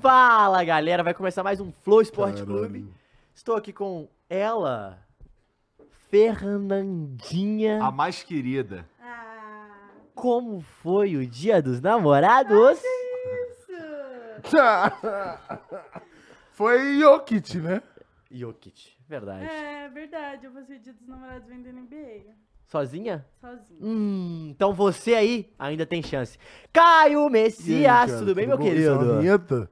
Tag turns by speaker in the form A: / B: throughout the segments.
A: Fala, galera! Vai começar mais um Flow Esporte
B: Caralho.
A: Clube. Estou aqui com ela, Fernandinha.
C: A mais querida.
D: Ah,
A: Como foi o Dia dos Namorados?
D: isso!
B: Foi Jokic, né?
A: Jokic, verdade.
D: É verdade, eu passei o dia dos namorados vendo NBA,
A: Sozinha?
D: sozinha.
A: Hum, então você aí ainda tem chance. Caio
B: E aí,
A: Messias,
B: cara,
A: tudo bem, meu
B: bom? Isso é uma
A: querido?
B: vinheta?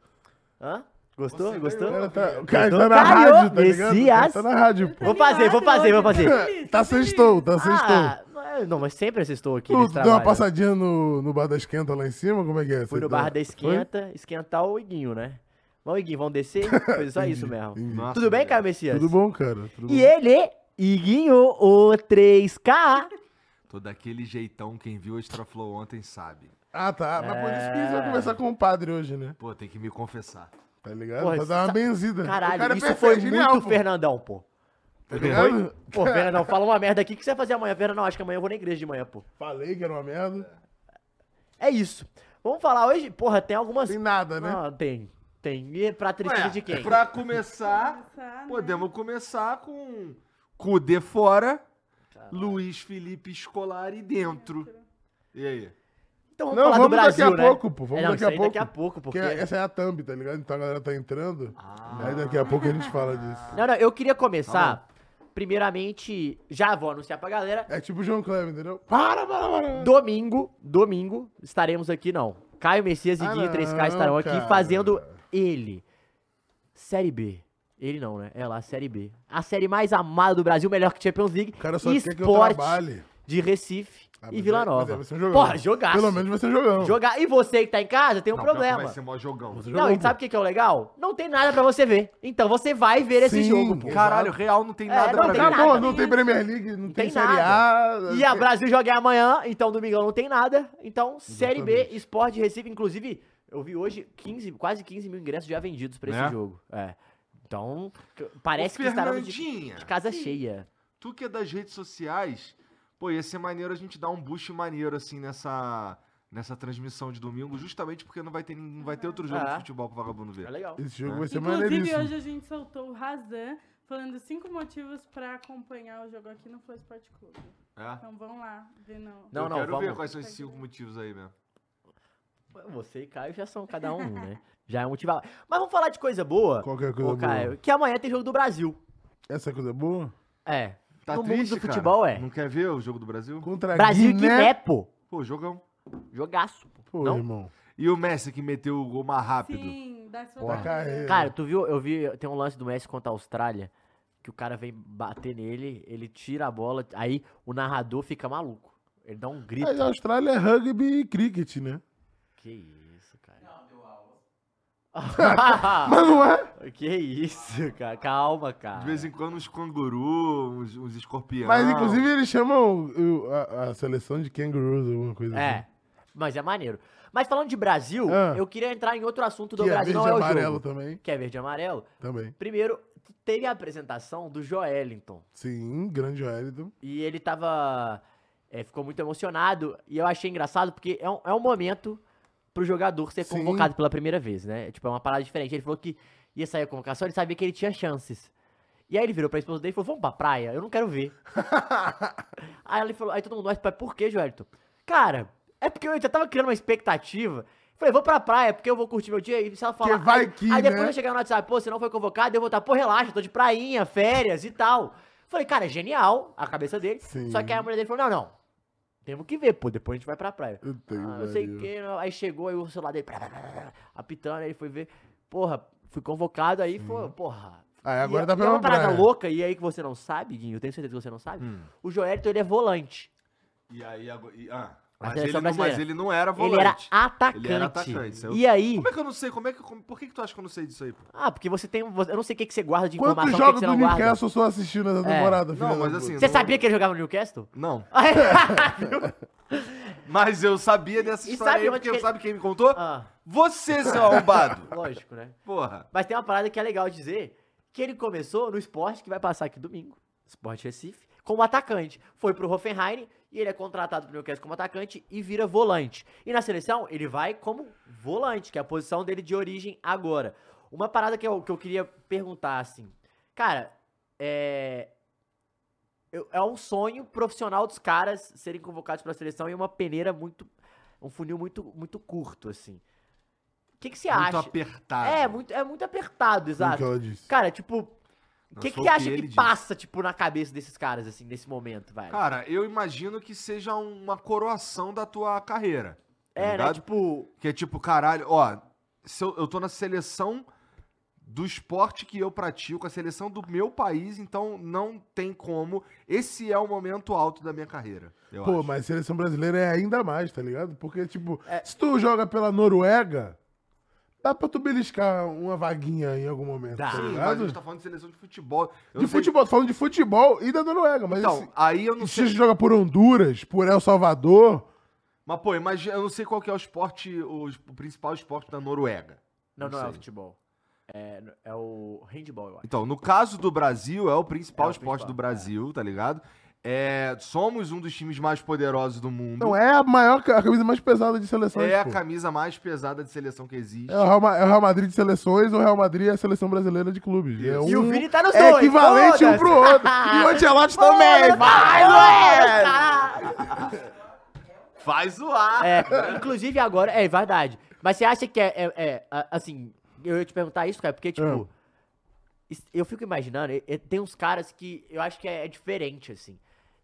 A: Hã? Gostou?
C: Você
A: Gostou?
B: O
C: ganhou.
B: cara tá, o
A: Cara,
B: cara tá na
A: Caio
B: rádio, tá ligado? O cara
A: Messias.
B: Tá na rádio, pô.
A: Vou fazer, vou fazer, vou fazer.
B: Tá sextou, tá sextou.
A: Ah, não, não, mas sempre assistou aqui
B: Tu
A: nesse
B: deu uma
A: trabalho.
B: passadinha no, no bar da esquenta lá em cima? Como é que é?
A: Fui
B: Você
A: no
B: deu-
A: bar da
B: Foi?
A: esquenta, esquentar o Iguinho, né? Vamos, Iguinho, vamos descer? Foi só isso mesmo.
B: Entendi.
C: Nossa,
A: Tudo bem,
C: velho.
A: Caio Messias?
B: Tudo bom, cara? Tudo
A: E
B: bom.
A: ele, Iguinho, o 3K.
C: Tô daquele jeitão, quem viu o Extra Flow ontem sabe.
B: Ah, tá. Mas por isso que a gente
A: É.
B: vai conversar com o padre hoje, né?
C: Pô, tem que me confessar.
B: Tá ligado?
A: Porra,
B: pra dar
A: sa-
B: uma benzida. O cara
A: Caralho,
B: é
A: isso
B: perfeito,
A: foi
B: genial,
A: muito
B: pô.
A: Fernandão, pô.
B: Tá ligado?
A: Pô, Fernandão, fala uma merda aqui que você vai fazer amanhã. Fernandão, acho que amanhã eu vou na igreja de manhã, pô.
B: Falei que era uma merda.
A: É isso. Vamos falar hoje? Porra, tem algumas...
B: Sem nada, né? é
A: Ah, tem. Tem. E é pra tristeza de quem?
C: Pra começar,
D: Começar, né?
C: podemos começar com Cudê fora, Luiz Felipe Scolari dentro. E aí?
A: Então vamos
B: Não,
A: falar
B: vamos
A: do Brasil,
B: daqui a
A: né?
B: pouco, pô. Vamos
A: É, não,
B: daqui
A: isso
B: a
A: aí
B: pouco.
A: daqui a pouco, porque...
B: Porque essa é a thumb, tá ligado? Então a galera tá entrando.
C: Ah.
B: Aí daqui a pouco a gente fala disso.
A: Não, não, eu queria começar, primeiramente, já vou anunciar pra galera,
B: É tipo o João Cleber, entendeu? Para, para, para.
A: domingo, domingo, estaremos aqui, não. Caio Messias e
B: Ah,
A: Gui 3K
B: não,
A: estarão aqui
B: cara.
A: fazendo ele. Série B. Ele não, né? É lá, Série B. A série mais amada do Brasil, melhor que Champions League.
B: O cara só quer que eu
A: Esporte
B: trabalhe.
A: de Recife
B: Ah,
A: e
B: mas
A: Vila
B: é- mas
A: Nova.
B: é, vai ser um jogão.
A: Porra, jogaço.
B: Pelo menos vai ser um jogão.
A: Jogar. E você que tá em casa tem um
C: Não, pior que
A: problema.
C: Vai ser um mó jogão.
B: Você
A: Não,
B: jogou,
A: e sabe o que, que é o legal? Não tem nada pra você ver. Então você vai ver esse
B: Sim, é
A: jogo, pô.
B: exato.
C: Caralho, Real não tem
A: É,
C: nada
A: não
C: pra
A: tem
C: ver.
A: nada.
B: Acabou, não tem Premier League, não tem,
A: tem
B: Série A. não
A: E a
B: tem-
A: Brasil joga é amanhã, então domingão não tem nada. Então, Série B,
B: Exatamente.
A: Esporte Recife, inclusive, eu vi hoje 15, quase 15 mil ingressos já vendidos pra esse
C: Né?
A: jogo. É. Então, c-
C: Ô,
A: parece que estarão de,
C: Fernandinha,
A: de casa cheia.
C: tu que é das redes sociais, pô, ia ser maneiro a gente dar um boost maneiro, assim, nessa, nessa transmissão de domingo, justamente porque não vai ter, nin- não vai ter outro jogo
A: Ah.
C: de futebol pro vagabundo ver.
A: É legal.
B: Esse jogo vai ser
D: Inclusive,
B: maneiríssimo.
D: hoje a gente soltou o Razan falando cinco motivos pra acompanhar o jogo aqui no Flow Esporte Clube.
C: É?
D: Então vão lá ver não.
A: Não,
C: eu
A: não,
C: quero ver
A: vamos.
C: quais são esses cinco motivos aí mesmo.
A: Você e Caio já são cada um, né? Já é um motivado. Mas vamos falar de coisa boa,
B: Qualquer é coisa
A: ô, Caio,
B: boa.
A: que amanhã tem jogo do Brasil.
B: Essa coisa é boa?
A: É.
C: Tá
A: No mundo
C: triste,
A: do futebol,
C: cara?
A: é.
C: Não quer ver o jogo do Brasil?
B: Contra
A: Brasil e
B: É Guiné.
A: Guiné, pô.
C: Pô, jogão.
A: Jogaço. pô.
B: Pô,
A: Não?
B: irmão.
C: E o Messi que meteu o gol mais rápido.
D: Sim, dá essa
B: Porra. é-
D: vantagem.
A: Cara, tu viu? Eu vi. Tem um lance do Messi contra a Austrália. Que o cara vem bater nele, ele tira a bola. Aí o narrador fica maluco. Ele dá um grito.
B: Mas a Austrália é rugby e cricket, né?
A: Que isso, cara. Não,
B: Mas não é?
A: Que isso, cara. Calma, cara.
C: De vez em quando uns canguru, uns, uns escorpião.
B: Mas inclusive eles chamam o- o- a, a seleção de kangaroos, alguma coisa
A: É.
B: assim.
A: Mas é maneiro. Mas falando de Brasil,
B: Ah.
A: eu queria entrar em outro assunto do
B: Que é
A: Brasil,
B: verde
A: não
B: e
A: é o
B: amarelo
A: jogo.
B: também.
A: Que é verde e amarelo.
B: Também.
A: Primeiro, teve a apresentação do Joelinton.
B: Sim, grande então, Wellington.
A: E ele tava. é, ficou muito emocionado. E eu achei engraçado porque é um, é um momento pro jogador ser
B: Sim.
A: convocado pela primeira vez, né? Tipo, é uma parada diferente. Ele falou que ia sair a convocação, ele sabia que ele tinha chances. E aí ele virou pra esposa dele e falou: Vamos pra praia? Eu não quero ver. aí ele falou: Aí todo mundo, mas por que, Joelito? Cara, é porque eu já tava criando uma expectativa. Falei, vou pra praia, porque eu vou curtir meu dia. E se ela falar.
B: vai
A: aí,
B: que,
A: aí depois
B: né?
A: eu chegar no WhatsApp, pô, você não foi convocado, eu vou estar, pô, relaxa, tô de prainha, férias e tal. Falei, cara, é genial a cabeça dele.
B: Sim.
A: Só que aí a mulher dele falou: não, não. Temos que ver, pô, depois a gente vai pra praia.
B: Eu tenho,
A: Ah, não sei
B: velho.
A: o que. Aí chegou aí o celular dele, blá, blá, blá, blá, apitando, aí ele foi ver. Porra, fui convocado, aí foi, porra.
B: Aí
A: E
B: Ah, agora
A: é-
B: dá pra
A: é uma
B: praia.
A: parada louca, e aí que você não sabe, Guinho, eu tenho certeza que você não sabe.
C: Hum.
A: O Joelito, ele é volante.
C: E aí agora. e- ah,
A: A
C: mas,
A: seleção
C: ele não, mas
A: brasileira.
C: ele não era
A: é. Ele era
C: É volante.
A: atacante.
C: Ele era atacante, saiu-
A: E aí.
C: Como é que eu não sei? Como é que, como- por que, que tu acha que eu não sei disso aí, pô?
A: Ah, porque você tem. você- Eu não sei o que, que você guarda de
B: Quantos
A: informação, o que,
B: jogos
A: que você
B: do
A: não guarda.
B: Newcastle só assistindo essa
A: É.
B: temporada,
C: Não,
B: filha da
C: mas
B: puta?
C: assim-
A: Você sabia que ele jogava no Newcastle? Ah,
C: Não.
A: Viu?
C: Mas eu sabia dessa
A: E
C: história
A: sabe
C: aí,
A: onde
C: porque
A: que ele-
C: sabe quem me contou?
A: ah,
C: Você, seu arrombado!
A: lógico, né?
C: Porra.
A: Mas tem uma parada que é legal dizer, que ele começou no esporte, que vai passar aqui domingo, Esporte Recife, como atacante. Foi pro Hoffenheim e ele é contratado pro Newcastle como atacante e vira volante. E na seleção, ele vai como volante, que é a posição dele de origem agora. Uma parada que eu, que eu queria perguntar, assim. Cara, é. eu- É um sonho profissional dos caras serem convocados pra seleção e uma peneira muito. Um funil muito, muito curto, assim. O que, que você
C: Muito
A: acha?
C: apertado.
A: É muito, é muito apertado,
B: Exato.
A: exato.
B: ela disse.
A: Cara, tipo, o
C: Não,
A: que, que
C: foi
A: você
C: o que
A: acha que,
C: ele disse.
A: passa, tipo, na cabeça desses caras, assim, nesse momento, velho?
C: Cara, eu imagino que seja uma coroação da tua carreira. tá
A: é, né?
C: ligado?
A: Tipo,
C: Que é tipo, caralho, ó, se eu, eu tô na seleção do esporte que eu pratico, a seleção do meu país, então não tem como. Esse é o momento alto da minha carreira. Eu
B: Pô,
C: acho.
B: mas seleção brasileira é ainda mais, tá ligado? Porque, tipo,
A: É.
B: se tu joga pela Noruega, dá pra tu beliscar uma vaguinha em algum momento,
A: Dá.
B: tá
C: Sim, mas a
B: ligado?
C: gente tá falando de seleção de futebol. Eu
B: de
C: não sei-
B: futebol, tô falando de futebol e da Noruega, mas
C: Então,
B: esse-
C: aí eu não
B: se
C: sei.
B: tu joga por Honduras, por El Salvador,
C: Mas, pô, imagina, eu não sei qual que é o esporte, o, es- o principal esporte da Noruega.
A: não, não,
C: Não
A: é o
C: sei.
A: futebol. É, n- é o handball, eu acho.
C: Então, no caso do Brasil, é o principal
A: É o
C: esporte
A: principal,
C: do Brasil, tá ligado? É, somos um dos times mais poderosos do mundo.
B: então é a maior, ca- a camisa mais pesada de tipo. seleções,
C: É a
B: pô.
C: camisa mais pesada de seleção que existe.
B: É o, Real, Ma- é o Real Madrid de seleções ou o Real Madrid é a seleção brasileira de clubes. É
C: Isso.
A: E o
B: um-
A: Vini tá no
B: é equivalente um pro outro. E o Ancelotti também. Vai, Luiz!
C: Vai zoar!
A: É, inclusive agora, é verdade. Mas você acha que é, é- é, a- assim, eu ia te perguntar isso, cara, porque, tipo, es- eu fico imaginando, e- e tem uns caras que eu acho que é, é diferente, assim.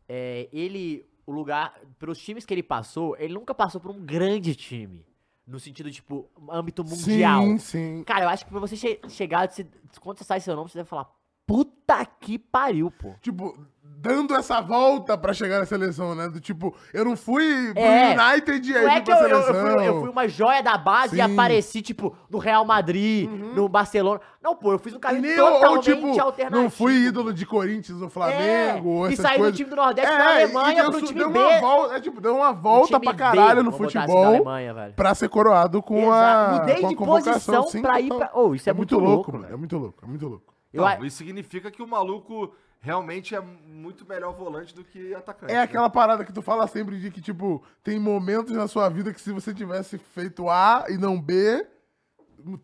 A: É, ele, o lugar, pelos times que ele passou, ele nunca passou por um grande time. No sentido, tipo, âmbito mundial.
B: Sim, sim.
A: Cara, eu acho que pra você che- chegar, você- quando você sai seu nome, você deve falar, puta que pariu, pô.
B: Tipo, dando essa volta pra chegar na seleção, né? Do tipo, eu não fui pro
A: É.
B: United e aí
A: Não é
B: fui
A: que
B: pra
A: eu, eu- eu
B: seleção.
A: fui, eu fui um uma joia da base e
B: Sim. Uhum.
A: apareci, tipo, no Real Madrid, no Barcelona. Não, pô, eu fiz um
B: E
A: caminho
B: nem- ou,
A: totalmente
B: tipo,
A: alternativo.
B: não fui ídolo de Corinthians ou Flamengo ou
A: É, e
B: essas
A: saí do
B: coisas. É,
A: time do Nordeste pra Alemanha
B: deu
A: pro
B: su-
A: time
B: deu
A: B.
B: uma volta, é, tipo, deu uma volta
A: pro
B: pra
A: time
B: caralho
A: B,
B: no
A: vou botar assim, da
B: futebol
A: Alemanha, velho.
B: pra ser coroado com
A: Exato,
B: a
A: Mudei
B: com a
A: de
B: convocação,
A: posição
B: sim,
A: pra ir
B: total.
A: pra... Oh, isso é, muito, louco,
B: mano.
A: velho.
B: É muito louco, é muito louco.
A: Eu,
C: Não,
A: a-
C: isso significa que o maluco realmente é muito melhor volante do que atacante.
B: É
C: né?
B: aquela parada que tu fala sempre de que, tipo, tem momentos na sua vida que se você tivesse feito A e não B,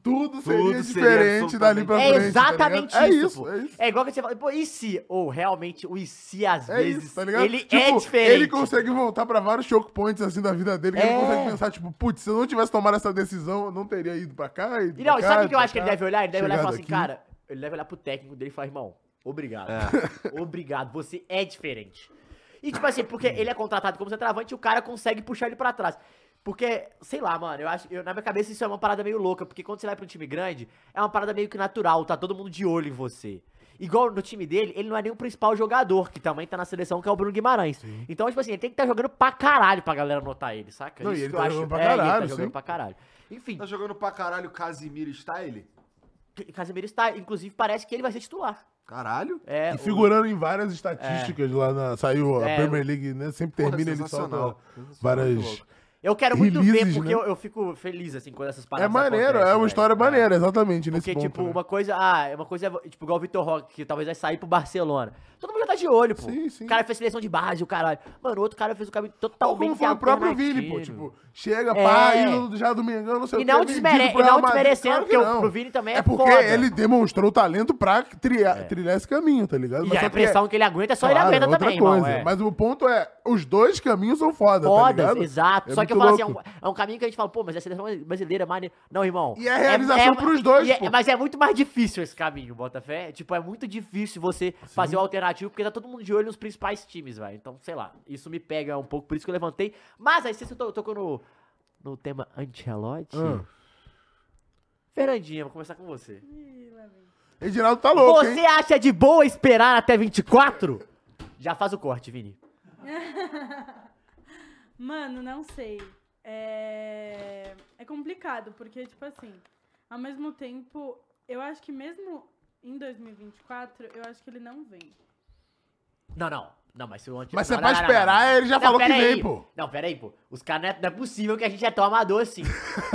B: tudo seria
C: Tudo seria
B: diferente dali pra
A: É
B: frente. tá
A: exatamente
B: ligado?
A: isso,
B: É isso,
A: pô.
B: é isso.
A: É igual que você fala, pô, e se? Ou realmente, o e se às
B: É
A: vezes
B: isso, tá ligado?
A: ele
B: Tipo,
A: é diferente.
B: Ele consegue voltar pra vários choke points, assim, da vida dele, que ele
A: É.
B: consegue pensar, tipo, putz, se eu não tivesse tomado essa decisão, eu não teria ido pra cá, ido
A: E não,
B: pra
A: e
B: cá,
A: sabe o
B: ido
A: que eu
B: pra
A: acho que ele
B: cá,
A: deve olhar? Ele deve olhar e falar
B: tá chegado
A: assim,
B: aqui.
A: cara, ele deve olhar pro técnico dele e falar, irmão, obrigado. Obrigado, você é diferente. E tipo assim, porque ele é contratado como centroavante e o cara consegue puxar ele pra trás. Porque, sei lá, mano, eu acho, eu, na minha cabeça isso é uma parada meio louca, porque quando você vai pra um time grande, é uma parada meio que natural, tá todo mundo de olho em você. Igual no time dele, ele não é nem o principal jogador, que também tá na seleção, que é o Bruno Guimarães. Então, tipo assim, ele tem que estar jogando pra caralho pra galera notar ele, saca?
B: Não, e ele
A: que
B: tá
A: eu
B: jogando
A: é,
B: pra
A: e ele tá
B: caralho,
A: jogando
B: sim.
A: pra caralho. Enfim,
C: Tá jogando pra caralho Casimiro Style?
A: que- Casemiro está, inclusive, parece que ele vai ser titular.
C: Caralho.
A: É,
B: E
A: o-
B: figurando em várias estatísticas lá na. Saiu a
A: É,
B: Premier League, né? Sempre
C: Porra,
B: termina ele solta
C: sensacional.
B: várias.
C: Muito louco.
A: eu quero muito ver,
B: releases,
A: porque
B: né?
A: eu, eu fico feliz, assim, quando essas
B: É
A: paradas
B: maneiro,
A: acontecem,
B: é uma
A: velho.
B: história maneira, exatamente. Nesse
A: Porque,
B: ponto,
A: tipo,
B: né?
A: uma coisa. Ah, uma coisa é, tipo, igual o Vitor Roque, que talvez vai sair pro Barcelona. Todo mundo já tá de olho, pô.
B: Sim, sim.
A: O cara fez seleção de base, o caralho. Mano, o outro cara fez o caminho
B: Ou
A: totalmente.
B: como foi o próprio Vini, pô.
A: alternativo.
B: Tipo, chega, pá,
A: É.
B: ídolo do- já do Mengão, não sei
A: E
B: o que.
A: não, desmere... e não desmerecendo, porque o pro Vini também é,
B: É porque
A: foda. É.
B: ele demonstrou talento pra trilhar, trilhar esse caminho, tá ligado?
A: E a
B: só que é-
A: pressão que ele aguenta, só ele
B: claro,
A: aguenta
B: é outra
A: também,
B: coisa.
A: irmão. é.
B: Mas o ponto é, os dois caminhos são foda, tá
A: Fodas,
B: ligado?
A: exato.
B: É
A: Só que eu
B: muito
A: falo assim, é
B: louco.
A: um, é um caminho que a gente fala, pô, mas a seleção brasileira é maneira. Não, irmão.
B: E é realização pros dois,
A: e é-
B: pô.
A: mas é muito mais difícil esse caminho, Botafé. Tipo, é muito difícil você fazer o alternativo, porque tá todo mundo de olho nos principais times, velho. Então, sei lá, isso me pega um pouco, por isso que eu levantei. Mas aí você to- tocou no, no tema Ancelotti.
B: Hum.
A: Fernandinha, vou começar com você.
D: Ih, lá vem.
B: Edinaldo tá louco, hein?
A: você acha de boa esperar até 24? Já faz o corte, Vini.
D: Mano, não sei. É... é complicado, porque, tipo assim, ao mesmo tempo, eu acho que mesmo em 2024, eu acho que ele não vem.
A: Não, não. Não, mas se o anti-
B: Mas
A: não,
B: você
A: não,
B: pode
A: não, não, não,
B: esperar,
A: não.
B: ele já
A: Não,
B: falou que
A: pera
B: vem,
A: aí.
B: pô.
A: Não, pera aí, pô. Os caras não é, não é possível que a gente é tão amador assim.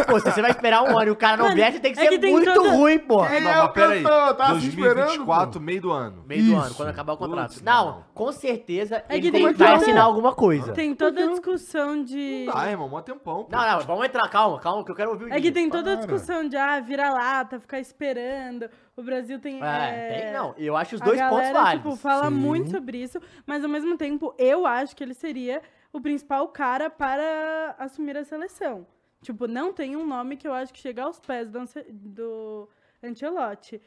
A: pô, se você vai esperar um ano e o cara não
D: Mano,
A: vier, você tem que
D: é
A: ser
D: que tem
A: muito
D: toda-
A: ruim, pô.
B: Ele
C: Não,
B: é
C: mas
B: o
C: peraí,
B: cantor, tá se esperando,
C: 2024, meio do ano.
A: Meio do ano,
B: Isso.
A: quando acabar o contrato.
C: Putz,
A: não,
C: não.
A: com certeza
D: É
A: ele
D: que
A: tem
D: tem
A: que vai
D: toda-
A: assinar alguma coisa.
D: Tem toda a discussão de.
C: Tá, irmão, mó tempão. pô.
A: Não, não, vamos entrar, calma, calma, que eu quero ouvir o
D: É que
A: Guido.
D: tem toda a
B: Para.
D: discussão de ah, vira lata, ficar esperando. O Brasil tem.
A: É, tem não. Eu acho os
D: a
A: dois
D: galera,
A: pontos válidos.
D: Tipo, fala
B: Sim.
D: muito sobre isso, mas ao mesmo tempo eu acho que ele seria o principal cara para assumir a seleção. Tipo, não tem um nome que eu acho que chega aos pés do, Ance- do Ancelotti.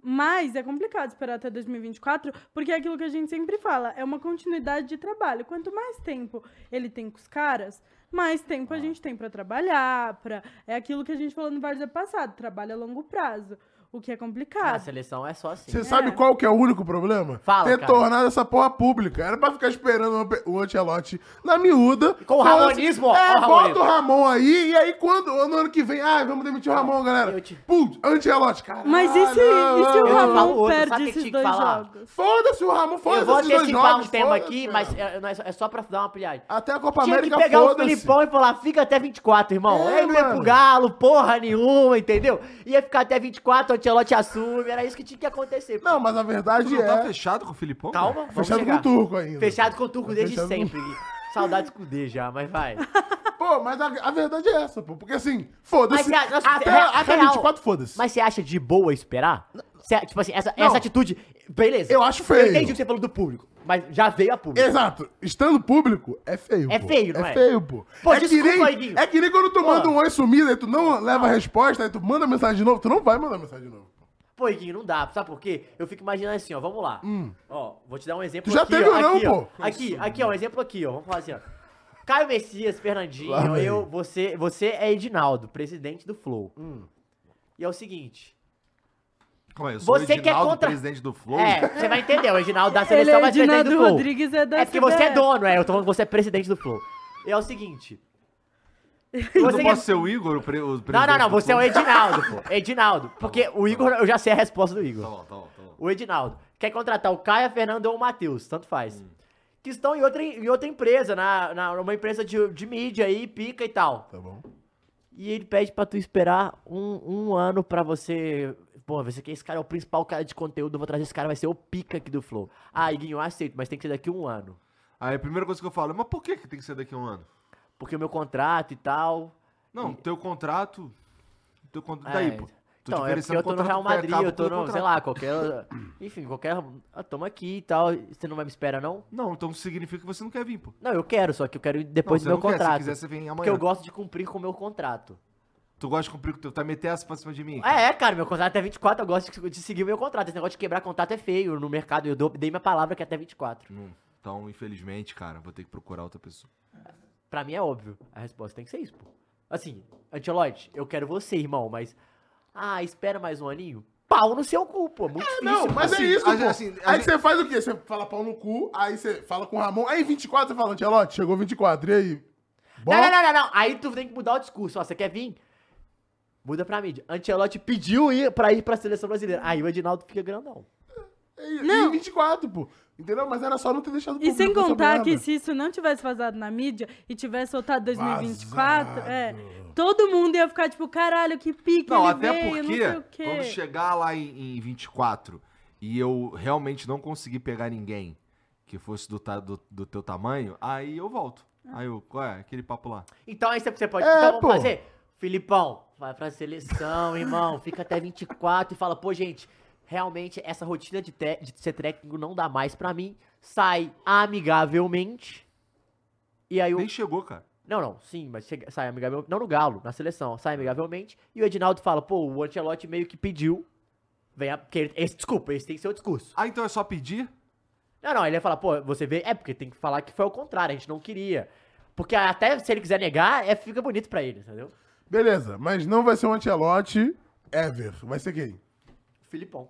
D: Mas é complicado esperar até 2024, porque é aquilo que a gente sempre fala, é uma continuidade de trabalho. Quanto mais tempo ele tem com os caras, mais tempo a gente tem para trabalhar, para é aquilo que a gente falou no Várzea passado, trabalho a longo prazo, o que é
A: A
D: complicado.
A: seleção é só assim.
B: Você sabe qual que é o único problema?
A: Fala,
B: Ter
A: cara.
B: tornado essa porra pública. Era pra ficar esperando o Pe- o Antelote na miúda.
A: Com o
B: Falando
A: Ramonismo, ó,
B: É,
A: ó o
B: bota
A: Ramonismo.
B: o Ramon aí, e aí quando, no ano que vem, ah, vamos demitir o Ramon, galera.
A: eu te-
B: Putz, Antelote, cara.
D: Mas
C: Ah,
D: e se, e se
A: Eu
D: o
A: vou falar o
D: Ramon
A: outro,
D: perde
A: sabe o que
D: esses
A: tinha que
D: dois
A: falar?
D: jogos?
B: Foda-se o Ramon,
A: Eu
B: foda-se
A: vou
B: esses dois
A: antecipar
B: jogos,
A: um tema
B: foda-se,
A: aqui,
B: cara.
A: mas é, não é só- é só pra dar uma pilhada.
B: Até a Copa
A: Tinha que
B: América,
A: pegar o
B: foda-se.
A: Filipão e falar, fica até 24, irmão.
B: É,
A: É, não é pro
B: mano.
A: galo, porra nenhuma, entendeu? Ia ficar até 24, o Antelote assume, era isso que tinha que acontecer. pô.
B: Não, mas a
C: Tu
B: verdade
C: não tá
B: é...
C: fechado com o Filipão?
A: Calma,
C: velho?
A: vamos
B: Fechado com
A: chegar.
B: o Turco ainda.
A: Fechado com o Turco desde
B: Fechado com-
A: sempre. Gui. Saudades com o D já, mas vai.
B: Pô, mas a, a verdade é essa, pô. Porque assim,
A: Mas
B: foda-se.
A: você acha-
B: Até,
A: re-
B: até
A: real.
B: 24, foda-se.
A: Mas você acha de boa esperar? Você- tipo assim, essa,
B: Não.
A: essa atitude. Beleza.
B: Eu acho feio.
A: Eu entendi o que você falou do público, mas já veio a público.
B: Exato. Estando público, é feio,
A: É
B: pô.
A: feio, não é?
B: feio, pô.
A: Pô,
B: é,
A: desculpa
B: que nem,
A: aí, Guinho.
B: é que nem quando tu manda
A: Pô.
B: um oi sumido, aí tu não leva a resposta, aí tu manda mensagem de novo, tu não vai mandar mensagem de novo.
A: Pô, Iguinho, não dá. Sabe por quê? Eu fico imaginando assim, ó. Vamos lá. Ó, vou te dar um exemplo
B: Tu já
A: aqui,
B: teve
A: ó,
B: ou não,
A: aqui, ó.
B: pô?
A: Aqui, aqui, ó. Um exemplo aqui, ó. Vamos falar assim, ó. Caio Messias, Fernandinho,
B: Lá vem.
A: eu, você, você é Edinaldo, presidente do Flow.
D: Hum.
A: E é o seguinte.
C: Calma aí, eu sou
A: Você
C: o
A: quer
C: Edinaldo,
A: contra-
C: presidente do Flow.
A: É, você vai entender. O Edinaldo da
D: Ele
A: seleção,
D: é
A: mas presidente do
D: Edinaldo
A: Flow.
D: Rodrigues, é da
A: É porque você é
D: CBF.
A: dono, é. Eu tô falando que você é presidente do Flow. E é o seguinte.
C: Eu
A: você
C: não
A: quer-
C: posso ser o Igor, o, pre... o presidente
A: Não, não, não.
C: do
A: Você é o
C: Flow?
A: Edinaldo, pô. Edinaldo. Porque o Igor, eu já sei a resposta do
C: Tá
A: Igor.
C: bom, tá bom, tá bom.
A: O Edinaldo. Quer contratar o Caio, a Fernanda ou o Matheus, tanto faz.
C: Hum.
A: Que estão em outra, em outra empresa, na, na, uma empresa de, de mídia aí, pica e tal.
B: Tá bom.
A: E ele pede pra tu esperar um, um ano pra você. Pô, você que esse cara é o principal cara de conteúdo, eu vou trazer esse cara, vai ser o pica aqui do Flow. Ah, Iguinho, eu aceito, mas tem que ser daqui um ano.
C: Aí a primeira coisa que eu falo é, mas por que, que tem que ser daqui a um ano?
A: Porque o meu contrato e tal.
C: Não, teu contrato. Teu contrato.
A: É,
C: Daí, pô. Tô
A: Então,
C: te
A: é
C: oferecendo
A: porque eu tô no
C: contrato
A: Real
C: que acaba
A: Madrid, eu
C: com
A: tô
C: o
A: no,
C: teu
A: sei
C: contrato.
A: lá, qualquer. Enfim, qualquer. Ah, toma aqui e tal. Você não vai me esperar, não?
C: Não, então significa que você não quer vir, pô.
A: Não, eu quero, só que eu quero ir
C: Não,
A: depois
C: você
A: do meu
C: não quer,
A: contrato.
C: Se quiser, você vem
A: porque
C: amanhã.
A: eu gosto de cumprir com o meu contrato.
C: Tu gosta de cumprir com o teu. Tá meter essa pra cima de mim? cara?
A: É, é, cara, meu contrato é até 24, eu gosto de, de seguir o meu contrato. Esse negócio de quebrar contrato é feio no mercado. Eu dou- dei minha palavra que é até 24.
C: Não. Então, infelizmente, cara, vou ter que procurar outra pessoa.
A: Pra mim é óbvio. A resposta tem que ser isso, pô. Assim, Antelote, eu quero você, irmão, mas. Ah, espera mais um aninho? Pau no seu cu, pô. Muito difícil.
B: Não, mas
C: assim,
B: é isso,
C: a-
B: pô.
C: assim, a
B: aí
C: gente-
B: você faz o quê? Você fala pau no cu, aí você fala com o Ramon, aí 24 você fala, Antelote, chegou 24, e aí? Bom,
A: Não, não, não, não, não. Aí tu tem que mudar o discurso. Ó, você quer vir? Muda pra mídia. Ancelotti pediu ir pra ir pra seleção brasileira. Aí o Edinaldo fica grandão.
B: E,
D: Não.
B: e 24, pô. Entendeu? Mas era só não ter deixado
D: E sem
B: público essa
D: contar que
B: merda.
D: se isso não tivesse vazado na mídia e tivesse soltado 2024, é,
B: Vazado.
D: todo mundo ia ficar tipo, caralho, que pique
C: Não,
D: ele
C: até
D: veio, não sei o quê.
C: porque quando chegar lá em, em 24 e eu realmente não conseguir pegar ninguém que fosse do, ta- do, do teu tamanho, aí eu volto. Aí eu, ué, aquele papo lá.
A: Então aí você- você pode.
B: É,
A: então vamos
B: pô.
A: fazer. Filipão, vai pra seleção, irmão. Fica até 24 e fala, pô, gente, realmente essa rotina de, te- de ser técnico não dá mais pra mim. Sai amigavelmente. E aí o.
C: Nem chegou, cara.
A: Não, não, sim, mas chega- sai amigavelmente. Não no Galo, na seleção, sai amigavelmente. E o Edinaldo fala, pô, o Ancelotti meio que pediu. Vem a, porque ele- esse, desculpa, esse tem seu discurso.
C: Ah, então é só pedir?
A: Não, não, ele ia falar, pô, você vê. É, porque tem que falar que foi ao contrário, a gente não queria. Porque até se ele quiser negar, é, fica bonito pra ele, entendeu?
B: Beleza, mas não vai ser um Antelote ever. Vai ser quem?
A: Filipão.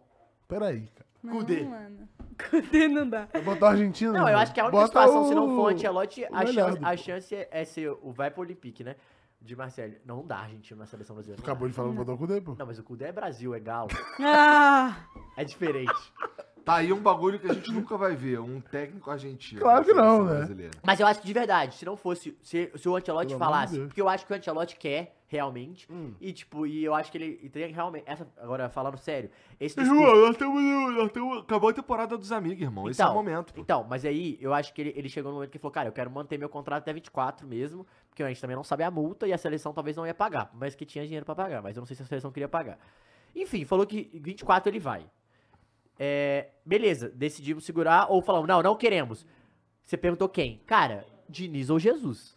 B: Peraí, cara.
D: Não,
A: Cudê.
D: mano. Cudê não dá.
B: Vai botar a Argentina?
A: Não, eu
B: irmão.
A: acho que é a única
B: Bota
A: situação, se não
B: o-
A: for o Ancelotti,
B: o
A: a chance,
B: Galhardo,
A: a
B: pô.
A: chance é, é ser o vai pro Olympique, né? De Marcelo. Não dá, Argentina na seleção brasileira.
B: Tu
A: Não, dá.
B: acabou de falar que botar o Cudê, pô.
A: não mas o Cudê é Brasil, é Galo.
D: Ah,
A: É diferente.
C: Tá aí um bagulho que a gente nunca vai ver, um técnico argentino.
B: Claro
C: na
B: que não,
C: seleção
B: né?
C: brasileira.
A: Mas eu acho que de verdade, se não fosse. Se, se o Antelote
B: Pelo amor de
A: falasse.
B: Deus.
A: porque eu acho que o Antelote quer, realmente.
B: Hum.
A: E, tipo, e eu acho que ele e tem realmente. Essa, agora, falando sério. Esse discurso-
C: João, nós temos, um, nós temos. Acabou a temporada dos amigos, irmão. Esse é o
A: Então,
C: momento. pô.
A: Então, mas aí eu acho que ele, ele chegou no momento que ele falou, cara, eu quero manter meu contrato até 24 mesmo, porque a gente também não sabe a multa e a seleção talvez não ia pagar, mas que tinha dinheiro pra pagar, mas eu não sei se a seleção queria pagar. Enfim, falou que 24 ele vai. É, beleza, decidimos segurar ou falamos, não, não queremos. Você perguntou quem? Cara, Diniz ou Jesus?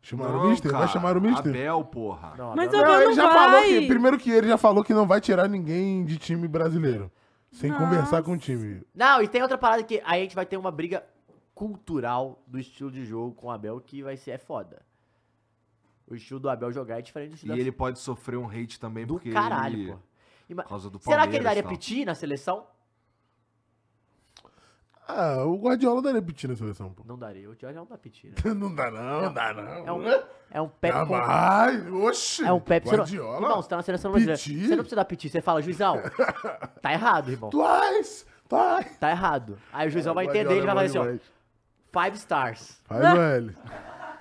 B: Chamaram
C: Não,
B: o Mister?
C: Então, cara,
B: Vai chamar o Mister?
C: Abel, porra.
A: Não,
D: Mas
A: não,
D: eu- Abel
B: ele
D: não
B: já falou
D: vai.
B: que. Primeiro que ele já falou que não vai tirar ninguém de time brasileiro. Sem
D: Nossa.
B: conversar com o time.
A: Não, e tem outra parada que aí a gente vai ter uma briga cultural do estilo de jogo com o Abel que vai ser é foda. O estilo do Abel jogar é diferente do
C: E
A: estilo da
C: ele pode sofrer um hate também
A: Do
C: porque
A: caralho,
C: ele...
A: pô. Ima-
C: Por causa do
A: Será que ele
C: Palmeiras
A: daria
C: e tal.
A: piti na seleção?
B: Ah, o Guardiola daria piti na seleção, pô.
A: Não daria. O Jorge não dá piti, né?
B: Não dá não, não dá não.
A: É um, é um Pepe. com-
B: Jamais. Oxi.
A: É um Pepe. Você não,
B: Guardiola.
A: irmão, você tá na seleção brasileira.
B: Piti?
A: Você não precisa dar piti. Você fala, juizão, tá errado, irmão.
B: Twice. Twice.
A: Tá errado. Aí o juizão vai entender, ele vai
B: Guardiola
A: falar
B: é
A: assim,
B: bom
A: ó.
B: demais.
A: Five stars.
B: Faz o L.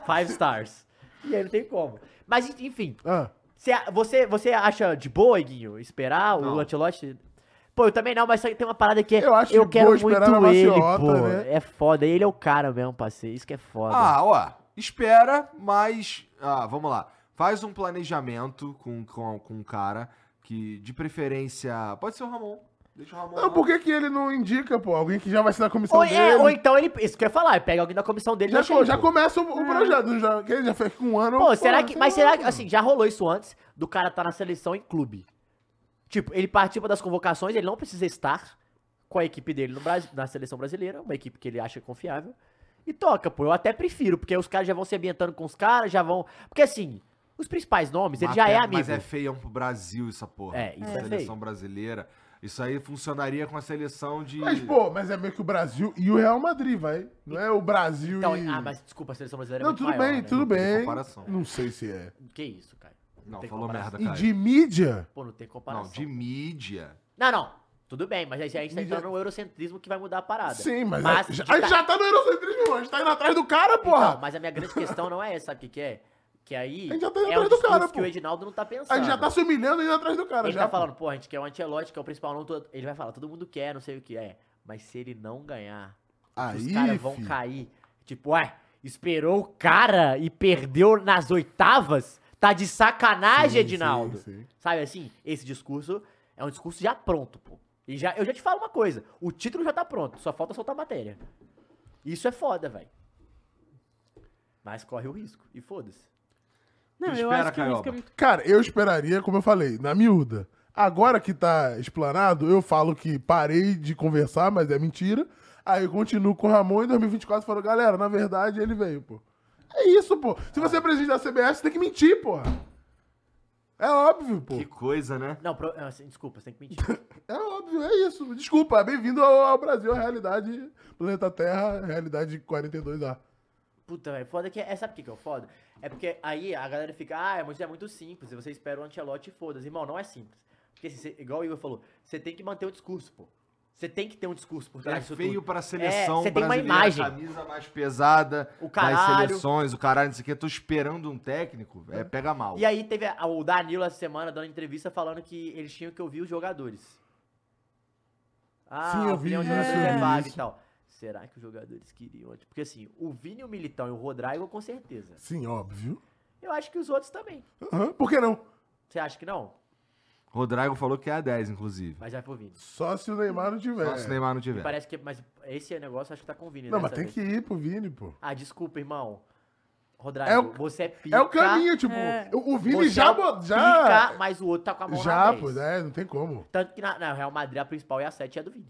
A: Five stars. E aí não tem como. Mas, en- enfim.
B: Ah,
A: Você, você, você acha de boa, Iguinho, esperar
C: Não.
A: o Antelote? Pô, eu também não, mas só que tem uma parada que é,
B: Eu acho de
A: quero
B: boa
A: muito
B: esperar na
A: ele,
B: maciota,
A: pô.
B: né?
A: É foda, ele é o cara mesmo, parceiro. Isso que é foda.
C: Ah, ó. Espera, mas. Ah, vamos lá. Faz um planejamento com, com, com um cara que, de preferência. Pode ser o Ramon. Deixa o Ramon.
B: não,
C: lá.
B: por que, que ele não indica, pô? Alguém que já vai ser da comissão
A: Ou,
B: dele.
A: é, ou então ele. Isso que eu ia falar, pega alguém da comissão dele
B: já,
A: e
B: co- já começa o, o projeto. não Já, que ele já fez com um ano.
A: É. Pô, será que.
B: sei
A: Mas
B: lá,
A: será
B: pô.
A: que. Assim, já rolou isso antes do cara tá na seleção em clube. Tipo, ele participa das convocações, ele não precisa estar com a equipe dele no Brasil, na seleção brasileira, uma equipe que ele acha confiável. E toca, pô. Eu até prefiro, porque aí os caras já vão se ambientando com os caras, já vão. Porque assim, os principais nomes, ele
C: Mas
A: já é
C: pe-
A: amigo.
C: Mas é feião pro Brasil essa porra.
A: É, isso
C: Essa
A: é
C: seleção
A: feio.
C: brasileira. Isso aí funcionaria com a seleção
A: assim-
C: de.
B: Mas, pô, mas é meio que o Brasil e o Real Madrid, vai. Não é o Brasil
A: Então,
B: e...
A: ah, mas desculpa, a seleção brasileira é
B: Não,
A: muito
B: tudo
A: maior, né?
B: bem, tudo
C: tem
B: bem.
C: comparação.
B: Não sei se é.
A: Que isso, cara.
C: Não,
A: tem
C: falou
A: comparação.
C: merda,
B: E
C: cara.
B: de mídia?
A: Pô, não tem
C: Não,
A: comparação.
C: de mídia.
A: Não, não. Tudo bem, mas aí a gente tá entrando
B: Mídia-
A: no eurocentrismo que vai mudar a parada.
B: Sim, mas,
A: Mas
B: é- já,
A: de
B: a gente
A: ca-
B: já tá no eurocentrismo, irmão. A gente tá indo atrás do cara, porra.
A: Então, mas a minha grande questão não é essa, sabe o que, que é? Que aí
B: A gente já tá indo
A: é o
B: atrás do
A: discurso
B: cara,
A: que
B: pô.
A: o Edinaldo não tá pensando.
B: a gente já tá se humilhando indo atrás do cara.
A: Ele
B: já,
A: tá
B: pô.
A: falando, pô, a gente quer o Antelote, que é o principal nome. todo- Ele vai falar, todo mundo quer, não sei o que é. Mas se ele não ganhar, os
B: Aí,
A: caras vão
B: fi.
A: cair. Tipo, ué, esperou o cara e perdeu nas oitavas? Tá de sacanagem,
B: Sim,
A: Edinaldo.
B: sim, sim.
A: Sabe assim? Esse discurso é um discurso já pronto, pô. E já, eu já te falo uma coisa: o título já tá pronto, só falta soltar a matéria. Isso é foda, velho. Mas corre o risco. E foda-se.
D: Não, eu
C: Espera,
D: acho que o risco
C: Caioba.
D: é muito.
B: Cara, eu esperaria, como eu falei, na miúda. Agora que tá explanado, eu falo que parei de conversar, mas é mentira. Aí eu continuo com o Ramon em 2024 falou, galera, na verdade ele veio, pô. É isso, pô. Se você é presidente da CBS, você tem que mentir, porra. É óbvio, pô.
C: Que coisa, né?
A: Não, pro- ah, assim, desculpa, você tem que mentir.
B: É óbvio, é isso. Desculpa, bem-vindo ao, ao Brasil, a realidade, planeta Terra, realidade 42A.
A: Puta, velho, foda que é. Sabe o que, que é o foda? É porque aí a galera fica, ah, mas é muito simples, e você espera o Ancelotti e foda-se. Irmão, não é simples. Porque assim, cê- igual o Igor falou, você tem que manter o discurso, pô. Você tem que ter um discurso por trás
C: É
A: disso
C: feio
A: tudo.
C: pra seleção
A: É, você tem uma
C: brasileira,
A: imagem.
C: camisa mais pesada
A: O
C: das
A: caralho.
C: seleções, o caralho, não sei o que. Eu tô esperando um técnico, é, pega mal.
A: E aí teve a- o Danilo essa semana dando entrevista falando que eles tinham que ouvir os jogadores. Ah,
B: Sim,
A: a
B: eu
A: opinião
B: vi
A: dos jogadores
B: isso.
A: é vaga e tal. Será que os jogadores queriam? Porque assim, o Vini, o Militão e o Rodrigo, com certeza.
B: Sim, óbvio.
A: Eu acho que os outros também.
B: Aham, Por que não?
A: Você acha que não?
C: Rodrigo falou que é a 10, inclusive.
A: Mas vai pro Vini.
B: Só se o Neymar não tiver.
C: Só se o Neymar não tiver.
A: Parece que. Mas esse negócio acho que tá com o Vini,
B: Não,
A: né,
B: mas
A: essa
B: tem
A: vez.
B: que ir pro Vini, pô.
A: Ah, desculpa, irmão. Rodrigo,
B: É o-
A: você é pica.
B: É o caminho, tipo,
D: É.
B: o o Vini
A: Você é
B: já.
A: o
B: bo- já,
A: Pica, mas o outro tá com a mão na
B: já
A: 10.
B: pois é, não tem como.
A: Tanto que na, na Real Madrid a principal é a 7 e a do Vini.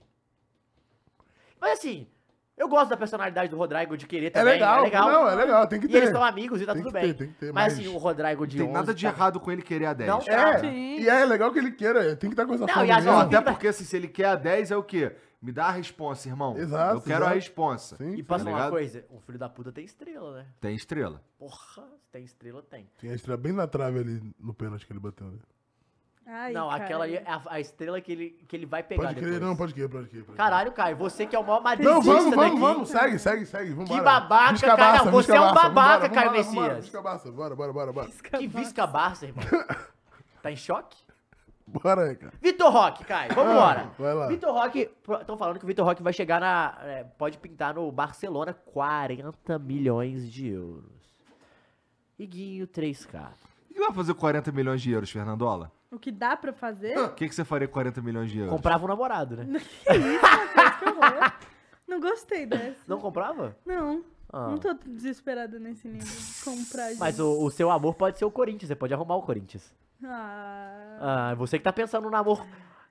A: Mas assim, eu gosto da personalidade do Rodrigo de querer
B: É
A: também.
B: legal, não, é legal, tem que
A: E
B: ter.
A: eles são amigos e tá
B: Tem
A: tudo
B: que
A: bem.
B: ter, tem que ter,
A: mas,
B: mas
A: assim, o Rodrigo de
C: Não tem
A: 11
C: nada de
A: tá-
C: errado com ele querer a 10.
A: Não,
C: cara.
A: tá.
D: Sim.
B: E é legal que ele queira, tem que estar com essa
A: Não,
B: fome
A: e as
B: mesmo.
C: Não,
A: Não,
C: até
A: vibra-
C: porque assim, se ele quer a 10 é o quê? Me dá a responsa, irmão.
B: Exato,
C: Eu quero a
B: exato.
C: responsa.
B: Sim,
A: E
B: sim.
A: posso falar
C: Tá
A: uma
C: ligado?
A: coisa? Um filho da puta tem estrela, né?
C: Tem estrela.
A: Porra, se tem estrela, tem.
B: Tem a estrela bem na trave ali no pênalti que ele bateu, né?
D: Ai,
A: não, aquela ali é
D: cara.
A: a, a estrela que ele, que ele vai pegar
B: Pode crer,
A: depois.
B: não, pode crer, pode crer. Pode crer.
A: Caralho, Caio, você que é o maior madridista
B: Não, vamos,
A: daqui.
B: vamos, vamos. Segue, segue, segue. Vambora.
A: babaca,
B: Visca
A: cara,
B: Barça,
A: você
B: Visca
A: é um
B: Barça,
A: babaca,
B: vambora,
A: Caio
B: vambora, vambora,
A: Messias.
B: Visca Barça, bora, bora, bora, bora.
D: é
A: Que visca Barça, irmão. Tá em choque?
B: Bora aí, cara. Ah,
A: Vitor Roque, Caio, vambora.
B: vai
C: Ah.
B: lá.
A: Vitor Roque, estão falando que o Vitor Roque vai chegar na. é, pode pintar no Barcelona 40 milhões de euros. Iguinho 3K.
C: O que vai fazer com 40 milhões de euros, Fernandola?
D: O que dá pra fazer?
C: O que, que você faria com 40 milhões de euros?
A: Comprava um namorado, né?
D: que isso, rapaz, que horror. Não gostei dessa.
A: Não comprava?
D: Não.
A: Ah.
D: Não tô desesperada nesse nível. Comprar gente.
A: Mas o, o seu amor pode ser o Corinthians, você pode arrumar o Corinthians.
D: Ah.
A: Ah, você que tá pensando no amor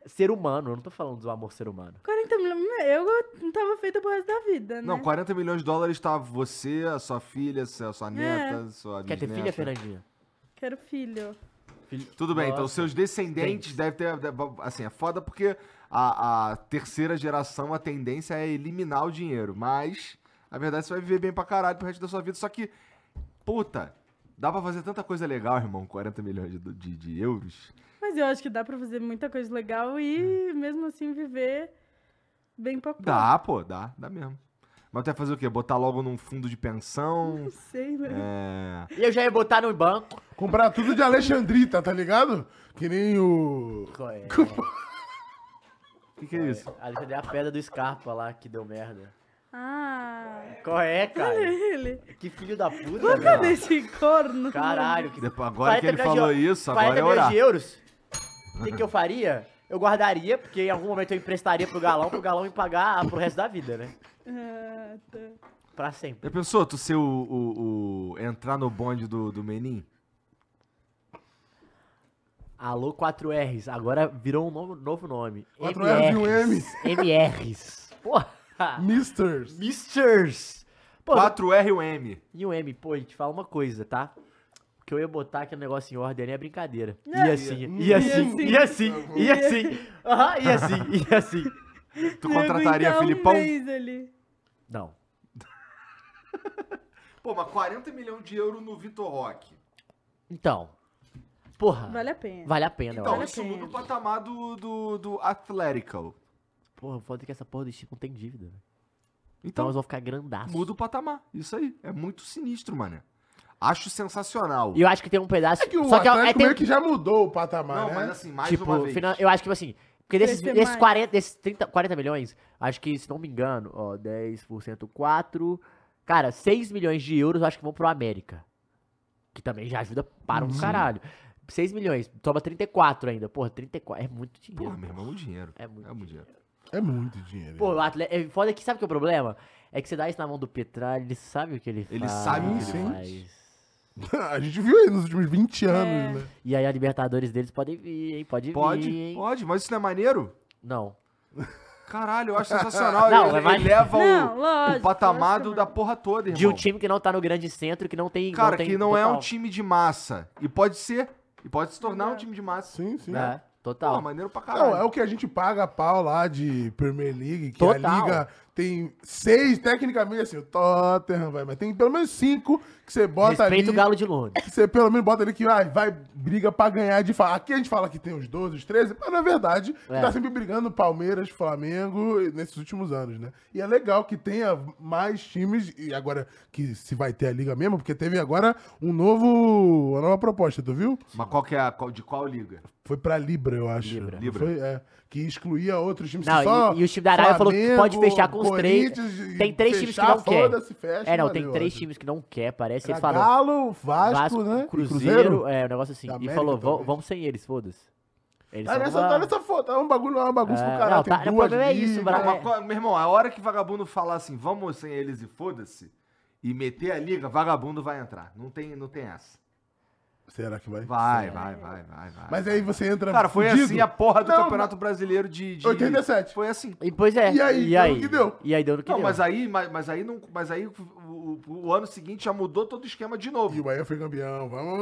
A: ser humano, eu não tô falando do amor ser humano.
D: 40 milhões. Eu não tava feita pro resto da vida, né?
C: Não, 40 milhões de dólares tá você, a sua filha, a sua, a sua neta, a sua
A: É. Quer ter filha,
C: bisneta.
A: Fernandinha?
D: Quero filho.
A: Filho-
C: Tudo bem, então
A: Nossa.
C: seus descendentes
A: Gente.
C: devem ter. deve- Assim, é foda porque a, a terceira geração, a tendência é eliminar o dinheiro. Mas, a verdade, você vai viver bem pra caralho pro resto da sua vida. Só que, puta, dá pra fazer tanta coisa legal, irmão, 40 milhões de, de, de euros.
D: Mas eu acho que dá pra fazer muita coisa legal e mesmo assim viver bem pouco.
C: É. Dá, pô, dá, dá mesmo. Mas tu vai fazer o quê? Botar logo num fundo de pensão?
D: Não sei, né?
C: é.
A: E eu já ia botar no banco.
B: Comprar tudo de Alexandrita, tá ligado? Que nem o.
A: Coi-
C: O que, que é isso?
A: Alexandre é a pedra do Scarpa lá que deu merda.
D: Ah.
A: Qual é,
D: Olha
A: cara?
D: ele.
A: Que é filho da puta,
D: Mas
A: velho.
D: cadê esse corno?
A: Caralho, que
C: Depois- agora que
A: 40
C: ele
A: milhões de
C: falou
A: eu-
C: isso, agora é
A: 40 milhões
C: orar.
A: de euros? O que, que eu faria? Eu guardaria, porque em algum momento eu emprestaria pro galão, pro galão me pagar pro resto da vida, né?
D: Ah, tá.
A: Pra sempre.
C: Já pensou tu ser o, o- o- entrar no bonde do, do Menin?
A: Alô 4Rs, agora virou um novo, novo nome.
B: 4Rs e um M.
A: MRs. Porra.
B: Misters.
A: Misters. Pô,
C: 4R e o M.
A: E o M, pô, gente, fala uma coisa, tá? Que eu ia botar aqui o negócio em ordem, é brincadeira.
D: É.
A: E assim,
C: um
A: e assim, e assim, e assim, aham, e assim, e assim.
C: Tu
D: Ia
C: contrataria
D: aguentar
C: Filipão?
D: Um mês ali.
A: Não.
C: Pô, mas 40 milhões de euros no Vitor Roque.
A: Então,
C: Ah,
A: porra, vale,
D: Vale a pena.
A: a pena, eu
C: Então,
A: acho.
C: isso
D: pena.
C: muda o patamar do, do, do Athletical.
A: Porra, foda que essa porra do Chico não tem dívida, velho. Então
C: Então,
A: eles vão ficar grandaço.
C: muda o patamar. Isso aí. É muito sinistro, mano. Acho sensacional.
A: E eu acho que tem um pedaço...
B: É que o
A: só que é- é,
B: Atlético
A: tem-
B: meio que já mudou o patamar,
C: Não,
B: né?
C: mas assim, mais
A: tipo,
C: uma vez.
A: finan- eu acho que, tipo assim, porque desses,
D: Crescer
A: desses
D: mais.
A: 40, desses 30, 40 milhões, acho que, se não me engano, ó, 10%, 4, cara, 6 milhões de euros eu acho que vão pro América, que também já ajuda para um caralho. 6 milhões, toma 34 ainda, porra, 34, é muito dinheiro.
C: Porra, meu irmão, é muito dinheiro.
A: É muito.
C: É muito dinheiro.
B: É muito dinheiro.
A: Pô, o atleta, é foda que sabe o que é o problema? É que você dá isso na mão do Petralha, ele sabe o que ele faz.
C: Ele sabe
B: o que ele
A: faz.
B: a gente viu aí nos últimos
A: É.
B: 20 anos, né?
A: E aí a Libertadores deles podem vir, hein? Pode,
C: Pode,
A: vir, hein?
C: pode, mas isso não é maneiro?
A: Não.
C: Caralho, eu acho sensacional.
A: Não,
C: ele,
A: é
C: ele
A: maneiro.
C: leva
D: Não,
C: o,
D: lógico.
C: o patamar
D: lógico,
C: do- da
D: mano.
C: porra toda, irmão.
A: De um time que não tá no grande centro, que não tem.
C: Cara,
A: tem
C: que não é um
A: total.
C: time de massa. E pode ser. E pode se tornar um time de massa.
B: Sim, sim.
A: É, total.
C: né? Pô, maneiro pra caralho.
B: Não, é o que a gente paga a pau lá de Premier League, que é a
A: Total.
B: liga tem seis, tecnicamente, assim, o Tottenham vai, mas tem pelo menos cinco que você bota
A: Respeita o
B: ali.
A: Galo de Londres.
B: que Você pelo menos bota ali que vai, vai briga pra ganhar de fato. Aqui a gente fala que tem os 12, os 13, mas na verdade
A: É.
B: tá sempre brigando Palmeiras, Flamengo e- nesses últimos anos, né? E é legal que tenha mais times, e agora que se vai ter a liga mesmo, porque teve agora um novo. uma nova proposta, tu viu?
C: Mas qual que é a, qual- de qual liga?
B: Foi pra Libra, eu acho.
A: Libra.
B: Não
C: Libra.
B: Foi, é, que excluía outros times.
A: Não,
B: que só
A: e- e o time da Arábia falou que pode fechar com os três.
B: Corinthians, e
A: Tem três times que
B: fechar,
A: não quer.
B: foda-se, fecha,
A: É, não,
B: valeu,
A: tem três
B: acho.
A: times que não quer, parece.
B: Era
A: Eles falaram.
B: Galo, Vasco, né? E
A: Cruzeiro, é, um negócio assim.
B: Da
A: E
B: América,
A: falou, "Vão-
B: talvez.
A: vamos sem eles, foda-se. Eles
B: Tá
A: são
B: nessa,
A: uma-
B: tá nessa foto, é um bagulho, é um bagunça
A: É,
B: do
A: não,
B: caralho. Tem
A: tá- o
B: duas
A: problema é isso,
B: ligas.
A: Bra-
C: Não, mas qual- meu irmão, a hora que vagabundo falar assim, vamos sem eles e foda-se, e meter a liga, vagabundo vai entrar. Não tem, não tem essa.
B: Será que vai?
C: Vai, vai, vai, vai, vai.
B: Mas aí você entra.
C: Cara, foi
B: fudido.
C: assim a porra do
B: Não,
C: Campeonato Brasileiro de, de-
B: 87.
C: Foi assim.
A: E, pois é.
B: E aí,
A: e
B: deu no
A: aí?
B: que deu.
A: E aí deu no que
C: Não,
A: deu.
C: mas aí, mas, mas aí não, mas aí o, o- o ano seguinte já mudou todo o esquema de
B: E o
C: novo.
B: Bahia foi campeão, vamos.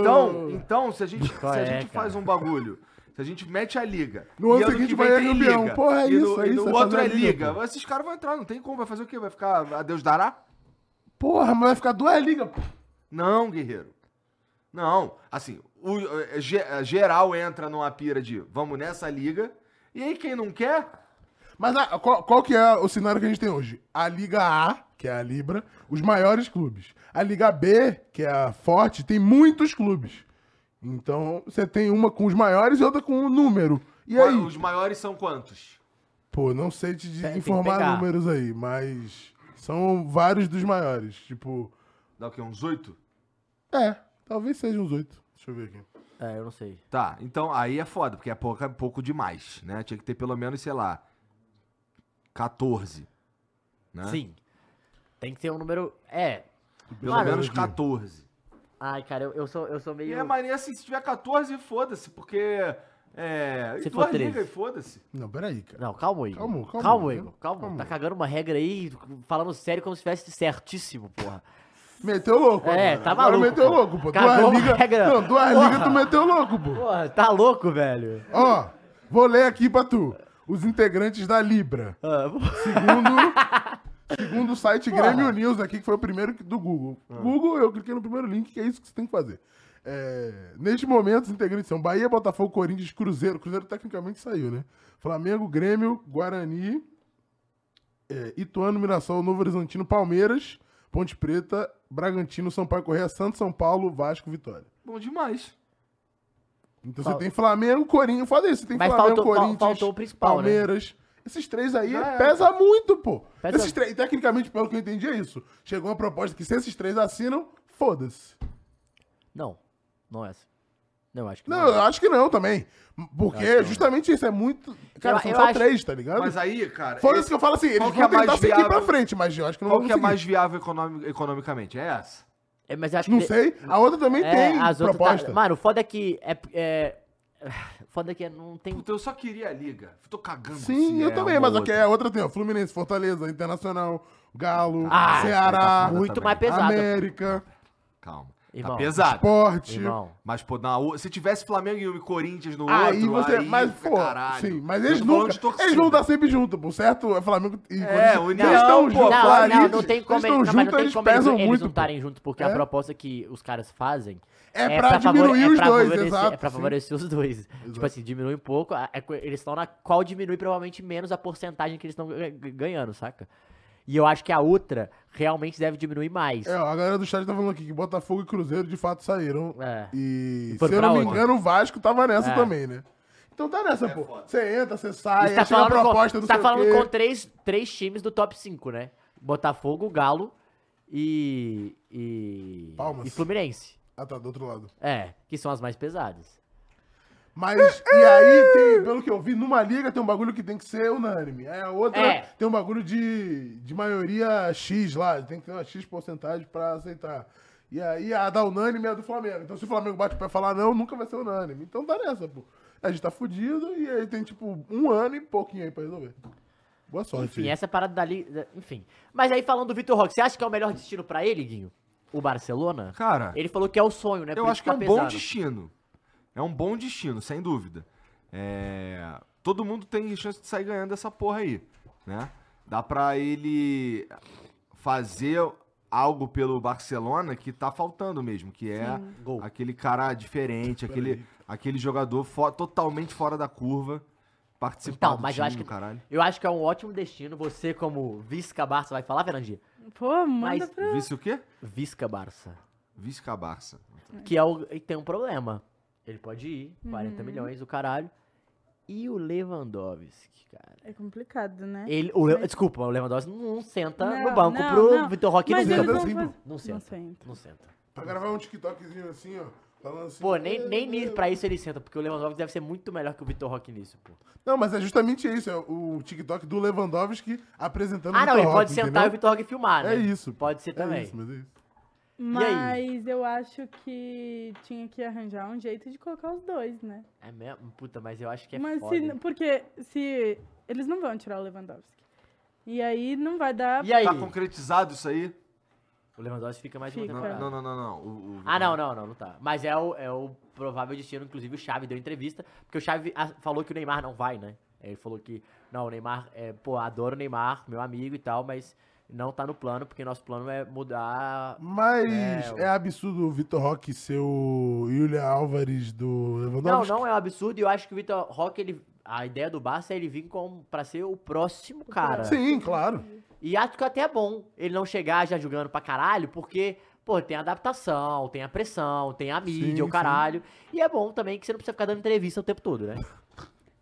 C: Então, então se a gente, se
A: Qual
C: a
A: é,
C: gente faz um bagulho, se a gente mete a liga.
B: No ano
C: e
B: seguinte
C: que
B: vai
C: vem
B: é
C: tem
B: campeão.
C: liga,
B: Porra, é
C: e no-
B: isso, é
C: e
B: isso,
C: no
B: é
C: outro
B: fazer a
C: é
B: liga,
C: liga. Esses caras vão entrar, não tem como, vai fazer o quê? Vai ficar a Deus dará?
B: Porra, mas vai ficar duas ligas. pô.
C: Não, guerreiro. Não. Assim, o, eh, ge- eh, geral entra numa pira de vamos nessa liga. E aí quem não quer,
B: Mas ah, qual, qual que é o cenário que a gente tem hoje? A Liga A, que é a Libra, os maiores clubes. A Liga B, que é a forte, tem muitos clubes. Então, você tem uma com os maiores e outra com o número. E
C: qual-
B: aí?
C: os maiores são quantos?
B: Pô, não sei te de-
A: Tem que
B: informar
A: pegar.
B: números aí, mas são vários dos maiores. Tipo,
C: Dá o quê? Uns oito?
B: é, talvez sejam os oito. Deixa eu ver aqui.
A: É, eu não sei.
C: Tá, então aí é foda, porque é pouco, é pouco demais, né? Tinha que ter pelo menos, sei lá, 14. Né?
A: Sim. Tem que ser um número. É.
C: Pelo
A: Mano,
C: menos
B: aqui.
C: 14.
A: Ai, cara, eu, eu sou, eu sou
C: E
A: meio.
C: é maneiro assim, se tiver 14, foda-se, porque. É.
A: Se
C: e
A: for
C: duas ligas,
A: 13.
C: e foda-se.
B: Não, peraí, cara.
A: Não, calma, Igor.
B: Calma, calma,
A: Calma,
B: Igor.
A: Igor. Calma.
B: Calma.
A: Tá cagando uma regra aí, falando sério como se tivesse certíssimo, porra.
B: Meteu louco,
A: É,
B: agora.
A: tá
B: Agora
A: maluco,
B: meteu
A: pô.
B: louco, pô.
A: Cagou
B: Duas
A: uma
B: ligas.
A: regra.
B: Não, duas
A: Porra.
B: ligas tu meteu louco, pô.
A: Porra, tá louco, velho.
B: Ó, vou ler aqui pra tu. Os integrantes da Libra.
A: Ah, pô.
B: Segundo, segundo o site Grêmio News aqui, que foi o primeiro que- do Google. Google, eu cliquei no primeiro link, que é isso que você tem que fazer. É, neste momento, os integrantes são Bahia, Botafogo, Corinthians, Cruzeiro. Cruzeiro tecnicamente saiu, né? Flamengo, Grêmio, Guarani, é, Ituano, Mirassol, Novo Horizontino, Palmeiras, Ponte Preta, Bragantino, Sampaio Correia, Santos, São Paulo, Vasco, Vitória.
C: Bom demais.
B: Então
A: Fal-
B: você tem Flamengo, Corinthians. Foda isso, você tem
A: Mas
B: Flamengo,
A: faltou- fal-
B: Corinthians,
A: faltou o principal, né?
B: Palmeiras. Esses três aí
C: Já era.
B: pesa muito, pô.
A: Pesa-
B: Esses três, tecnicamente, pelo que eu entendi, é isso. Chegou uma proposta que se esses três assinam, foda-se.
A: Não, não é essa. Não, eu acho que não.
B: Não, eu acho que não também. Porque
C: Eu acho que não.
B: justamente isso, é muito. Cara,
A: Eu-
B: são
A: eu
B: só
A: acho-
B: três, tá ligado?
C: Mas aí, cara.
B: Foda-se
C: esse-
B: que eu falo assim, eles
C: qual
B: vão
C: que é a
B: tentar
C: mais
B: seguir pra
C: viável?
B: frente, mas eu acho que não
C: Qual
B: vão
C: que é
B: conseguir.
C: mais viável economi- economicamente? É essa?
A: É, mas eu acho
B: Não
A: que-
B: sei. A outra também
A: é,
B: tem
A: as outras tá-
B: proposta.
A: Mano, o foda é que. É, é... Foda é que não tem.
C: Puta, eu só queria a liga. Tô cagando.
B: Sim,
C: se
B: eu
C: é
B: também,
C: uma
B: mas
C: ou
B: aqui
C: outra.
B: é a outra tem, ó. Fluminense, Fortaleza, Internacional, Galo,
A: Ah,
B: Ceará,
C: tá foda
A: Muito
C: também.
A: mais pesado.
B: América.
C: Calma.
A: Irmão.
C: Tá pesado.
B: esporte.
A: Irmão.
C: Mas, pô, na, o- se tivesse Flamengo e Corinthians no
B: Aí
C: outro,
B: você.
C: aí...
B: mas, pô,
C: caralho.
B: sim, mas
C: Eu
B: eles
C: tô falando
B: nunca.
C: de torcida.
B: Eles vão dar sempre junto, pô. Certo? É Flamengo e
C: União,
B: eles
C: pô,
B: estão juntos.
A: Não,
B: Clarice,
A: não, não tem como,
B: eles
A: não,
B: estão
A: mas não
B: juntos,
A: tem
B: eles
A: como eles,
B: pesam
A: eles
B: muito.
A: não
B: pô.
A: estarem juntos, porque
B: É.
A: a proposta que os caras fazem
B: É pra
A: favore-
B: diminuir os dois,
A: favorecer,
B: exato,
A: É pra
B: sim.
A: favorecer os dois. Tipo assim, diminui um pouco, a- é co- eles estão na qual diminui provavelmente menos a porcentagem que eles estão ga- ganhando, saca? E eu acho que a outra realmente deve diminuir mais.
B: É, ó, a galera do chat tá falando aqui que Botafogo e Cruzeiro de fato saíram.
A: É.
B: E,
A: E foram
B: se eu
A: pra
B: não me
A: outra.
B: engano, o Vasco tava nessa
A: É.
B: também, né? Então tá
C: É
B: nessa, pô. Você entra, você
A: E
B: sai,
A: você
B: aí
A: tá
B: chega Ah, é a
A: falando,
B: proposta
A: com,
B: do
A: tá falando com três, três times do top 5, né? Botafogo, Galo e. E,
B: Palmas.
A: e Fluminense.
B: Ah, tá, do outro lado.
A: É, que são as mais pesadas.
B: Mas, e aí, tem, pelo que eu vi, numa liga tem um bagulho que tem que ser unânime. Aí a outra
A: É.
B: tem um bagulho de, de maioria X lá, tem que ter uma X porcentagem pra aceitar. E aí a da unânime é a do Flamengo. Então se o Flamengo bate o pé e falar não, nunca vai ser unânime. Então tá nessa, pô. A gente tá fudido e aí tem tipo um ano e pouquinho aí pra resolver. Boa sorte.
A: Enfim, é-
B: aí.
A: essa parada dali. Enfim. Mas aí falando do Vitor Roque, você acha que é o melhor destino pra ele, Guinho? O Barcelona?
C: Cara,
A: Ele falou que é o sonho, né?
C: eu
A: Por
C: acho
A: isso
C: que é um
A: tá
C: bom
A: pesado.
C: destino. É um bom destino, sem dúvida. É, Todo mundo tem chance de sair ganhando essa porra aí, né? Dá pra ele fazer algo pelo Barcelona que tá faltando mesmo, que é
A: Gol.
C: aquele cara diferente, aquele, aquele jogador fo- totalmente fora da curva, participar
A: Então,
C: do
A: mas eu
C: time
A: acho que-
C: do caralho.
A: Eu acho que é um ótimo destino. Você, como Visca-Barça, vai falar, Fernandinho?
D: é Pô, manda
A: Mas-
D: pra.
C: Vice o quê?
A: Visca-Barça.
C: Vice Cabarça.
A: Que é o, e tem um problema. Ele pode ir, 40
D: Uhum.
A: milhões, o caralho. E o Lewandowski, cara.
D: É complicado, né?
A: Ele, o Le-
D: Mas-
A: Desculpa, o Lewandowski não senta
D: Não,
A: no banco
D: não,
A: pro
D: não.
A: Vitor Roque. Não
D: Mas
B: ele
A: senta.
B: Não
D: eles vão
B: senta.
D: fazer.
A: Não
D: Não
A: senta.
D: senta.
A: Não senta.
B: Pra gravar um TikTokzinho assim, ó. Falando assim.
A: Pô, nem, nem
B: "Ê,
A: nisso- pra isso ele senta, porque o Lewandowski deve ser muito melhor que o Vitor Roque nisso, pô.
B: Não, mas é justamente isso. É o TikTok do Lewandowski apresentando
A: Ah,
B: o
A: não,
B: É Vitor
A: ele pode
B: Roque,
A: sentar e o
B: entendeu?
A: Vitor Roque filmar, né?
B: É isso.
A: Pode ser também.
B: É isso, mas é isso.
D: Mas eu acho que tinha que arranjar um jeito de colocar os dois, né?
A: É mesmo? Puta, mas eu acho que é
D: Mas
A: foda.
D: se, porque se eles não vão tirar o Lewandowski. E aí não vai dar.
A: E aí?
C: Tá concretizado isso aí?
A: O Lewandowski fica mais
D: Fica.
A: uma
C: Não,
A: temporada.
C: não, não, não, não. O- o-
A: Ah, não, não, não, não tá. Mas é o, é o provável destino, inclusive o Xavi deu entrevista, porque o Xavi ah, falou que o Neymar não vai, né? Ele falou que, não, o Neymar, é, pô, adoro o Neymar, meu amigo e tal, mas Não tá no plano, porque nosso plano é mudar.
B: Mas
A: É,
B: é, absurdo o Vitor Roque ser o Julian Álvares do
A: Não,
B: Lewandowski?
A: não é um absurdo. E eu acho que o Vitor Roque, ele. A ideia do Barça é ele vir com, pra ser o próximo cara.
B: Sim, claro.
A: E acho que até é bom ele não chegar já julgando pra caralho, porque, pô, tem a adaptação, tem a pressão, tem a mídia,
B: Sim,
A: o caralho. E é bom também que você não precisa ficar dando entrevista o tempo todo, né?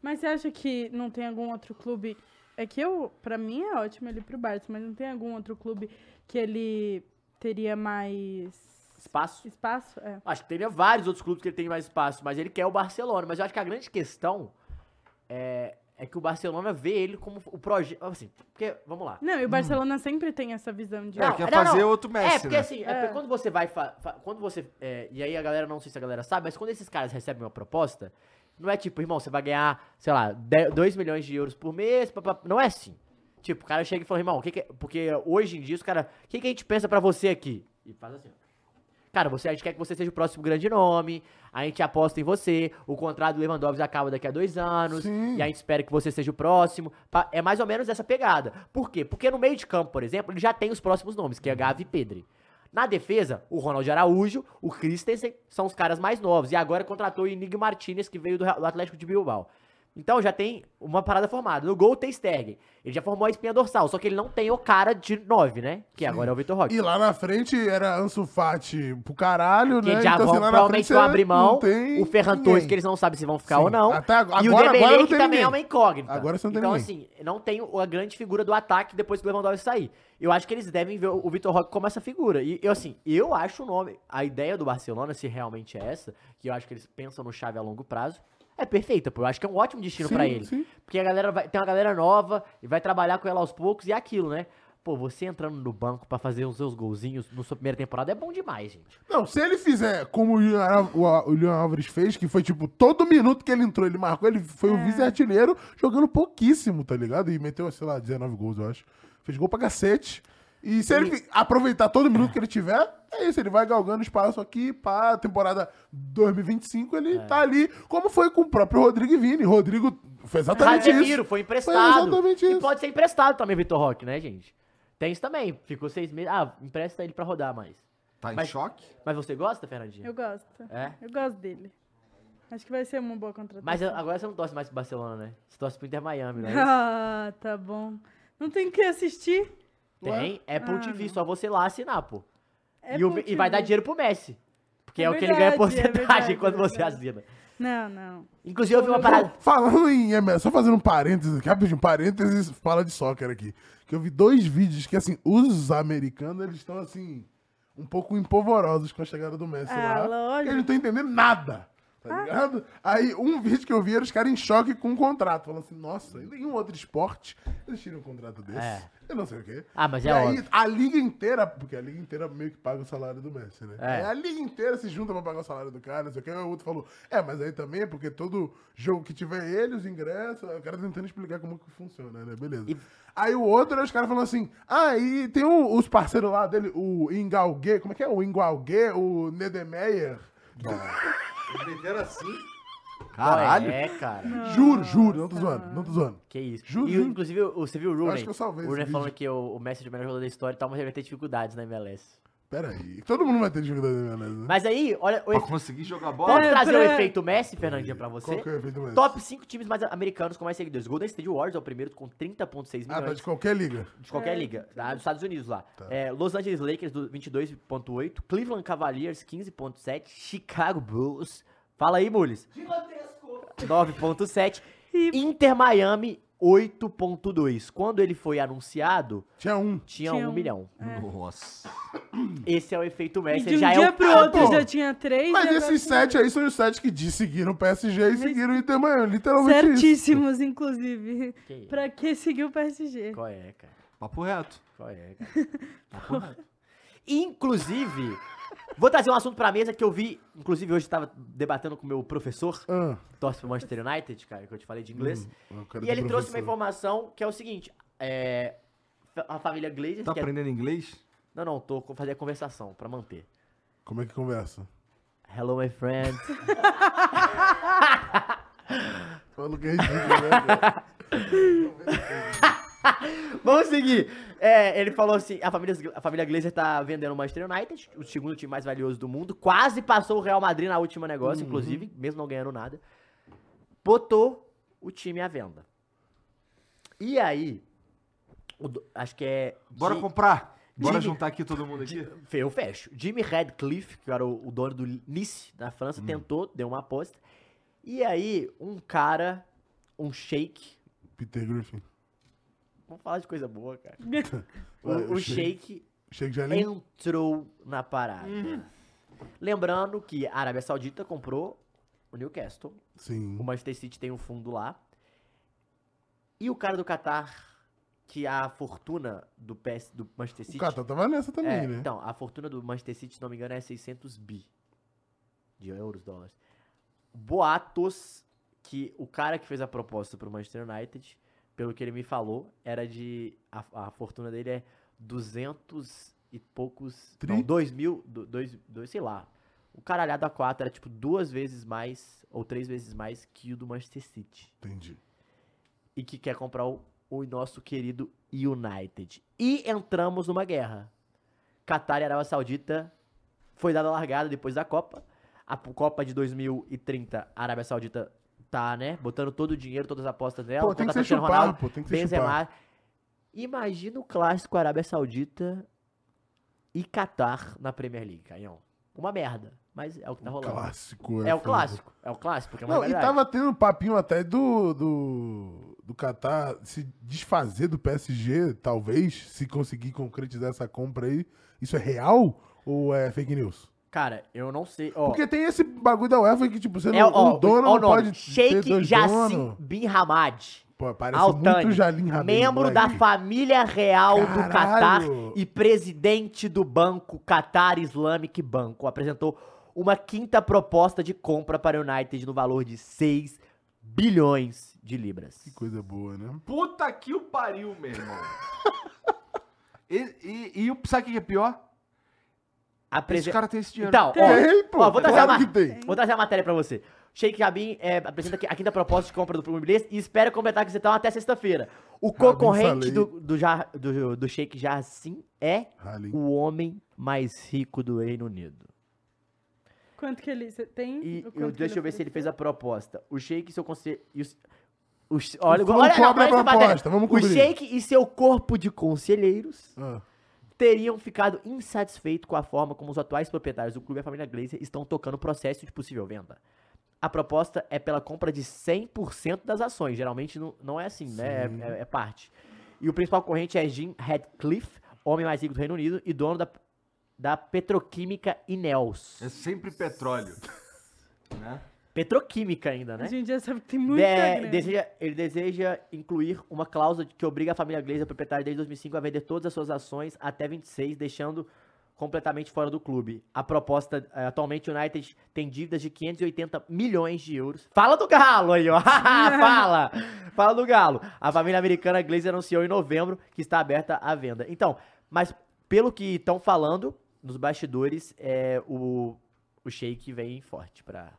D: Mas você acha que não tem algum outro clube? É que eu, pra mim é ótimo ele ir pro Barça, mas não tem algum outro clube que ele teria mais
A: Espaço.
D: espaço? É.
A: Acho que teria vários outros clubes que ele tem mais espaço, mas ele quer o Barcelona. Mas eu acho que a grande questão é, é que o Barcelona vê ele como o projeto. Assim, porque, vamos lá.
D: Não, e o Barcelona sempre tem essa visão de. "Ah,
C: É,
A: Não,
C: quer
A: não,
C: fazer
A: não.
C: outro Messi,
A: é, porque
C: né?
A: assim, é porque quando você vai. fa- fa- quando você. é, e aí a galera, não sei se a galera sabe, mas quando esses caras recebem uma proposta, não é tipo, irmão, você vai ganhar, sei lá, 2 milhões de euros por mês, papá, não é assim. Tipo, o cara chega e fala, irmão, o que que é- porque hoje em dia os caras. O que, que a gente pensa pra você aqui? E faz assim, ó. Cara, você, a gente quer que você seja o próximo grande nome, a gente aposta em você, o contrato do Lewandowski acaba daqui a dois anos,
B: Sim.
A: e a gente espera que você seja o próximo. Pa- É mais ou menos essa pegada. Por quê? Porque no meio de campo, por exemplo, ele já tem os próximos nomes, que é Gavi e Pedri. Na defesa, o Ronald Araújo, o Christensen, são os caras mais novos. E agora contratou o Inigo Martinez, que veio do Real- do Atlético de Bilbao. Então já tem uma parada formada. No gol, tem Steg. Ele já formou a espinha dorsal, só que ele não tem o cara de 9, né? Que agora é o Vitor Roque.
B: E lá na frente era Ansu Fati pro caralho,
A: Que
B: né?
A: já
B: Então,
A: vão,
B: assim, lá na
A: provavelmente
B: frente
A: vão
B: você
A: abrir mão.
B: não tem
A: O Ferran
B: ninguém.
A: Torres, que eles não sabem se vão ficar
B: Sim.
A: ou não.
B: Até agora-
A: e o
B: agora-
A: Dembele,
B: agora não
A: que
B: tem
A: também é
B: ninguém.
A: uma incógnita.
B: Agora você não tem
A: então,
B: ninguém.
A: assim, não tem o- a grande figura do ataque depois que o Lewandowski sair. Eu acho que eles devem ver o Vitor Roque como essa figura. E eu, assim, eu acho o nome. A ideia do Barcelona, se realmente é essa, que eu acho que eles pensam no chave a longo prazo, é perfeita, pô. Eu acho que é um ótimo destino
B: Sim,
A: pra ele.
B: sim.
A: Porque a galera vai, tem uma galera nova e vai trabalhar com ela aos poucos e é aquilo, né? Pô, você entrando no banco pra fazer os seus golzinhos na sua primeira temporada é bom demais, gente.
B: Não, se ele fizer como o Julian Ar- o- o Julian Álvares fez, que foi tipo, todo minuto que ele entrou, ele marcou, ele foi o vice-artilheiro jogando pouquíssimo, tá ligado? E meteu, sei lá, 19 gols, eu acho. Fez gol pra cacete. E se ele fi- aproveitar todo minuto que ele tiver, é isso, ele vai galgando espaço aqui pra temporada 2025, ele tá ali, como foi com o próprio Rodrigo e Vini. Rodrigo foi exatamente
A: Casemiro
B: isso.
A: foi emprestado.
B: exatamente
A: e
B: isso.
A: pode ser emprestado também, Vitor Roque, né, gente? Tem isso também. Ficou seis meses. Ah, empresta ele pra rodar mais.
C: Tá em
A: Mas-
C: choque?
A: Mas você gosta, Fernandinho?
D: Eu gosto.
A: É.
D: Eu gosto dele. Acho que vai ser uma boa contratação.
A: Mas eu- agora você não torce mais pro Barcelona, né? Você torce pro Inter Miami, né?
D: Ah, tá bom. Não tem o que assistir.
A: Tem. É Apple
D: Ah,
A: TV,
D: não.
A: só você lá assinar, pô.
D: É
A: e, o-
D: Apple
A: e vai dar
D: TV.
A: dinheiro pro Messi. Porque é,
D: É
A: o que ele ganha
D: verdade, é
A: porcentagem
D: verdade,
A: quando
D: é
A: você
D: verdade.
A: assina.
D: Não, não.
A: Inclusive, eu vi uma
B: Não,
A: parada.
B: Falando em MLS, só fazendo um parênteses aqui, rapidinho, parênteses, fala de soccer aqui. Que eu vi dois vídeos que, assim, os americanos, eles estão, assim, um pouco empolvorosos com a chegada do Messi lá.
D: Ah, lógico.
B: Eles não estão entendendo nada, tá
A: Ah.
B: ligado? Aí, um vídeo que eu vi, era os caras em choque com o contrato. Falando assim, nossa, em nenhum outro esporte eles tiram um contrato desse.
A: É.
B: Eu não sei o quê.
A: Ah, mas
B: E
A: é
B: aí,
A: óbvio.
B: a liga inteira, porque a liga inteira meio que paga o salário do Messi, né?
A: É.
B: É. A liga inteira se junta pra pagar o salário do cara, não sei o que. Aí o outro falou, é, mas aí também é porque todo jogo que tiver ele, os ingressos, aí o cara tentando explicar como que funciona, né? Beleza. Aí o outro, aí os caras falando assim, ah, e tem o- os parceiros lá dele, o Ingalgue, como é que é? O Ingalgue, o Nedemeyer.
C: Venderam assim?
A: Caralho.
C: Caralho.
A: É, cara.
B: Juro, juro, não tô zoando, não tô zoando.
A: Que isso.
B: Juro,
A: E,
B: juro.
A: inclusive, o- você viu o Rooney?
B: acho que eu
A: o
B: salvei esse
A: Rooney
B: vídeo.
A: falando que o, o Messi é o melhor jogador da história e tal, mas ele vai ter dificuldades né, na MLS.
B: Pera aí, todo mundo vai ter dificuldade na MLS, né?
A: Mas aí, olha, o
C: Pra
A: efe-
C: conseguir jogar
A: posso
C: bola?
D: É,
A: trazer o
D: pra-
A: efeito Messi, Fernandinho, pra você?
B: Qual que é o efeito Messi?
A: Top 5 times mais americanos com mais seguidores. Golden State Warriors é o primeiro com 30,6
B: Ah, tá de
A: milhões
B: qualquer liga.
A: de qualquer
D: É.
A: liga, tá? dos Estados Unidos lá. É, Los Angeles Lakers, do 22,8. Cleveland Cavaliers, 15,7. Chicago Bulls. Fala aí, Mules. 9,7.
D: E-
A: Inter Miami, 8,2. Quando ele foi anunciado,
B: Tinha um.
A: tinha,
D: Tinha
A: um
D: um.
A: milhão.
C: Nossa.
A: Esse é o efeito
D: E
A: Messi.
D: de
A: ele
D: um
A: já é
D: dia
A: o
D: pro
A: cara.
D: outro
B: pô.
D: já tinha três.
B: Mas
D: e agora
A: assim
B: esses
D: tinha-
B: sete aí são os sete que de- seguiram o PSG e seguiram o Inter Miami, literalmente isso.
D: Certíssimos, inclusive.
A: Que isso?
D: Pra que seguir o PSG?
A: Qual é, cara?
C: Papo reto.
A: Qual é, cara? Papo reto. Inclusive, vou trazer um assunto pra mesa que eu vi. Inclusive, hoje eu tava debatendo com o meu professor,
B: Ah,
A: que torce pro Manchester United, cara, que eu te falei de inglês.
C: Hum,
B: eu quero
A: e
B: ter
A: ele trouxe uma
B: professor.
A: informação que é o seguinte: é, fa- a família Glazer.
C: Tá
A: que é-
C: aprendendo inglês?
A: Não, não, tô co- fazendo a conversação pra manter.
B: Como é que conversa?
A: Hello, my friend.
B: Falou que é ridículo, né? cara?
A: Vamos seguir. É, ele falou assim: a família, a família Glazer tá vendendo o Manchester United, o segundo time mais valioso do mundo. Quase passou o Real Madrid na última negócio, inclusive, mesmo não ganhando nada. Botou o time à venda. E aí. o do- acho que é.
C: Bora
A: Ji-
C: comprar. Bora
A: Jimmy-
C: juntar aqui todo mundo aqui.
A: Fe- Eu fecho. Jimmy Radcliffe, que era o, o dono do Nice, da França, tentou, deu uma aposta. E aí, um cara, um shake.
B: Peter Griffin.
A: Vamos falar de coisa boa, cara. O,
B: Vai,
A: o é
B: o
A: shake
B: Chega já nem.
A: entrou na parada. Lembrando que a Arábia Saudita comprou o Newcastle.
B: Sim.
A: O Manchester City tem um fundo lá. E o cara do Qatar, que é a fortuna do, PS, do Manchester
B: O
A: City.
B: Catar tava nessa também,
A: É,
B: né?
A: Então, a fortuna do Manchester City, se não me engano, é 600 bi de euros, dólares. Boatos que o cara que fez a proposta pro Manchester United, pelo que ele me falou, era de. A, a fortuna dele é 200 e poucos.
B: Tri?
A: Não, 2 mil. do- Dois, dois, sei lá. O caralhado a 4 era tipo duas vezes mais, ou três vezes mais que o do Manchester City
B: Entendi.
A: e que quer comprar o, o nosso querido United. E entramos numa guerra. Qatar e Arábia Saudita foi dada a largada depois da Copa. A p- Copa de 2030, a Arábia Saudita tá, né, botando todo É o dinheiro, todas as apostas dela.
B: Pô, tem que
A: contrata
B: ser
A: Cristiano
B: chupar, pô. Tem que ser chupar.
A: Benzema. Imagina o clássico Arábia Saudita e Qatar na Premier League, Caião. Uma merda, mas é o que tá rolando.
B: Um Clássico. né,
A: É o
B: foda.
A: clássico, é o clássico, porque é uma
B: Não, e
A: verdade.
B: tava tendo um papinho até do, do, do Qatar se desfazer do PSG, talvez, se conseguir concretizar essa compra aí. Isso é real ou é fake news?
A: Cara, eu não sei, ó.
B: Porque tem esse bagulho da UEFA que, tipo, você
A: É,
B: não,
A: ó,
B: um dono
A: ó o
B: não
A: nome.
B: pode ter
A: Sheikh
B: dois
A: Jassim
B: donos.
A: Bin Hamad.
B: Pô, parece muito
A: Altani,
B: Jalim Rabin,
A: membro
B: moleque.
A: da família real do Catar
B: Caralho.
A: e presidente do banco Qatar Islamic Banco, apresentou uma quinta proposta de compra para o United no valor de 6 bilhões de libras.
B: Que coisa boa, né?
C: Puta que o pariu, meu irmão. e, e, e o- sabe o que que é pior?
A: Apresen-
C: Esse cara tem esse dinheiro.
A: Então, ó,
B: Tem, pô,
A: ó, vou, trazer
B: claro
A: a ma-
B: que tem.
A: vou trazer a matéria pra você. Sheikh Rabin é, apresenta a quinta proposta de compra do Plum Inglês e espera completar que você tá até sexta-feira.
B: Ah,
A: O concorrente
B: Saleh.
A: do, do, Ja- do, do Sheikh Jassim é
B: Jalim.
A: o homem mais rico do Reino Unido.
D: Quanto que ele... Você tem?
A: E
D: o quanto
A: eu,
D: que
A: deixa eu ver
D: ofereceu?
A: se ele fez a proposta. O Sheik e seu conselho. olha,
B: Fulham
A: olha,
B: cobra a
A: olha essa matéria.
B: proposta, vamos
A: O
B: cobrir.
A: Sheik e seu corpo de conselheiros
B: Ah,
A: teriam ficado insatisfeitos com a forma como os atuais proprietários do clube e a família Glazer estão tocando o processo de possível venda. A proposta é pela compra de 100% das ações. Geralmente não, não é assim, né?
B: Sim.
A: É, é- é parte. E o principal corrente é Jim Radcliffe, homem mais rico do Reino Unido e dono da, da petroquímica Ineos.
C: É sempre petróleo. né?
A: Petroquímica ainda, né? É,
D: A gente já sabe que tem muita
A: De-
D: grana.
A: deseja- ele deseja incluir uma cláusula de- que obriga a família Glazer, proprietária desde 2005, a vender todas as suas ações até 26, deixando completamente fora do clube. A proposta, eh, atualmente, o United tem dívidas de 580 milhões de euros. Fala do galo aí, ó! Fala! Fala do galo! A família americana Glazer anunciou em novembro que está aberta à venda. Então, mas pelo que estão falando nos bastidores, é, o, o Sheik vem forte pra...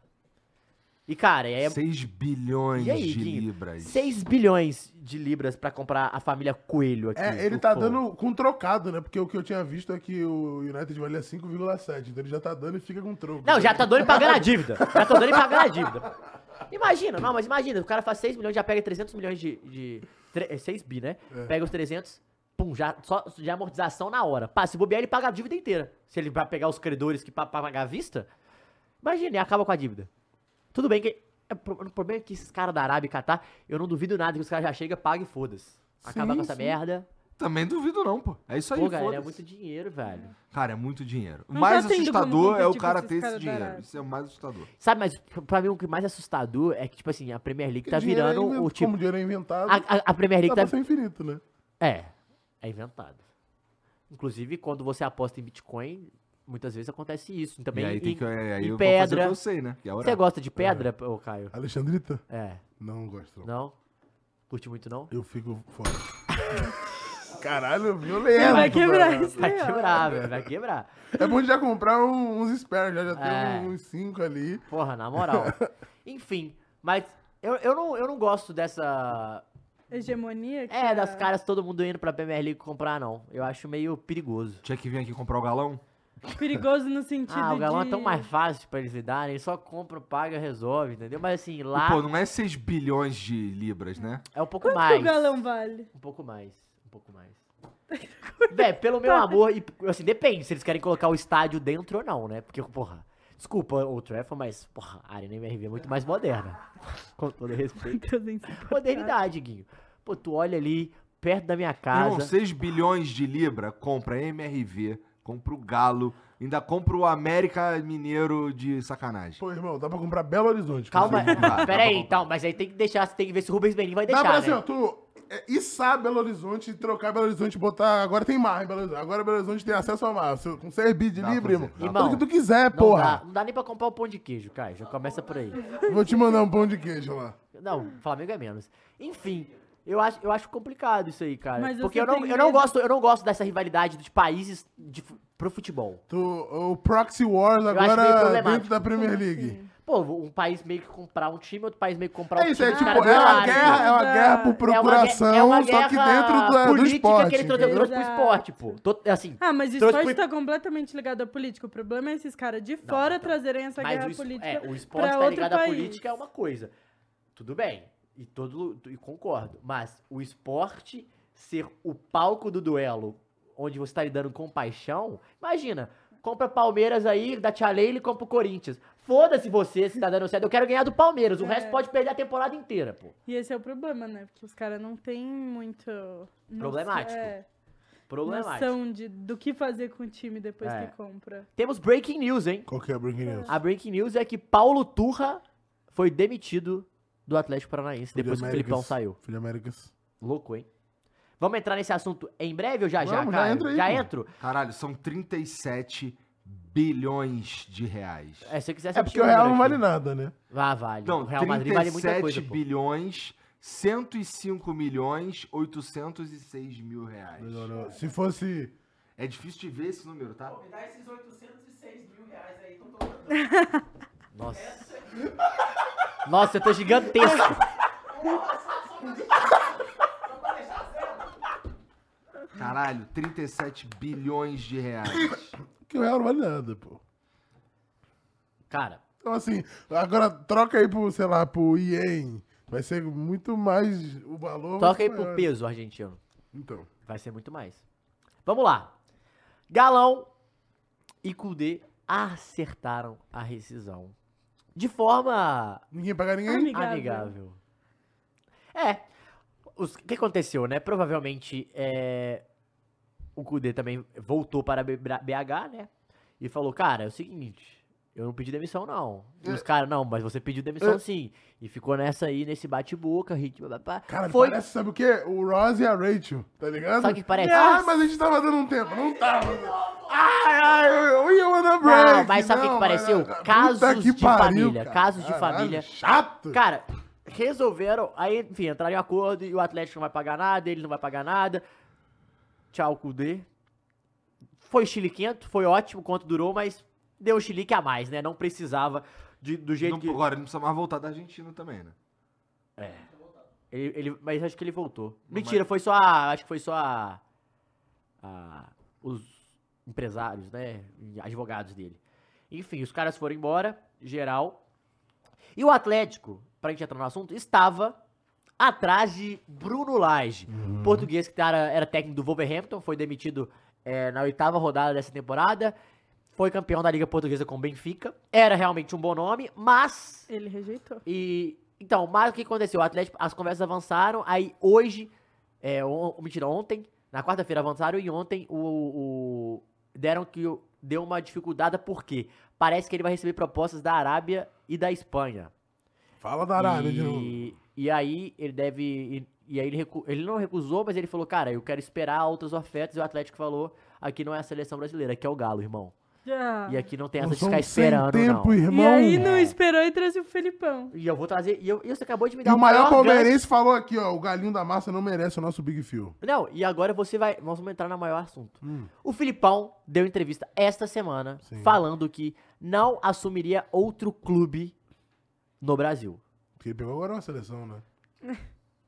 A: E, cara, é,
C: 6 bilhões
A: E aí,
C: de
A: Guinho?
C: libras.
A: 6 bilhões de libras pra comprar a família Coelho aqui.
B: É, ele
A: por
B: tá
A: favor.
B: dando com trocado, né? Porque o que eu tinha visto é que o United valia 5,7. Então ele já tá dando e fica com troco.
A: Não, já tá dando e pagando a dívida. Já tá dando e pagando a dívida. Imagina, não, mas imagina, o cara faz 6 milhões, já pega 300 milhões de. de tre- é, 6 bi, né? Pega os 300, pum, já, só, já amortização na hora. Pá, se bobear, ele paga a dívida inteira. Se ele vai pegar os credores que pra, pra pagar à vista, imagina, ele acaba com a dívida. Tudo bem que. é, pro- o problema é que esses caras da Arábia e Catar, eu não duvido nada que os caras já chegam, pagam e foda-se. Acabar
B: Sim,
A: com essa
B: sim. Tá
A: merda.
C: Também duvido não, pô. É isso aí,
A: Pô, galera, é
C: foda-se.
A: muito dinheiro, velho.
C: Cara, é muito dinheiro. O
D: Mas
C: mais
D: já tem do
C: assustador
D: Bruno
C: é o
D: Guter,
C: cara
D: tipo,
C: ter
D: esses
C: esse
D: caras da
C: dinheiro.
D: Arábia.
C: Isso é o mais assustador.
A: Sabe, mas pra mim o que mais assustador é que, tipo assim, a Premier League tá
B: Dinheiro é
A: virando
B: inventado,
A: o tipo.
B: Como dinheiro é inventado,
A: A, a- a Premier
B: dá
A: League tá.
B: pra ser infinito, né?
A: É, é inventado. Inclusive, quando você aposta em Bitcoin, muitas vezes acontece isso também.
C: e aí tem
A: e-
C: que. é, Aí
A: e
C: eu vou fazer o
A: pedra.
C: que eu sei, né? Que é
A: Você
C: orar.
A: gosta de pedra, ô Caio?
B: Alexandrita?
A: É.
B: Não gosto, não.
A: Não? Curte muito, não?
B: Eu fico fora. Caralho,
D: Ele
B: violento.
D: vai quebrar
B: mano.
D: isso né?
A: Vai
D: aí, ó.
A: quebrar, velho. Vai quebrar.
B: É bom já comprar um- uns spares, já, já
A: É.
B: tem uns cinco ali.
A: Porra, na moral. Enfim, mas eu, eu, não, eu não gosto dessa.
D: hegemonia. que
A: É, das
D: a-
A: caras todo mundo indo pra Premier League comprar, não. Eu acho meio perigoso.
C: Tinha que vir aqui comprar o galão?
D: Perigoso no sentido
A: Ah, o galão
D: de...
A: é tão mais fácil pra eles lidarem, eles só compram, paga, resolve, entendeu? Mas assim, lá
C: Pô, não é 6 bilhões de libras, né?
A: é um pouco
D: Quanto
A: mais.
D: que o galão vale?
A: Um pouco mais, um pouco mais. Vé, pelo
D: Tá.
A: meu amor, e, assim, depende se eles querem colocar o estádio dentro ou não, né? Porque, porra, desculpa o Trafford, mas, porra, a Arena MRV é muito mais moderna. Com todo respeito.
D: Deus insuportável.
A: Modernidade, Guinho. Pô, tu olha ali, perto da minha
C: Não,
A: casa.
C: 6 bilhões de libra, compra MRV, compra o Galo, ainda compra o América Mineiro de sacanagem.
B: Pô, irmão, dá pra comprar Belo Horizonte. com
A: Calma,
B: seis mil.
C: dá
A: pera
C: pra
A: aí,
C: comprar.
A: então, mas aí tem que deixar, você tem que ver se o Rubens Benin vai
B: Dá
A: deixar,
B: pra
A: né?
C: um-
B: assim, ó, tu é, içar Belo Horizonte, trocar Belo Horizonte e botar. Agora tem mar em Belo Horizonte. Agora Belo Horizonte tem acesso a mar. Se- Com 6 bi de
C: Dá pra
B: livre,
C: fazer,
B: irmão.
C: dá
A: pra
B: Tudo
A: fazer.
B: que tu quiser,
A: Não dá,
B: porra.
A: não dá nem pra comprar o pão de queijo, cara. Já começa por aí.
B: Vou te mandar um pão de queijo lá.
A: Não, Flamengo é menos. Enfim, eu acho, eu acho complicado isso aí, cara.
D: Mas
A: porque
D: você
A: eu não,
D: tem
A: eu, não
D: medo-
A: gosto, eu não gosto dessa rivalidade dos países de, fu- pro futebol.
B: Tu, o Proxy Wars
A: acho meio
B: agora
A: problemático.
B: dentro da Premier League.
A: Pô, um país meio que comprar um time, outro país meio que comprar
B: É
A: um
B: isso,
A: time.
B: é
A: os
B: tipo,
A: caras
B: é uma
A: dominarem.
B: guerra, é uma guerra por
A: É uma gue-
B: procuração,
A: é uma
B: só que
A: guerra
B: dentro do, do
A: política
B: esporte.
A: que eles
B: entendeu?
A: trouxeram trouxe pro
D: Exato.
A: esporte, pô. Tô- assim,
D: Ah, mas o
A: Trouxe
D: esporte
A: pro-
D: tá completamente ligado à política. O problema é esses caras de fora trazerem essa
A: mas
D: guerra
A: o, es-
D: política
A: é, o esporte
D: pra
A: tá
D: outro
A: ligado à
D: país.
A: política é uma coisa. Tudo bem. E todo lu- e concordo, mas o esporte ser o palco do duelo, onde você tá lidando com paixão, imagina, compra Palmeiras aí, da Tia Leila e compra o Corinthians. Foda-se você se tá dando certo, eu quero ganhar do Palmeiras, o
D: É.
A: resto pode perder a temporada inteira, pô.
D: E esse é o problema, né? Porque os caras não têm muito... noção-
A: Problemático.
D: É,
A: Problemático.
D: noção de, do que fazer com o time depois
A: É.
D: que compra.
A: Temos breaking news, hein?
B: Qual que é a Breaking News?
A: A breaking news é que Paulo Turra foi demitido do Atlético Paranaense depois que o
B: Américas.
A: Filipão saiu.
B: Filho Américas.
A: Louco, hein? Vamos entrar nesse assunto em breve ou já já,
B: Vamos, já
A: cara?
B: entra aí, pô.
A: entro?
C: Caralho, são 37 bilhões de reais.
A: É, se eu quiser
B: É porque o Real não vale nada, né?
A: Ah, vale.
C: Não,
A: o Real Madrid vale muita
C: 37
A: coisa, pô.
C: bilhões, 105 milhões, 806 mil reais.
B: Melhorou. Se fosse.
C: É difícil de ver esse número, tá?
E: Me dá esses 806 mil reais aí que eu tô
A: Nossa. Nossa, eu tô gigantesco.
C: Caralho, 37 bilhões de reais.
B: Que o Real não vale nada, pô.
A: Cara,
B: Então, assim, agora troca aí pro, sei lá, pro Ien. Vai ser muito mais. O valor. vai
A: toca aí
B: ser
A: pro
B: maior.
A: peso argentino.
B: Então.
A: Vai ser muito mais. Vamos lá. Galão e Kudê acertaram a rescisão. De forma
B: Ninguém paga ninguém?
D: Amigo.
A: Amigável. É. os- O que aconteceu, né? Provavelmente é, o Kudê também voltou para B- Bra- BH, né? E falou, cara, é o seguinte, eu não pedi demissão, não. E
B: É.
A: os caras, não, mas você pediu demissão sim. E ficou nessa aí, nesse bate-boca, ritmo, blá, blá, blá.
B: Cara,
A: Foi.
B: parece, sabe o quê? O Ross e a Rachel, tá ligado?
A: Sabe o que parece?
B: Ah, mas a gente tava dando um tempo. Não tava. Ai, ai, we wanna break.
A: Não, mas sabe o que que pareceu?
B: mas- ah,
A: Casos
B: Puta que
A: de família, casos de família.
B: Chato.
A: Cara, resolveram, aí, enfim, entraram em acordo e o Atlético não vai pagar nada, ele não vai pagar nada. Tchau, Kudê. Foi chiliquento, foi ótimo quanto durou, mas deu um chilique a mais, né? Não precisava de- do jeito
C: Não-
A: que...
C: Agora ele não precisa mais voltar da Argentina também, né?
A: Ele, ele- mas acho que ele voltou. Mentira, foi só a... Acho que foi só a... a- os empresários, né? Advogados dele. Enfim, os caras foram embora, geral. E o Atlético, pra gente entrar no assunto, estava atrás de Bruno Lage.
B: Uhum. Hum.
A: Português que era, era técnico do Wolverhampton, foi demitido eh, na oitava rodada dessa temporada. Foi campeão da Liga Portuguesa com o Benfica. Era realmente um bom nome, mas
D: Ele rejeitou.
A: e. Então, mas o que aconteceu? O Atlético, as conversas avançaram, aí hoje. É, on, mentira, ontem, na quarta-feira avançaram e ontem o. o- deram que o- deu uma dificuldade, porque parece que ele vai receber propostas da Arábia e da Espanha.
B: Fala da Arábia de novo.
A: E, e aí ele deve. E, e aí ele, recu- ele não recusou, mas ele falou, cara, eu quero esperar outras ofertas, e o Atlético falou, aqui não é a seleção brasileira, aqui é o Galo, irmão.
D: Ah.
A: E aqui não tem essa de
B: Nós
A: ficar
B: somos um sem
A: esperando,
B: tempo,
A: não.
B: irmão. É.
D: E aí não esperou e trouxe o Felipão.
A: E eu vou trazer. E, eu, e você acabou de me
B: E
A: dar
B: o maior
A: gancho.
B: palmeirense falou aqui, ó. O galinho da massa não merece o nosso Big Hum. Phil.
A: Não, e agora você vai. Nós vamos entrar no maior assunto. O Filipão deu entrevista esta semana
B: Sim.
A: falando que não assumiria outro clube no Brasil.
B: Porque ele pegou agora uma seleção, né?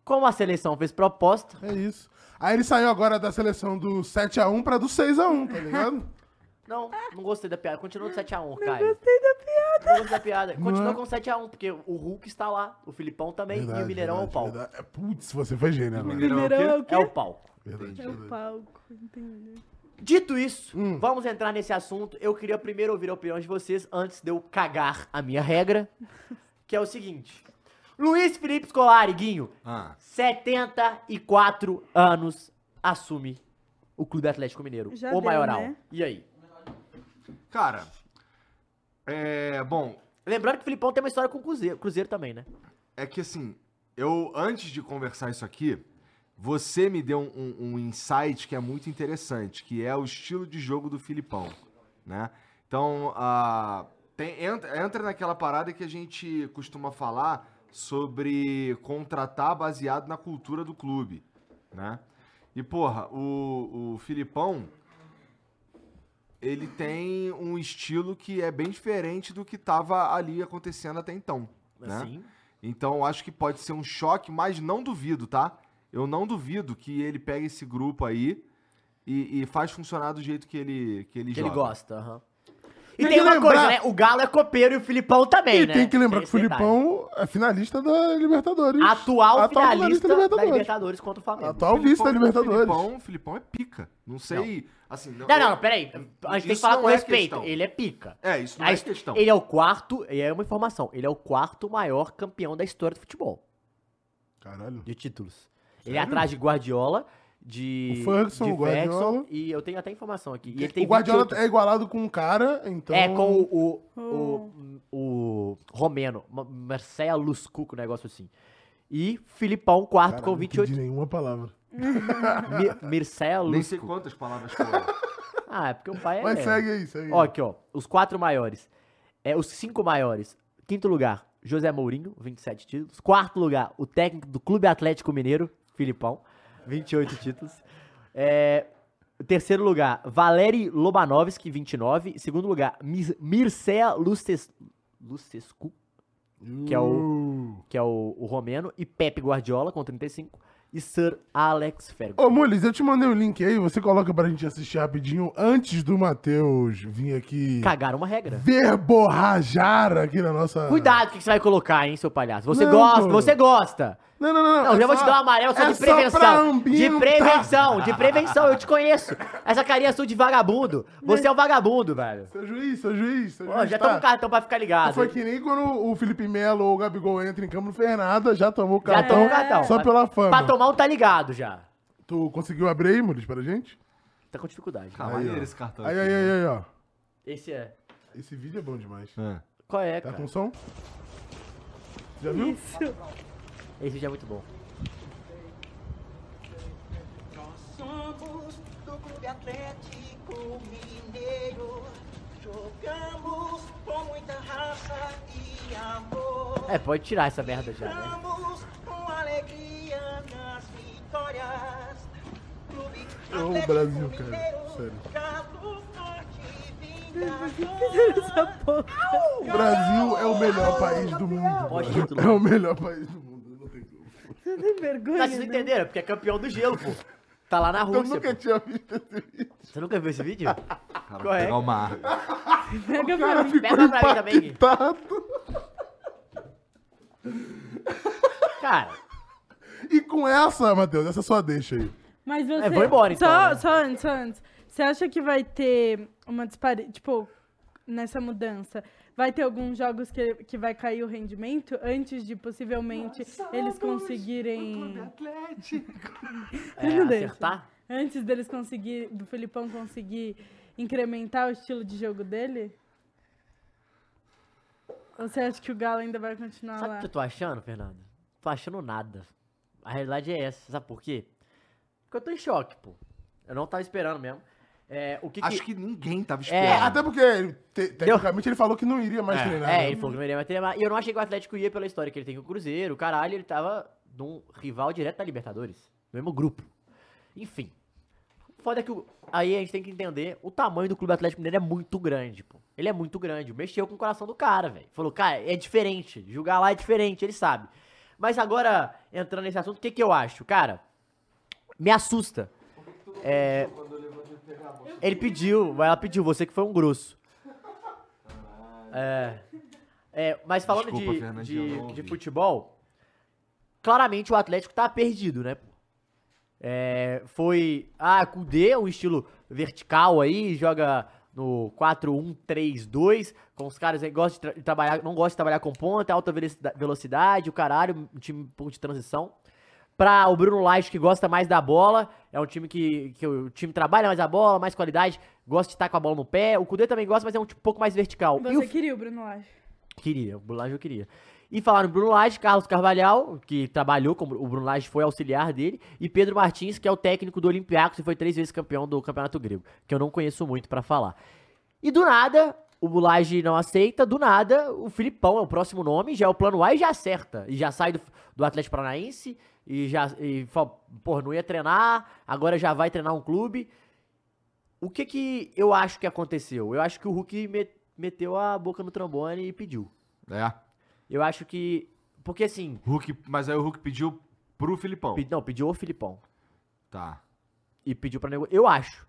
A: Como a seleção fez proposta,
B: É isso. Aí ele saiu agora da seleção do 7x1 pra do 6x1, tá ligado?
A: não, não gostei da piada. Continua do 7x1, Caio. Não gostei da piada. Não gostei da piada. Continua
B: Não.
A: com 7x1, porque o Hulk está lá, o Filipão também e o
B: Verdade,
A: Mineirão é o
B: verdade,
A: pau.
B: verdade. É, putz, você foi gênio agora.
C: Mineirão
D: Mineirão é
C: é
D: o quê?
A: É o pau.
B: Verdade,
D: É o
B: verdade.
D: palco, entendi.
A: Dito isso,
B: Hum.
A: vamos entrar nesse assunto. Eu queria primeiro ouvir a opinião de vocês antes de eu cagar a minha regra, que é o seguinte. Luiz Felipe Scolari, Guinho,
C: Ah,
A: 74 anos, assume o Clube Atlético Mineiro.
D: Já
A: o
D: deu,
A: maioral.
D: né?
A: E aí?
C: cara, é. Bom,
A: Lembrando que o Filipão tem uma história com o Cruzeiro, Cruzeiro também, né?
C: é que assim, eu, antes de conversar isso aqui, você me deu um, um- um insight que é muito interessante, que é o estilo de jogo do Filipão, né? Então, ah, tem- entra, entra naquela parada que a gente costuma falar sobre contratar baseado na cultura do clube, né? E, porra, o, o Filipão, ele tem um estilo que é bem diferente do que tava ali acontecendo até então, né?
A: Assim.
C: Então eu acho que pode ser um choque, mas não duvido, tá? Eu não duvido que ele pegue esse grupo aí e, e faz funcionar do jeito que ele que ele
A: Que
C: joga.
A: ele gosta, aham. E
B: Tem
A: tem
B: que
A: uma
B: lembrar-
A: coisa, né? O Galo é copeiro e o Filipão também,
B: E
A: né?
B: tem que lembrar que o
A: Esse detalhe.
B: Filipão é finalista da Libertadores.
A: Atual,
B: Atual finalista
A: finalista
B: da
A: da
B: Libertadores.
A: Libertadores contra o Flamengo.
B: Atual vice
C: é
B: da Libertadores.
C: Filipão, o Filipão é pica. Não sei, assim...
A: Não, não, não, peraí. A gente tem que
C: Isso
A: falar
C: não
A: com
C: é
A: respeito.
C: questão.
A: Ele é pica.
C: É, isso não
A: A
C: é
A: his-
C: questão.
A: Ele é o quarto, e é uma informação, ele é o quarto maior campeão da história do futebol,
B: Caralho.
A: de títulos. Ele é atrás de Guardiola, de.
B: O Ferguson,
A: de
B: o Guardiola.
A: E eu tenho até informação aqui. E ele tem
B: o Guardiola
A: 28.
B: é igualado com um cara, então...
A: É, com o. O, o, o romeno, Ma- Marcelo Luscuco, um negócio assim. E Filipão, quarto,
B: Caralho,
A: com
B: não
A: 28.
B: entendi nenhuma palavra.
A: Mi- Mircelo
C: Nem sei
A: Luscuco.
C: quantas palavras foram.
A: Ah, é porque o pai é.
B: Mas segue aí, segue
A: Ó,
B: aí.
A: aqui, ó. Os quatro maiores. É, os cinco maiores. Quinto lugar, José Mourinho, 27 títulos. Quarto lugar, o técnico do Clube Atlético Mineiro, Filipão, 28 títulos. É, terceiro lugar, Valeri Lobanovski, 29. Segundo lugar, Mir Mircea Luces Lucescu,
B: Uh.
A: que é
B: o...
A: que é o, o romeno. E Pepe Guardiola, com 35. E Sir Alex Ferguson.
B: Ô, Mules, eu te mandei o link aí, você coloca pra gente assistir rapidinho antes do Matheus vir aqui
A: Cagaram uma regra.
B: verborrajar aqui na nossa...
A: Cuidado com o que você vai colocar, hein, seu palhaço. Você
B: Não,
A: gosta,
B: pô.
A: você gosta.
B: Não, não, não.
A: Não,
B: é
A: já vou
B: só-
A: te dar um amarelo só
B: é
A: de prevenção.
B: pra
A: de
B: ambientar.
A: prevenção, de prevenção, eu te conheço. Essa carinha é sua de vagabundo. Você é um vagabundo, velho.
B: Seu juiz, seu juiz, seu
A: Ó,
B: juiz.
A: já
B: tá.
A: toma um cartão pra ficar ligado.
B: Foi que nem quando o Felipe Melo ou o Gabigol entram em campo, não fez nada, já tomou o
A: Já
B: cartão.
A: toma um cartão.
B: Só
A: Pra-
B: pela fama.
A: Pra tomar um tá ligado já.
B: Tu conseguiu abrir aí, Mules, pra gente?
A: Tá com dificuldade.
C: Ah, maneiro esse cartão.
B: Aí,
C: aqui. né?
B: aí, aí, aí, ó.
A: Esse é.
B: Esse vídeo é bom demais.
C: É.
A: Qual é,
B: Tá
A: cara?
B: com som? Já viu?
D: Isso.
A: Esse já é muito bom.
E: Nós somos do Clube Atlético Mineiro. Jogamos com muita raça e amor.
A: É, pode tirar essa merda já, né?
E: Jogamos com alegria nas vitórias. Clube
B: Eu amo o
E: Atlético
B: Brasil, cara.
E: Mineiro,
B: Sério.
E: Galo forte,
D: Fizeram
E: vingador.
D: essa porra.
B: O Brasil é o melhor país do mundo.
A: Ó,
B: cara.
A: título.
B: É o melhor país do mundo. Não tem como.
D: Você tem
A: Tá,
D: vergonha,
A: vocês não
D: né?
A: entenderam, porque é campeão do gelo, pô. Tá lá na
B: Eu
A: Rússia.
B: nunca
A: pô.
B: tinha visto esse vídeo.
A: Você nunca viu esse vídeo?
C: Cara,
A: Qual
C: vou
A: é?
C: pegar uma água.
D: Pega pra mim.
A: Pega pra mim também, Gui.
B: Impactado.
A: Cara,
B: E com essa, Matheus, essa só deixa aí.
D: Mas você...
A: vou embora, então,
D: Só,
A: né?
D: só antes, só antes. Você acha que vai ter uma disparidade, tipo, nessa mudança? Vai ter alguns jogos que, que vai cair o rendimento antes de possivelmente eles conseguirem...
A: é,
D: não deixa.
A: acertar?
D: Antes deles conseguir, do Felipão conseguir incrementar o estilo de jogo dele? Ou você acha que o Galo ainda vai continuar
A: Sabe o
D: lá?
A: que eu tô achando, Fernando? Tô achando nada. A realidade é essa. Sabe por quê? Porque eu tô em choque, pô. Eu não tava esperando mesmo. É, o que
C: Acho que ninguém tava
B: É,
C: esperando.
B: até porque, ele, te- tecnicamente, ele falou que não iria mais treinar.
A: É,
B: né?
A: ele falou que não iria mais treinar. E eu não achei que o Atlético ia pela história que ele tem com o Cruzeiro. Caralho, ele tava num rival direto da Libertadores. No mesmo grupo. Enfim. O Foda é que o- aí a gente tem que entender o tamanho do Clube Atlético Mineiro é muito grande, pô. Ele é muito grande. Mexeu com o coração do cara, velho. Falou, cara, é diferente. Julgar lá é diferente, ele sabe. Mas agora, entrando nesse assunto, o que, que eu acho? Cara, me assusta. É, Ele pediu, ela pediu, você que foi um grosso. É. É, mas falando
C: Desculpa,
A: de-
C: Fernandinho, eu não
A: de,
C: ouvi.
A: de futebol, claramente o Atlético tá perdido, né? É, foi. Ah, Kudê, um estilo vertical aí, joga no 4-1-3-2, com os caras aí gosta de tra- de trabalhar, não gosta de trabalhar com ponta, alta velocida- velocidade, o caralho, um time pouco de transição. Pra o Bruno Lage, que gosta mais da bola, é um time que, que o time trabalha mais a bola, mais qualidade, gosta de estar com a bola no pé. O Kudê também gosta, mas é um tipo, pouco mais vertical. E o
D: Você queria o Bruno Lage.
A: Queria, o Bruno Lage eu queria. E falaram Bruno Lage, Carlos Carvalhal, que trabalhou com o Bru- o Bruno Lage, foi auxiliar dele, e Pedro Martins, que é o técnico do Olympiacos e foi três vezes campeão do Campeonato Grego, que eu não conheço muito pra falar. E do nada, o Lage não aceita, do nada, o Filipão é o próximo nome, já é o plano A e já acerta. E já sai do, do Atlético Paranaense, e já, e, fa- pô, não ia treinar, agora já vai treinar um clube. O que que eu acho que aconteceu? Eu acho que o Hulk me- meteu a boca no trombone e pediu.
C: É.
A: Eu acho que. Porque assim.
C: Hulk, mas aí o Hulk pediu pro Filipão.
A: pe- não, pediu o Filipão.
C: Tá.
A: E pediu pra negociar. Eu acho.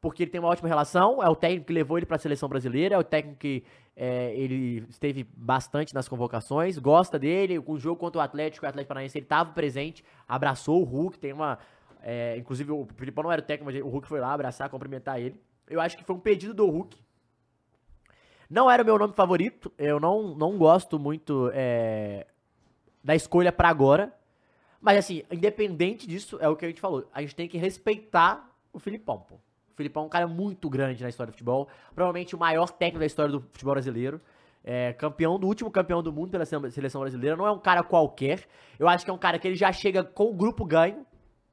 A: Porque ele tem uma ótima relação, é o técnico que levou ele pra seleção brasileira, é o técnico que é, ele esteve bastante nas convocações, gosta dele. O jogo contra o Atlético, o Atlético Paranaense, ele tava presente, abraçou o Hulk, tem uma. é, inclusive, o Filipão não era o técnico, mas o Hulk foi lá abraçar, cumprimentar ele. Eu acho que foi um pedido do Hulk. Não era o meu nome favorito, eu não, não gosto muito é, da escolha pra agora. Mas assim, independente disso, é o que a gente falou. A gente tem que respeitar o Filipão, pô. O Filipão é um cara muito grande na história do futebol. Provavelmente o maior técnico da história do futebol brasileiro. É, campeão do último campeão do mundo pela sele- seleção brasileira. Não é um cara qualquer. Eu acho que é um cara que ele já chega com o grupo ganho.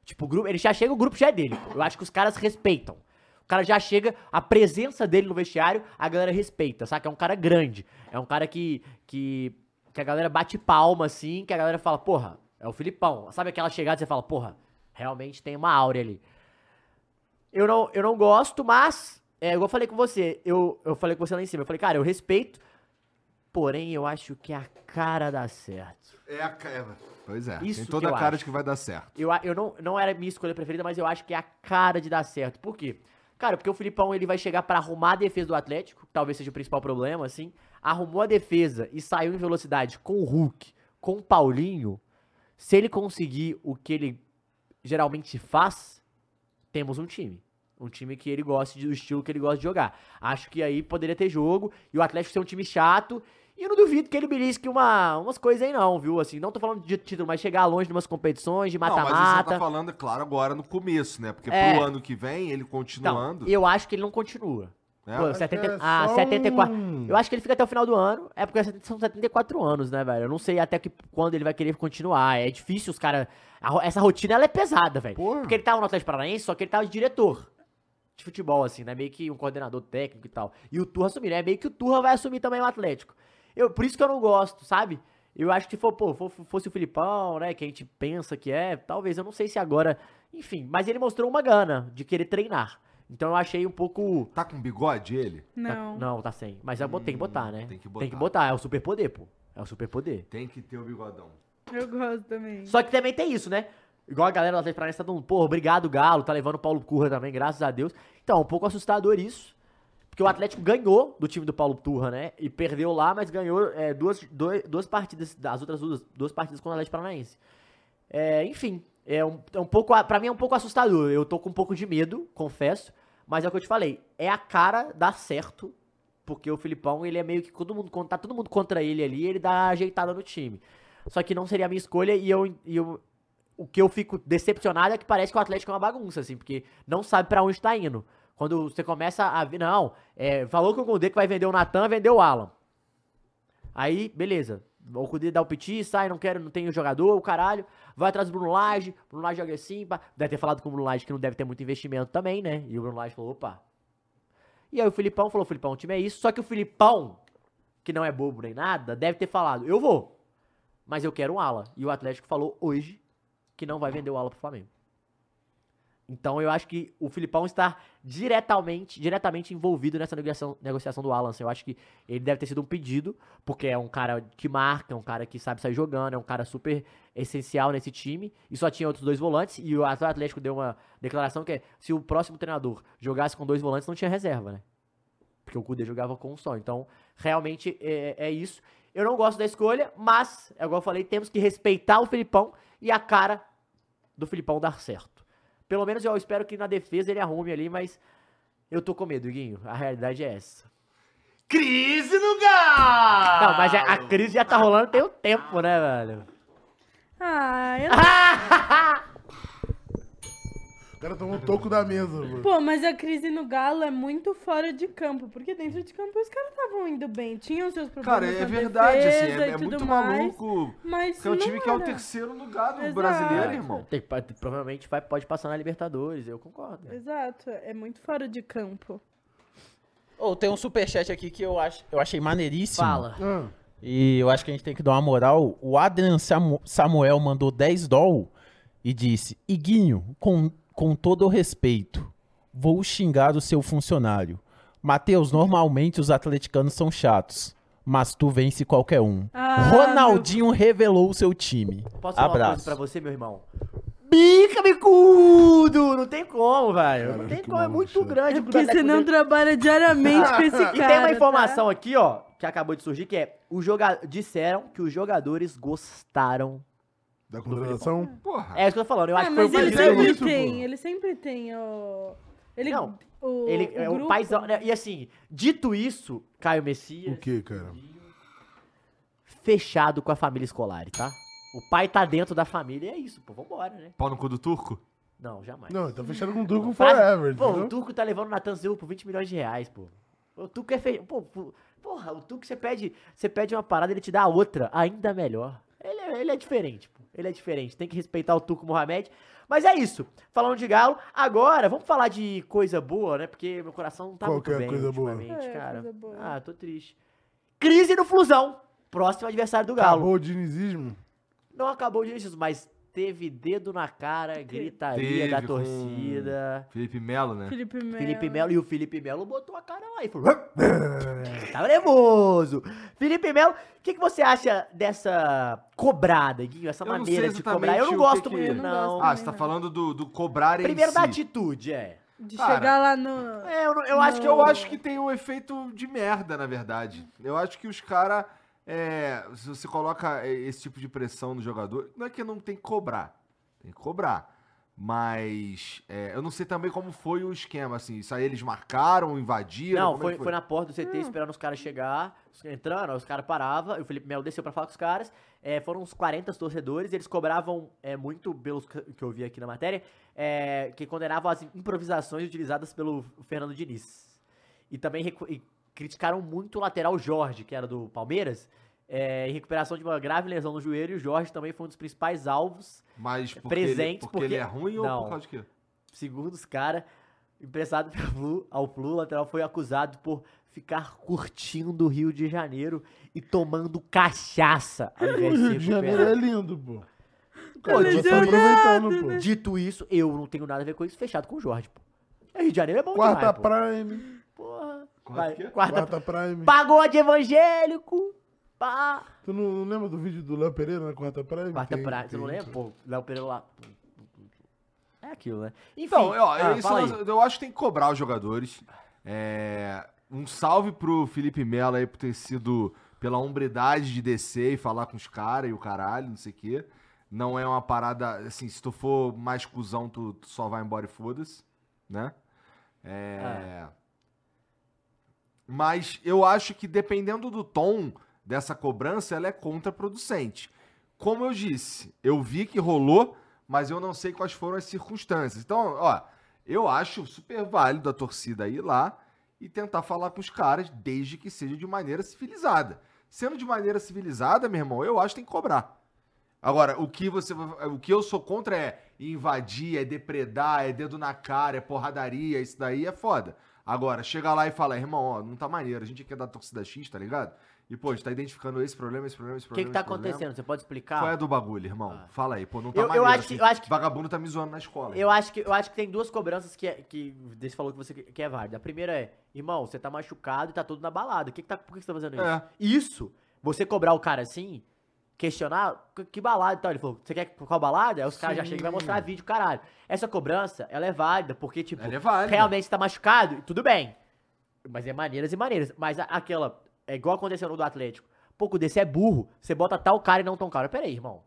A: Tipo, o grupo, ele já chega, o grupo já é dele. pô. Eu acho que os caras respeitam. O cara já chega, a presença dele no vestiário, a galera respeita, saca? É um cara grande. É um cara que, que, que a galera bate palma, assim, que a galera fala, porra, é o Filipão. Sabe aquela chegada que você fala, porra, realmente tem uma áurea ali. Eu não, eu não gosto, mas, é, igual eu falei com você, eu, eu falei com você lá em cima, eu falei, cara, eu respeito, porém eu acho que a cara dá certo.
C: É a ca- é- Pois é.
A: Isso
C: tem
A: que
C: toda
A: eu
C: a cara
A: acho.
C: de que vai dar certo.
A: Eu, a- eu não, não era a minha escolha preferida, mas eu acho que é a cara de dar certo. Por quê? Cara, porque o Filipão ele vai chegar pra arrumar a defesa do Atlético, que talvez seja o principal problema, assim. Arrumou a defesa e saiu em velocidade com o Hulk, com o Paulinho. Se ele conseguir o que ele geralmente faz, temos um time. Um time que ele gosta do estilo que ele gosta de jogar. Acho que aí poderia ter jogo e o Atlético ser um time chato. E eu não duvido que ele belisque uma, umas coisas aí, não, viu? Assim, não tô falando de título, mas chegar longe de umas competições, de
C: Não, mas isso você
A: mata-mata.
C: tá falando, é claro, agora no começo, né? Porque
A: É.
C: pro ano que vem, ele
A: Então,
C: continuando.
A: eu acho que ele não continua.
C: né?
A: Pô,
B: Acho
A: 70,
B: que é
A: ah,
B: só
A: 74.
B: um-
A: Eu acho que ele fica até o final do ano. É porque são 74 anos, né, velho? Eu não sei até que, quando ele vai querer continuar. É difícil os caras. Essa rotina ela é pesada, velho.
B: Porra.
A: Porque ele tava no Atlético Paranaense, só que ele tava de diretor de futebol, assim, né? Meio que um coordenador técnico e tal. E o Turra assumir, né? Meio que o Turra vai assumir também o Atlético. Eu, por isso que eu não gosto, sabe? Eu acho que for, pô, for- fosse o Filipão, né? Que a gente pensa que é, talvez, eu não sei se agora. Enfim, mas ele mostrou uma gana de querer treinar. Então eu achei um pouco.
C: Tá com bigode ele?
A: Tá-
D: Não.
A: não, tá sem. Mas é, bo- tem que botar, né?
C: Hum, tem que
A: Tem que
C: botar.
A: botar, é o superpoder, pô. É o superpoder.
C: Tem que ter o bigodão.
D: Eu gosto também.
A: Só que também tem isso, né? Igual a galera do Atlético Paranaense tá dando, porra, obrigado Galo, tá levando o Paulo Turra também, graças a Deus. Então, um pouco assustador isso. Porque o Atlético ganhou do time do Paulo Turra, né? E perdeu lá, mas ganhou é, duas, dois- duas partidas, das outras duas, duas partidas com o Atlético Paranaense. É, enfim, é um, é um pouco, a- pra mim é um pouco assustador. Eu tô com um pouco de medo, confesso. Mas é o que eu te falei, é a cara dar certo. Porque o Filipão, ele é meio que todo mundo, con- tá todo mundo contra ele ali, ele dá a ajeitada no time. Só que não seria a minha escolha e eu, e eu- o que eu fico decepcionado é que parece que o Atlético é uma bagunça, assim, porque não sabe pra onde tá indo. Quando você começa a ver, não, é, falou com o Kudê que vai vender o Natan, vendeu o Alan. Aí, beleza. O Kudê dá o piti, sai, não quero, não tem o jogador, o caralho. Vai atrás do Bruno Lage, Bruno Lage joga assim, pá. Deve ter falado com o Bruno Lage que não deve ter muito investimento também, né? E o Bruno Lage falou, opa. E aí o Filipão falou, Filipão, o time é isso. Só que o Filipão, que não é bobo nem nada, deve ter falado, eu vou mas eu quero um ala. E o Atlético falou hoje que não vai vender o ala pro Flamengo. Então eu acho que o Filipão está diretamente, diretamente envolvido nessa negociação, negociação do Alan. assim. Eu acho que ele deve ter sido um pedido, porque é um cara que marca, é um cara que sabe sair jogando, é um cara super essencial nesse time. E só tinha outros dois volantes. E o Atlético deu uma declaração que é: se o próximo treinador jogasse com dois volantes, não tinha reserva, né? Porque o Kudê jogava com um só. Então, realmente é, é isso. Eu não gosto da escolha, mas, é igual eu falei, temos que respeitar o Filipão e a cara do Filipão dar certo. Pelo menos eu espero que na defesa ele arrume ali, mas eu tô com medo, Guinho. A realidade é essa.
C: Crise no galo!
A: Não, mas a, a crise já tá rolando tem um tempo, né, velho?
D: Ah, eu
B: O cara tomou um toco da mesa, mano.
D: Pô, mas a crise no Galo é muito fora de campo, porque dentro de campo os caras estavam indo bem, tinham seus problemas.
C: Cara, é
D: com a
C: verdade, assim,
D: defesa
C: é,
D: e
C: é
D: tudo
C: muito
D: mais,
C: maluco.
D: Mas
C: Porque é um
D: não
C: time que é o
D: era.
C: terceiro lugar do
D: Exato.
C: brasileiro, irmão.
A: Tem- pa- provavelmente vai, pode passar na Libertadores, eu concordo.
D: Exato, é muito fora de campo.
F: Ou tem um superchat aqui que eu, acho, eu achei maneiríssimo.
A: Fala.
B: Ah,
F: E eu acho que a gente tem que dar uma moral. O Adrian Samu- Samuel mandou 10 doll e disse: Iguinho, com, com todo o respeito, vou xingar o seu funcionário. Matheus, normalmente os atleticanos são chatos, mas tu vence qualquer um.
D: Ah,
F: Ronaldinho revelou o seu time.
A: Posso falar uma coisa
F: Abraço.
A: pra você, meu irmão? Bica bicudo! Não tem como, velho. Não
B: Caralho,
A: tem
B: que
A: como, é muito
B: maluco,
A: grande.
D: É
A: o
D: porque
A: Atlético
D: você não
A: Mineiro.
D: trabalha diariamente com esse cara.
A: E tem uma
D: tá?
A: informação aqui, ó, que acabou de surgir, que é... O joga... Disseram que os jogadores gostaram...
B: da contratação?
C: Porra.
A: É isso que eu tô falando, eu acho
D: Ah,
A: que foi
D: mas
A: o
D: ele
B: Brasil é
A: pedido.
D: sempre
B: isso,
D: tem,
B: pô.
D: ele sempre tem o. Ele,
A: Não,
D: o,
A: Ele é o
D: grupo.
A: paizão. né? E assim, dito isso, Caio Messias,
B: O que, cara?
A: fechado com a família escolar, tá? O pai tá dentro da família e é isso, pô, vambora, né?
C: Pau no cu do turco?
A: Não, jamais.
B: Não, tá fechando com o Turco
A: Pra-
B: Forever,
A: Pô, o
B: entendeu?
A: Tuco tá levando o Natan Silva por 20 milhões de reais, pô. O Tuco é feio. Pô, pô, porra, o Tuco você pede, você pede uma parada, ele te dá outra, ainda melhor. Ele, é- ele é diferente, pô. Ele é diferente. Tem que respeitar o Tuco Mohamed. Mas é isso. Falando de galo, agora vamos falar de coisa boa, né? Porque meu coração não tá
B: Qual
A: muito
B: que é a
A: bem
B: coisa boa?
A: ultimamente,
D: É,
A: cara.
D: coisa boa.
A: Ah, tô triste. Crise no Flusão. Próximo adversário do Galo.
B: Acabou o dinizismo?
A: Não acabou de Jesus, mas teve dedo na cara, gritaria
C: Teve
A: da
C: com-
A: torcida.
C: Felipe Melo, né?
D: Felipe Melo.
A: Felipe Melo e o Felipe Melo botou a cara lá e falou. Tava nervoso. Felipe Melo, o que, que você acha dessa cobrada, Guinho? Essa
C: Eu não
A: maneira
C: sei
A: de cobrar. Eu
C: exatamente
A: não
C: o
A: gosto
C: que que-
A: muito,
C: Eu
D: não
A: não.
D: gosto.
C: Ah, você tá falando do, do cobrar
A: Primeiro
C: em
A: da
C: si.
A: atitude, é.
D: De
C: Cara,
D: chegar lá no.
A: É, eu, não- eu
C: Eu
A: acho
C: acho
A: que.
C: que eu acho que tem um efeito de merda, na verdade. Eu acho que os caras. se você coloca é, esse tipo de pressão no jogador, não é que não tem que cobrar. Tem que cobrar. Mas é, eu não sei também como foi o esquema, assim. Isso aí eles marcaram, invadiram.
A: Não,
C: como é
A: foi,
C: que
A: foi na porta do CT esperando os caras chegar, os- entrando, os caras paravam, o Felipe Melo desceu pra falar com os caras. é, foram uns 40 torcedores, eles cobravam é, muito, pelos que que eu vi aqui na matéria, é, que condenavam as improvisações utilizadas pelo Fernando Diniz. E também recu- e criticaram muito o lateral Jorge, que era do Palmeiras, é, em recuperação de uma grave lesão no joelho, e o Jorge também foi um dos principais alvos
C: Mas porque, ele,
A: Presentes,
C: porque,
A: porque-
C: ele é ruim ou
A: Não.
C: por causa de quê?
A: segundo os caras, emprestado pelo Flu, ao Flu, o lateral foi acusado por ficar curtindo o Rio de Janeiro e tomando cachaça ao
B: O
A: invés de
B: Rio
A: ser
B: de Janeiro é
A: recuperado.
B: lindo, pô.
A: Pô,
B: Eles
A: dito,
B: estão
A: tá,
B: aproveitando, pô.
A: dito isso, eu não tenho nada a ver com isso, fechado com o Jorge, pô. O Rio de Janeiro é bom
B: Quarta
A: demais, pô.
B: Prime.
A: Porra.
C: Quarta
A: Vai,
C: o quê?
A: quarta-
B: Quarta Prime.
A: Pagode evangélico! Pá!
B: Tu não, não lembra do vídeo do Léo Pereira na Quarta Prime?
A: Quarta
B: Tem-
A: praia,
B: tem-
A: você não lembra? Pô, Léo Pereira lá. É aquilo, né? Enfim,
C: Então, ó,
A: ah,
C: isso
A: fala aí.
C: nós- eu acho que tem que cobrar os jogadores. É, um salve pro Felipe Melo aí por ter sido pela hombridade de descer e falar com os caras e o caralho, não sei o quê. Não é uma parada, assim, se tu for mais cuzão, tu, tu só vai embora e foda-se, né? É. Mas eu acho que dependendo do tom dessa cobrança, ela é contraproducente. Como eu disse, eu vi que rolou, mas eu não sei quais foram as circunstâncias. Então, ó, eu acho super válido a torcida ir lá e tentar falar com os caras, desde que seja de maneira civilizada. Sendo de maneira civilizada, meu irmão, eu acho que tem que cobrar. Agora, o que você vai- o que eu sou contra é invadir, é depredar, é dedo na cara, é porradaria, isso daí é foda. Agora, chega lá e fala, irmão, ó, não tá maneiro, a gente quer dar torcida é X, tá ligado? E, pô, a gente tá identificando esse problema, esse problema, esse
A: O que,
C: problema.
A: que tá
C: esse problema.
A: acontecendo? Você pode explicar?
C: Qual é do bagulho, irmão?
A: Tá. Ah.
C: Fala aí, pô, não tá
A: Eu- eu
C: maneiro,
A: acho que- eu acho que-
C: Vagabundo tá me zoando na escola.
A: Eu acho que eu acho que tem duas cobranças que é- que você falou que você que é válida. A primeira é, irmão, você tá machucado e tá tudo na balada. Que que tá, por que que você tá fazendo isso?
C: É.
A: Isso, você cobrar o cara assim, questionar que, que balada e tal. Ele falou, você quer qual balada? Aí os caras já
C: Sim.
A: chegam e vai mostrar vídeo, caralho. Essa cobrança, ela é válida, porque, tipo,
C: Ela é válida.
A: realmente tá machucado, e tudo bem. Mas é maneiras e maneiras. Mas a- aquela, é igual aconteceu no do Atlético. Pô, o desse é burro, você bota tal cara e não tão cara. Peraí, irmão.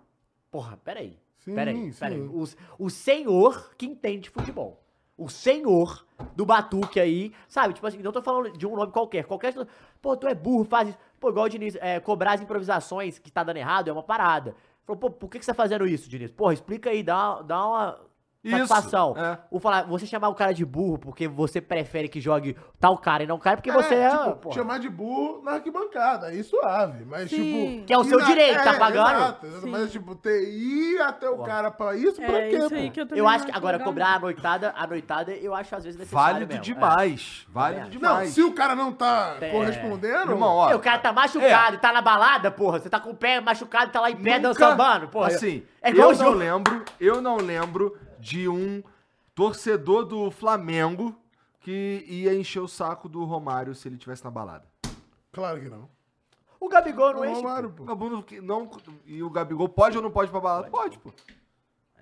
A: Porra, peraí.
B: Sim,
A: peraí,
B: sim.
A: peraí. O, o senhor que entende futebol. O senhor do Batuque aí, sabe? Tipo assim, não tô falando de um nome qualquer. Qualquer. Pô, tu é burro, faz isso. Pô, igual o Diniz, é, cobrar as improvisações que tá dando errado é uma parada. Falou, pô, por que, que você tá fazendo isso, Diniz? Porra, explica aí, dá, dá uma
C: Isso,
A: satisfação.
C: é.
A: O falar, você chamar o cara de burro porque você prefere que jogue tal cara e não cara, porque você é.
B: tipo,
A: porra.
B: chamar de burro na arquibancada, aí suave. Mas,
D: Sim.
B: tipo.
A: Que é o seu
B: ina-
A: direito, tá pagando?
B: exato, exato,
D: Sim.
B: mas, tipo, ter ir até o
A: Ó.
B: cara pra isso, pra
D: É
B: quê,
D: isso
B: pô?
D: aí que eu também
A: Eu acho
D: não
A: que agora
D: legal,
A: cobrar
D: não.
A: a noitada, a noitada, eu acho às vezes necessário.
C: Válido
A: mesmo, é.
C: demais. Válido
D: é
A: acho.
B: Não,
C: demais.
B: se o cara não tá
A: É.
B: correspondendo.
C: Irmão, ó.
A: E o cara tá machucado, tá na balada, porra. Você tá com o pé machucado, tá lá em pé
C: nunca-
A: dançando, mano, porra.
C: Assim,
A: é igual
C: eu
A: o
C: não
A: jogo.
C: lembro, eu não lembro de um torcedor do Flamengo que ia encher o saco do Romário se ele tivesse na balada.
B: Claro que não.
A: O Gabigol não
B: Ô,
A: enche.
B: Romário,
C: O
B: pô.
C: Gabundo que não e o Gabigol pode ou não pode ir pra balada? Pode, pô.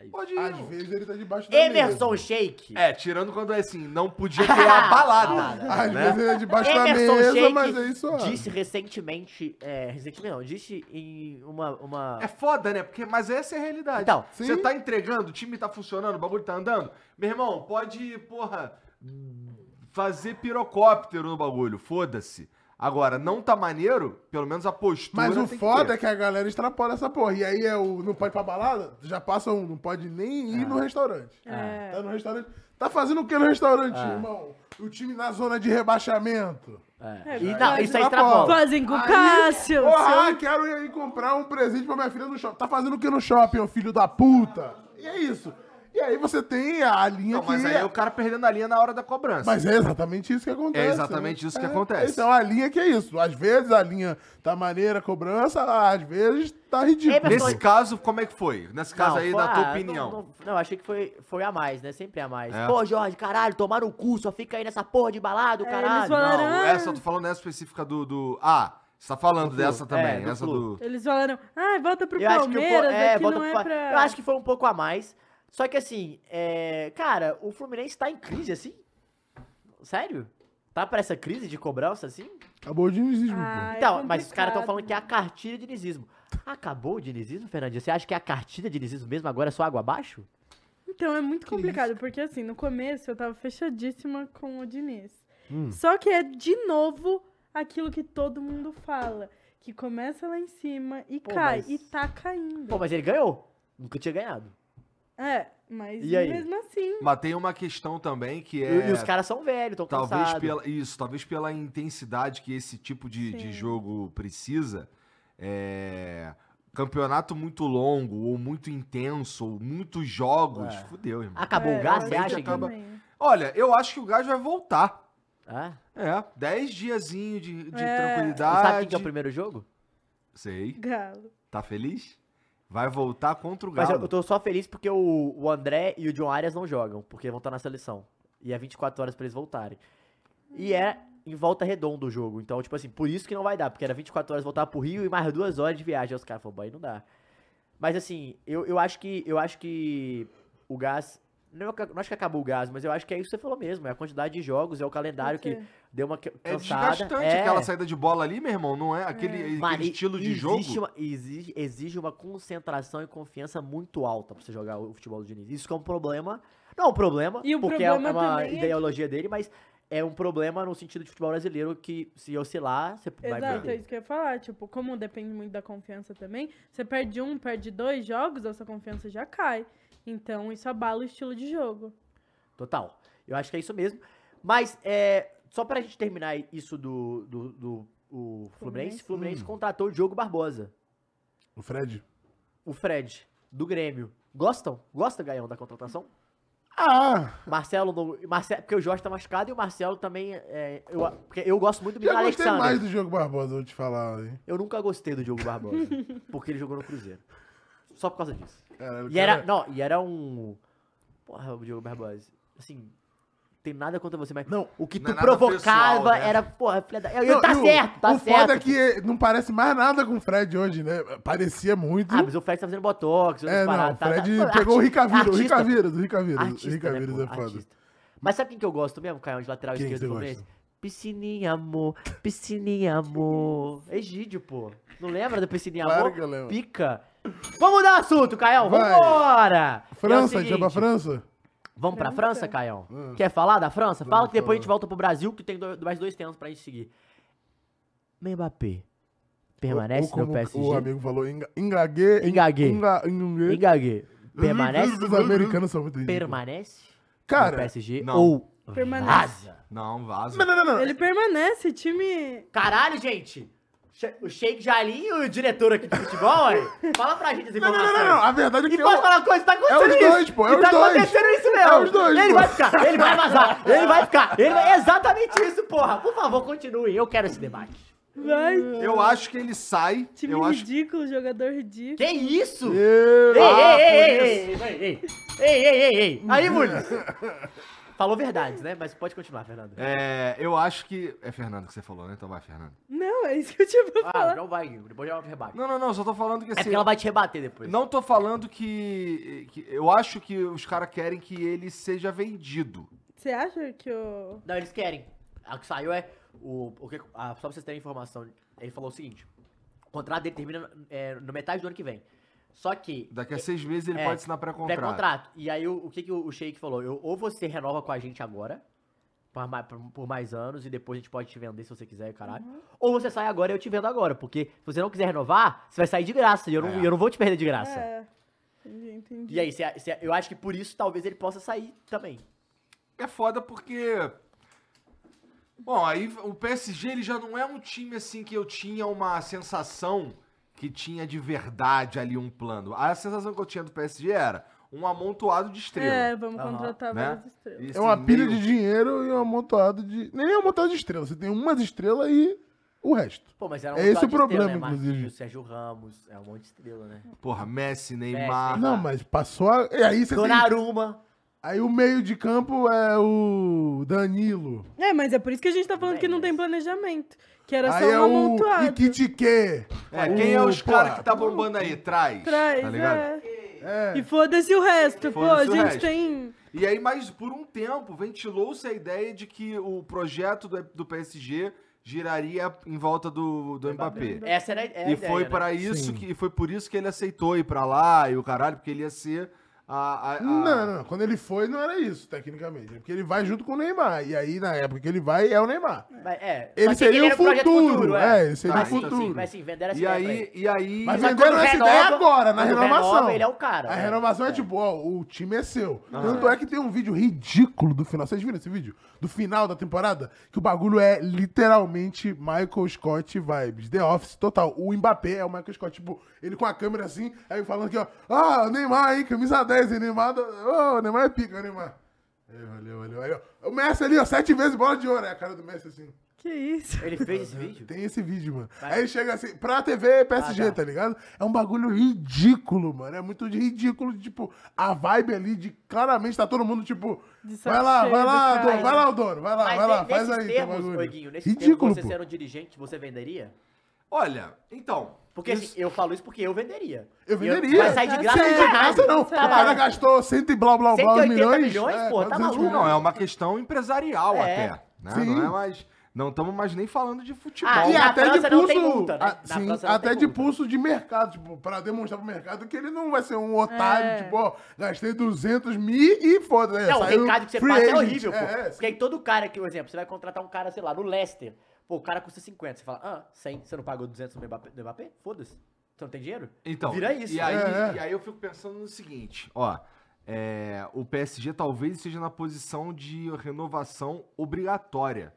A: É
C: Pode ir.
B: Às
C: irmão.
B: vezes ele tá debaixo da
A: Emerson
B: mesa.
A: Shake.
C: É, tirando quando é assim, não podia ter a balada,
B: Às
C: né?
B: vezes ele é debaixo da
A: Emerson
B: mesa,
A: Sheik
B: mas é isso. ó.
A: Disse recentemente. É, recentemente não, disse em uma. uma...
C: É foda, né? Porque, mas essa é a realidade.
A: Então.
C: você
B: Sim.
C: tá entregando, o time tá funcionando, o bagulho tá andando. Meu irmão, pode, porra, fazer pirocóptero no bagulho, foda-se. Agora, não tá maneiro, pelo menos a postura.
B: Mas o
C: tem
B: foda é
C: que.
B: que a galera extrapola essa porra. E aí é o não pode ir pra balada, já passa um, não pode nem ir
C: Ah.
B: no restaurante.
D: É.
B: Tá no restaurante. Tá fazendo o que no restaurante,
A: Ah.
B: irmão? O time na zona de rebaixamento.
A: É.
D: É,
A: E
D: mas-
A: não, isso aí
B: Mas
A: extrapola.
D: Fazem com o
B: Aí,
D: Cássio.
B: Porra, "Ah,
D: seu-
B: quero ir aí comprar um presente pra minha filha no shopping. Tá fazendo o que no shopping, ô filho da puta? E é isso. E aí você tem a linha
C: Não,
B: que...
C: mas aí é o cara perdendo a linha na hora da cobrança.
B: Mas é exatamente isso que acontece.
C: É exatamente isso que
B: É,
C: acontece.
B: Então a linha que é isso. Às vezes a linha tá maneira, a cobrança, às vezes tá ridícula.
A: Emerson-
C: Nesse caso, como é que foi? Nesse caso
A: Não,
C: aí,
A: foi-
C: na
A: ah,
C: tua
A: Não,
C: opinião.
A: não- não, achei que foi, foi a mais, né? Sempre a mais.
C: É.
A: Pô, Jorge, caralho, tomaram o cu, só fica aí nessa porra de balado,
D: É,
A: caralho.
D: eles falaram,
C: Não,
D: ah,
C: essa eu tô falando dessa específica do. do... Ah, você tá falando dessa também.
A: É, do
C: essa
A: Flu.
C: do.
D: Eles falaram, ah, volta pro
A: Eu acho que o po-
D: Palmeiras,
A: é,
D: aqui
A: volta
D: não
A: pro
D: é
A: Pa-
D: pra...
A: Eu acho que foi um pouco a mais. Só que assim, é, cara, o Fluminense tá em crise assim? Sério? Tá pra essa crise de cobrança assim?
B: Acabou o dinizismo,
D: Ah, é
A: então, mas os caras
D: complicado. né?
A: estão falando que é a cartilha de dinizismo. Acabou o dinizismo, Fernandinho? Você acha que é a cartilha de dinizismo mesmo agora é só água abaixo?
D: Então, é muito complicado, porque assim, no começo eu tava fechadíssima com o Diniz.
A: Hum.
D: Só que é de novo aquilo que todo mundo fala. Que começa lá em cima e
A: Pô,
D: cai.
A: mas-
D: E tá caindo.
A: Pô, mas ele ganhou. Nunca tinha ganhado.
D: É, mas
A: E aí?
D: mesmo assim.
C: Mas tem uma questão também que
A: E-
C: é.
A: E os caras são velhos, estão
C: Talvez
A: cansados.
C: pela, isso, talvez pela intensidade que esse tipo de, de
D: Sim.
C: jogo precisa. é, campeonato muito longo, ou muito intenso, ou muitos jogos,
A: É.
C: fudeu, irmão.
A: Acabou
D: é,
A: o gás, você
C: realmente
A: acha que...
C: acaba-
D: também.
C: Olha, eu acho que o gás vai voltar.
A: Ah,
C: É, 10 diazinho de, de
D: É.
C: tranquilidade.
A: sabe quem que é o primeiro jogo?
C: Sei.
D: Galo.
C: Tá feliz? Vai voltar contra o
A: Mas
C: Galo.
A: eu, eu tô só feliz porque o, o André e o John Arias não jogam, porque vão estar na seleção. E é 24 horas pra eles voltarem. E é em volta redonda o jogo. Então, tipo assim, por isso que não vai dar, porque era 24 horas voltar pro Rio e mais duas horas de viagem. Aí os caras falaram, "Bom, aí não dá. Mas assim, eu, eu acho que. Eu acho que o gás. Não, é que- não acho que acabou o gás, mas eu acho que é isso que você falou mesmo. É a quantidade de jogos, é o calendário
D: Pode
A: que deu uma que-
C: É
A: cansada.
C: desgastante
A: é.
C: aquela saída de bola ali, meu irmão. Não é aquele, aquele
A: Mano, e-
C: estilo de
A: existe
C: jogo.
A: uma- exige, exige uma concentração e confiança muito alta pra você jogar o futebol do Diniz. Isso que é um problema. Não é um problema,
D: E o
A: porque
D: problema
A: é uma
D: também é que-
A: ideologia dele, mas é um problema no sentido de futebol brasileiro que se oscilar, você vai
D: Exato, é
A: perder.
D: isso que eu ia falar. Tipo, como depende muito da confiança também, você perde um, perde dois jogos, a sua confiança já cai. Então, isso abala o estilo de jogo.
A: Total. Eu acho que é isso mesmo. Mas, é, só pra gente terminar isso do, do, do- o Fluminense,
D: Fluminense.
A: o
C: Hum.
A: Fluminense contratou o Diogo Barbosa,
B: O Fred.
A: o Fred, do Grêmio. Gostam? Gosta, Gaião, da contratação?
B: Ah,
A: Marcelo, no, Marce- porque o Jorge tá machucado e o Marcelo também. é, eu, porque eu gosto muito do
B: já
A: Miguel
B: gostei
A: Alexander.
B: mais do Diogo Barbosa, vou te falar, hein.
A: Eu nunca gostei do Diogo Barbosa, porque ele jogou no Cruzeiro. Só por causa disso.
B: Caralho,
A: E era,
B: cara-
A: não, e era um. Porra, o Diogo Barbosa. Assim, tem nada contra você, mas.
B: Não,
A: o que
C: não
A: tu
C: é nada
A: provocava
C: pessoal, né?
A: era, porra, filha da.
B: Não,
A: tá
B: e o-
A: certo, tá
B: o
A: certo.
B: foda é que não parece mais nada com o Fred hoje, né? Parecia muito.
A: Ah, mas o Fred tá fazendo botox, outras
B: é, não, o
A: paradas, tá-
B: Fred
A: tá- Pô,
B: pegou o
A: arti-
B: Ricaviras, o
A: artista,
B: Ricaviras, o Ricaviras. o
A: Artista, né,
B: Ricaviras
A: pô,
B: é foda.
A: artista. Mas sabe quem que eu gosto mesmo, Caio, de lateral
B: Quem que
A: esquerdo do
B: você
A: Fluminense? Piscininha, amor. Piscininha, amor. Egídio, pô. Não lembra do Piscininha,
B: Claro
A: amor?
B: que eu lembro.
A: Pica. Vamos dar assunto, Caio.
B: Vai.
A: Vambora. Que é o
B: França, a gente vai pra
A: seguinte,
B: França?
A: Vamos pra França, Caião?
B: Hum.
A: Quer falar da França? Fala
B: Vamos
A: que depois a gente
B: falar.
A: volta pro Brasil, que tem dois- mais dois temas pra gente seguir. Mbappé permanece
B: Ou como
A: no
B: O
A: PSG.
B: amigo falou, enga- engaguei.
A: Engaguei.
B: enga- enguei.
A: Engaguei. Permanece,
B: Os americanos são muito ridículos.
A: permanece no
B: Cara,
A: PSG
C: não.
A: ou
D: Permanece.
A: vaza.
C: Não, vaza.
B: não, não, não, não.
D: Ele permanece, time.
A: Caralho, gente! Che- O Sheik Jalim e o diretor aqui de futebol, aí, fala pra gente as
B: Não, não,
A: informações.
B: não, não, não. A verdade é
A: E
B: que
A: posso
B: eu...
A: falar uma coisa? Tá acontecendo
B: os
A: isso.
B: dois, pô, é
A: E
B: os
A: tá
B: dois.
A: acontecendo isso mesmo.
B: É os dois,
A: Ele
B: pô.
A: vai ficar, ele vai vazar, ele vai ficar. Ele vai... Exatamente isso, porra. Por favor, continuem. Eu quero esse debate.
D: Vai.
C: Eu acho que ele sai.
D: Time
C: eu acho
D: ridículo, jogador ridículo.
A: Que isso? Ei,
B: Eu-
A: ei,
C: Ah,
A: ei, ei, ei,
C: por
A: ei, ei, ei, ei, ei, ei. Aí, Muniz. Falou verdades, né? Mas pode continuar, Fernando.
C: É, eu acho que. É Fernando que você falou, né? Então vai, Fernando.
D: Não, é isso que eu tinha pra
A: Ah,
D: falar.
A: não vai, Guilherme. Depois ela te rebate.
C: Não, não, não, só tô falando que
A: É
C: assim.
A: porque ela vai te rebater depois.
C: Não tô falando que, que- Eu acho que os caras querem que ele seja vendido.
D: Você acha que o.
A: Não, eles querem. A que saiu é. O, o que, ah, só pra vocês terem informação, ele falou o seguinte: o contrato dele termina é, no metade do ano que vem. Só que.
C: Daqui a seis meses ele
A: É,
C: pode assinar pré-contrato.
A: Pré-contrato. E aí, o, o que, que o, o Sheik falou? Eu, ou você renova com a gente agora, por, ma- por- por mais anos, e depois a gente pode te vender se você quiser, caralho. Ou você sai agora e eu te vendo agora, porque se você não quiser renovar, você vai sair de graça, e eu, não,
C: É.
A: eu não vou te perder de graça.
D: É. Entendi, entendi.
A: E aí, se- se- eu acho que por isso talvez ele possa sair também.
C: É foda porque. Bom, aí o PSG ele já não é um time assim que eu tinha uma sensação que tinha de verdade ali um plano. A sensação que eu tinha do PSG era um amontoado de estrelas.
D: É, vamos
A: Aham.
D: contratar
C: Né?
D: várias estrelas.
C: E,
B: É uma
C: assim,
B: pilha
C: meio-
B: de dinheiro e uma montada de... Nem é uma montada de estrelas. Você tem umas estrelas e o resto.
A: Pô, mas era
B: É
A: monte
B: esse o
A: de estrela,
B: problema,
A: né?
B: inclusive.
A: Marquinhos, Sérgio Ramos, é um monte de estrela, né?
C: Porra, Messi, Neymar.
B: Não, mas passou a... E aí você tem...
A: Donnarumma.
B: Aí o meio de campo é o Danilo.
D: É, mas é por isso que a gente tá falando que não tem planejamento. Que era
B: Aí
D: só
B: é
D: um
B: o
D: amontoado.
B: Ikitike.
C: É, quem é os
B: Pô,
C: caras que tá bombando aí? Traz.
D: Traz,
C: Tá ligado?
D: é.
B: É.
D: E foda-se o resto. Pô, a
C: Foda-se o
D: gente
C: resto.
D: tem.
C: E aí, mas por um tempo, ventilou-se a ideia de que o projeto do, do PSG giraria em volta do, do Mbappé.
A: Essa era a é a
C: e
A: ideia,
C: foi
A: né?
C: para isso
B: Sim.
C: que e foi por isso que ele aceitou ir pra lá e o caralho, porque ele ia ser a. a- a-
B: Não, não, não. Quando ele foi, não era isso, tecnicamente. É Porque ele vai junto com o Neymar. E aí, na época que ele vai, é o Neymar.
A: Mas, é,
B: Ele
A: só que
B: seria
A: era
B: o
A: um projeto
B: futuro. é. ele seria
C: Tá,
B: o
A: mas, sim,
B: futuro.
A: sim, mas sim, venderam essa
C: E
A: ideia pra
C: aí,
A: ele.
C: e aí.
B: Mas
A: Mas
B: venderam
A: quando
B: essa
A: renova-
B: ideia agora, na
A: quando
B: renovação.
A: renova, ele é o cara,
B: A
A: né?
B: renovação é, tipo, ó, o time é seu. Tanto é que tem um vídeo ridículo do final. Vocês viram esse vídeo? Do final da temporada? Que o bagulho é literalmente Michael Scott vibes. The Office total. O Mbappé é o Michael Scott. Tipo, ele com a câmera assim, aí falando que, ó, ah, Neymar, hein, camisa 10, hein, Neymar. da- Ô, Neymar é pica, Neymar. Aí, Valeu, valeu. Aí, ó, o Messi ali, ó, sete vezes bola de ouro. É a cara do Messi assim.
D: Que isso?
A: Ele fez esse vídeo?
B: Tem esse vídeo, mano. Aí ele chega assim, pra TV PSG,
A: Ah, tá.
B: tá. ligado? É um bagulho ridículo, mano. É muito de ridículo, tipo, a vibe ali de claramente tá todo mundo, tipo,
D: De saco
B: vai lá,
D: cheio
B: vai
D: do
B: lá,
D: cara.
B: dono, vai lá, dono, vai lá,
A: Mas
B: vai lá,
A: nesses
B: faz aí teu
A: termos,
B: bagulho.
A: Oiguinho, nesses
B: ridículo,
A: termos, você
B: pô.
A: sendo um dirigente, você venderia?
C: Olha, então.
A: Porque
C: isso-
A: assim, eu falo isso porque eu venderia.
B: Eu
A: E
B: venderia.
A: vai sair de
B: Sem
A: graça, não
B: de
A: tem nada.
B: graça não.
A: Tá
B: o cara
A: maluco.
B: gastou cento e blá, blá, blá
A: 180
B: milhões.
A: milhões, pô, tá
B: 400
A: maluco?
B: milhões.
C: não, é uma questão empresarial
A: É.
C: até. Né?
B: Sim.
C: Não é mais. Não estamos mais nem falando de futebol.
A: Ah,
B: E
A: Na
B: até
A: França
B: de
A: não
B: pulso,
A: tem multa, né?
B: a-
A: Na
B: sim,
A: França não
B: até
A: tem
B: de
A: multa.
B: pulso de mercado, tipo, pra demonstrar pro mercado que ele não vai ser um otário,
D: É.
B: tipo, ó, gastei 200 mil e foda-se.
A: Não, o
B: saiu
A: recado que você
B: free
A: passa é
B: agent.
A: horrível, pô.
B: É, é,
A: Porque aí todo cara que, por exemplo, você vai contratar um cara, sei lá, no Leicester. Pô, o cara custa 50. Você fala, ah, 100. Você não pagou 200 no Mbappé? no Mbappé? Foda-se. Você não tem dinheiro?
C: Então,
A: Vira isso. né?
C: E aí,
B: É, é.
C: e aí eu fico pensando no seguinte, ó. é, o PSG talvez esteja na posição de renovação obrigatória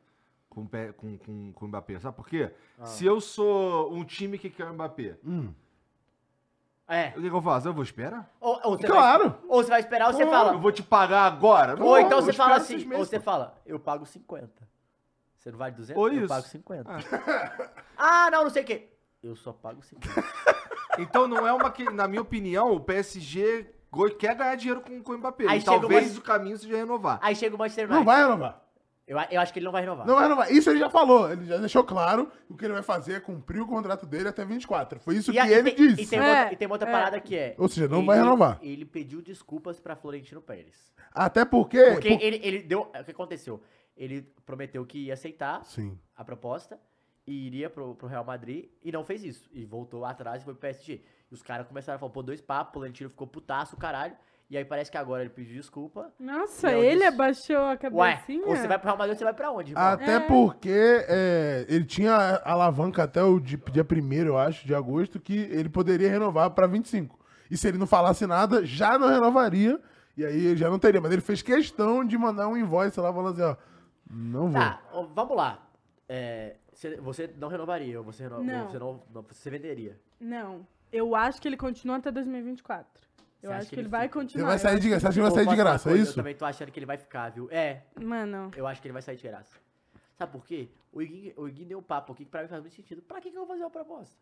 C: com, o Pe- com, com, com o
A: Ah.
C: Mbappé. Sabe por quê? Se eu sou um time que quer o Mbappé,
A: É.
C: O que, que eu faço? Eu vou esperar?
A: Ou, ou você
B: é Claro.
A: Vai, ou você vai esperar ou você
C: Eu
A: fala.
C: vou te pagar agora? Não,
A: Ou então
C: eu
A: você
C: espero
A: fala
C: seis
A: assim, ou
C: meses.
A: você fala, eu pago 50. Você não vale 200?
C: Ou
A: eu
C: isso.
A: pago 50. Ah. não, não sei o quê. Eu só pago 50.
C: Então não é uma que, na minha opinião, o PSG go- quer ganhar dinheiro com, com o Mbappé.
A: Aí
C: E
A: chega
C: talvez
A: uma-
C: o caminho seja renovar.
A: Aí chega o Manchester
B: Não
A: United.
B: vai renovar.
A: Eu, a- eu acho que ele não vai renovar.
B: Não vai renovar. Isso ele já falou. Ele já deixou claro que o que ele vai fazer é cumprir o contrato dele até 24. Foi isso
A: E
B: que
A: a- e
B: ele
A: tem-
B: disse.
A: E tem, um
D: É,
A: uma outra, e tem uma outra
D: é.
A: parada que é.
B: Ou seja, não
A: ele-
B: vai renovar.
A: Ele pediu desculpas pra Florentino Pérez.
B: Até porque.
A: Porque
B: por-
A: ele, ele deu. O que aconteceu? Ele prometeu que ia aceitar
B: Sim.
A: a proposta e iria pro, pro Real Madrid e não fez isso. E voltou atrás e foi pro PSG. E os caras começaram a falar, pô, dois papos, o Florentino ficou putaço, caralho. E aí parece que agora ele pediu desculpa.
D: Nossa,
A: Não,
D: ele
A: isso-
D: abaixou a
A: Ué,
D: cabecinha?
A: ou você vai pro Real Madrid ou você vai pra onde, irmão? Tá,
B: Até porque é, ele tinha alavanca até o di- dia 1 eu acho, de agosto, que ele poderia renovar para 25. E se ele não falasse nada, já não renovaria. E aí ele já não teria. Mas ele fez questão de mandar um invoice lá falando assim, ó. Não vou.
A: Tá, ó, vamos lá. É, cê- você não renovaria, ou você, reno-
D: Não.
A: ou você não, não- Você venderia.
D: Não, eu acho que ele continua até 2024.
A: Você
D: Eu
A: acha que
D: acho que
A: ele
D: ele, vai
A: fica? Ele
B: Ele
D: continuar.
B: vai sair de graça. Você acha que ele
A: Pô,
B: vai sair de
A: posso falar uma
B: graça, é
A: coisa? Eu
B: isso?
A: também tô achando que ele vai ficar, viu? É,
D: Mano,
A: eu acho que ele vai sair de graça. Sabe por quê? O Iguinho, o Iguinho deu um papo aqui que pra mim faz muito sentido. Pra que, que eu vou fazer uma proposta?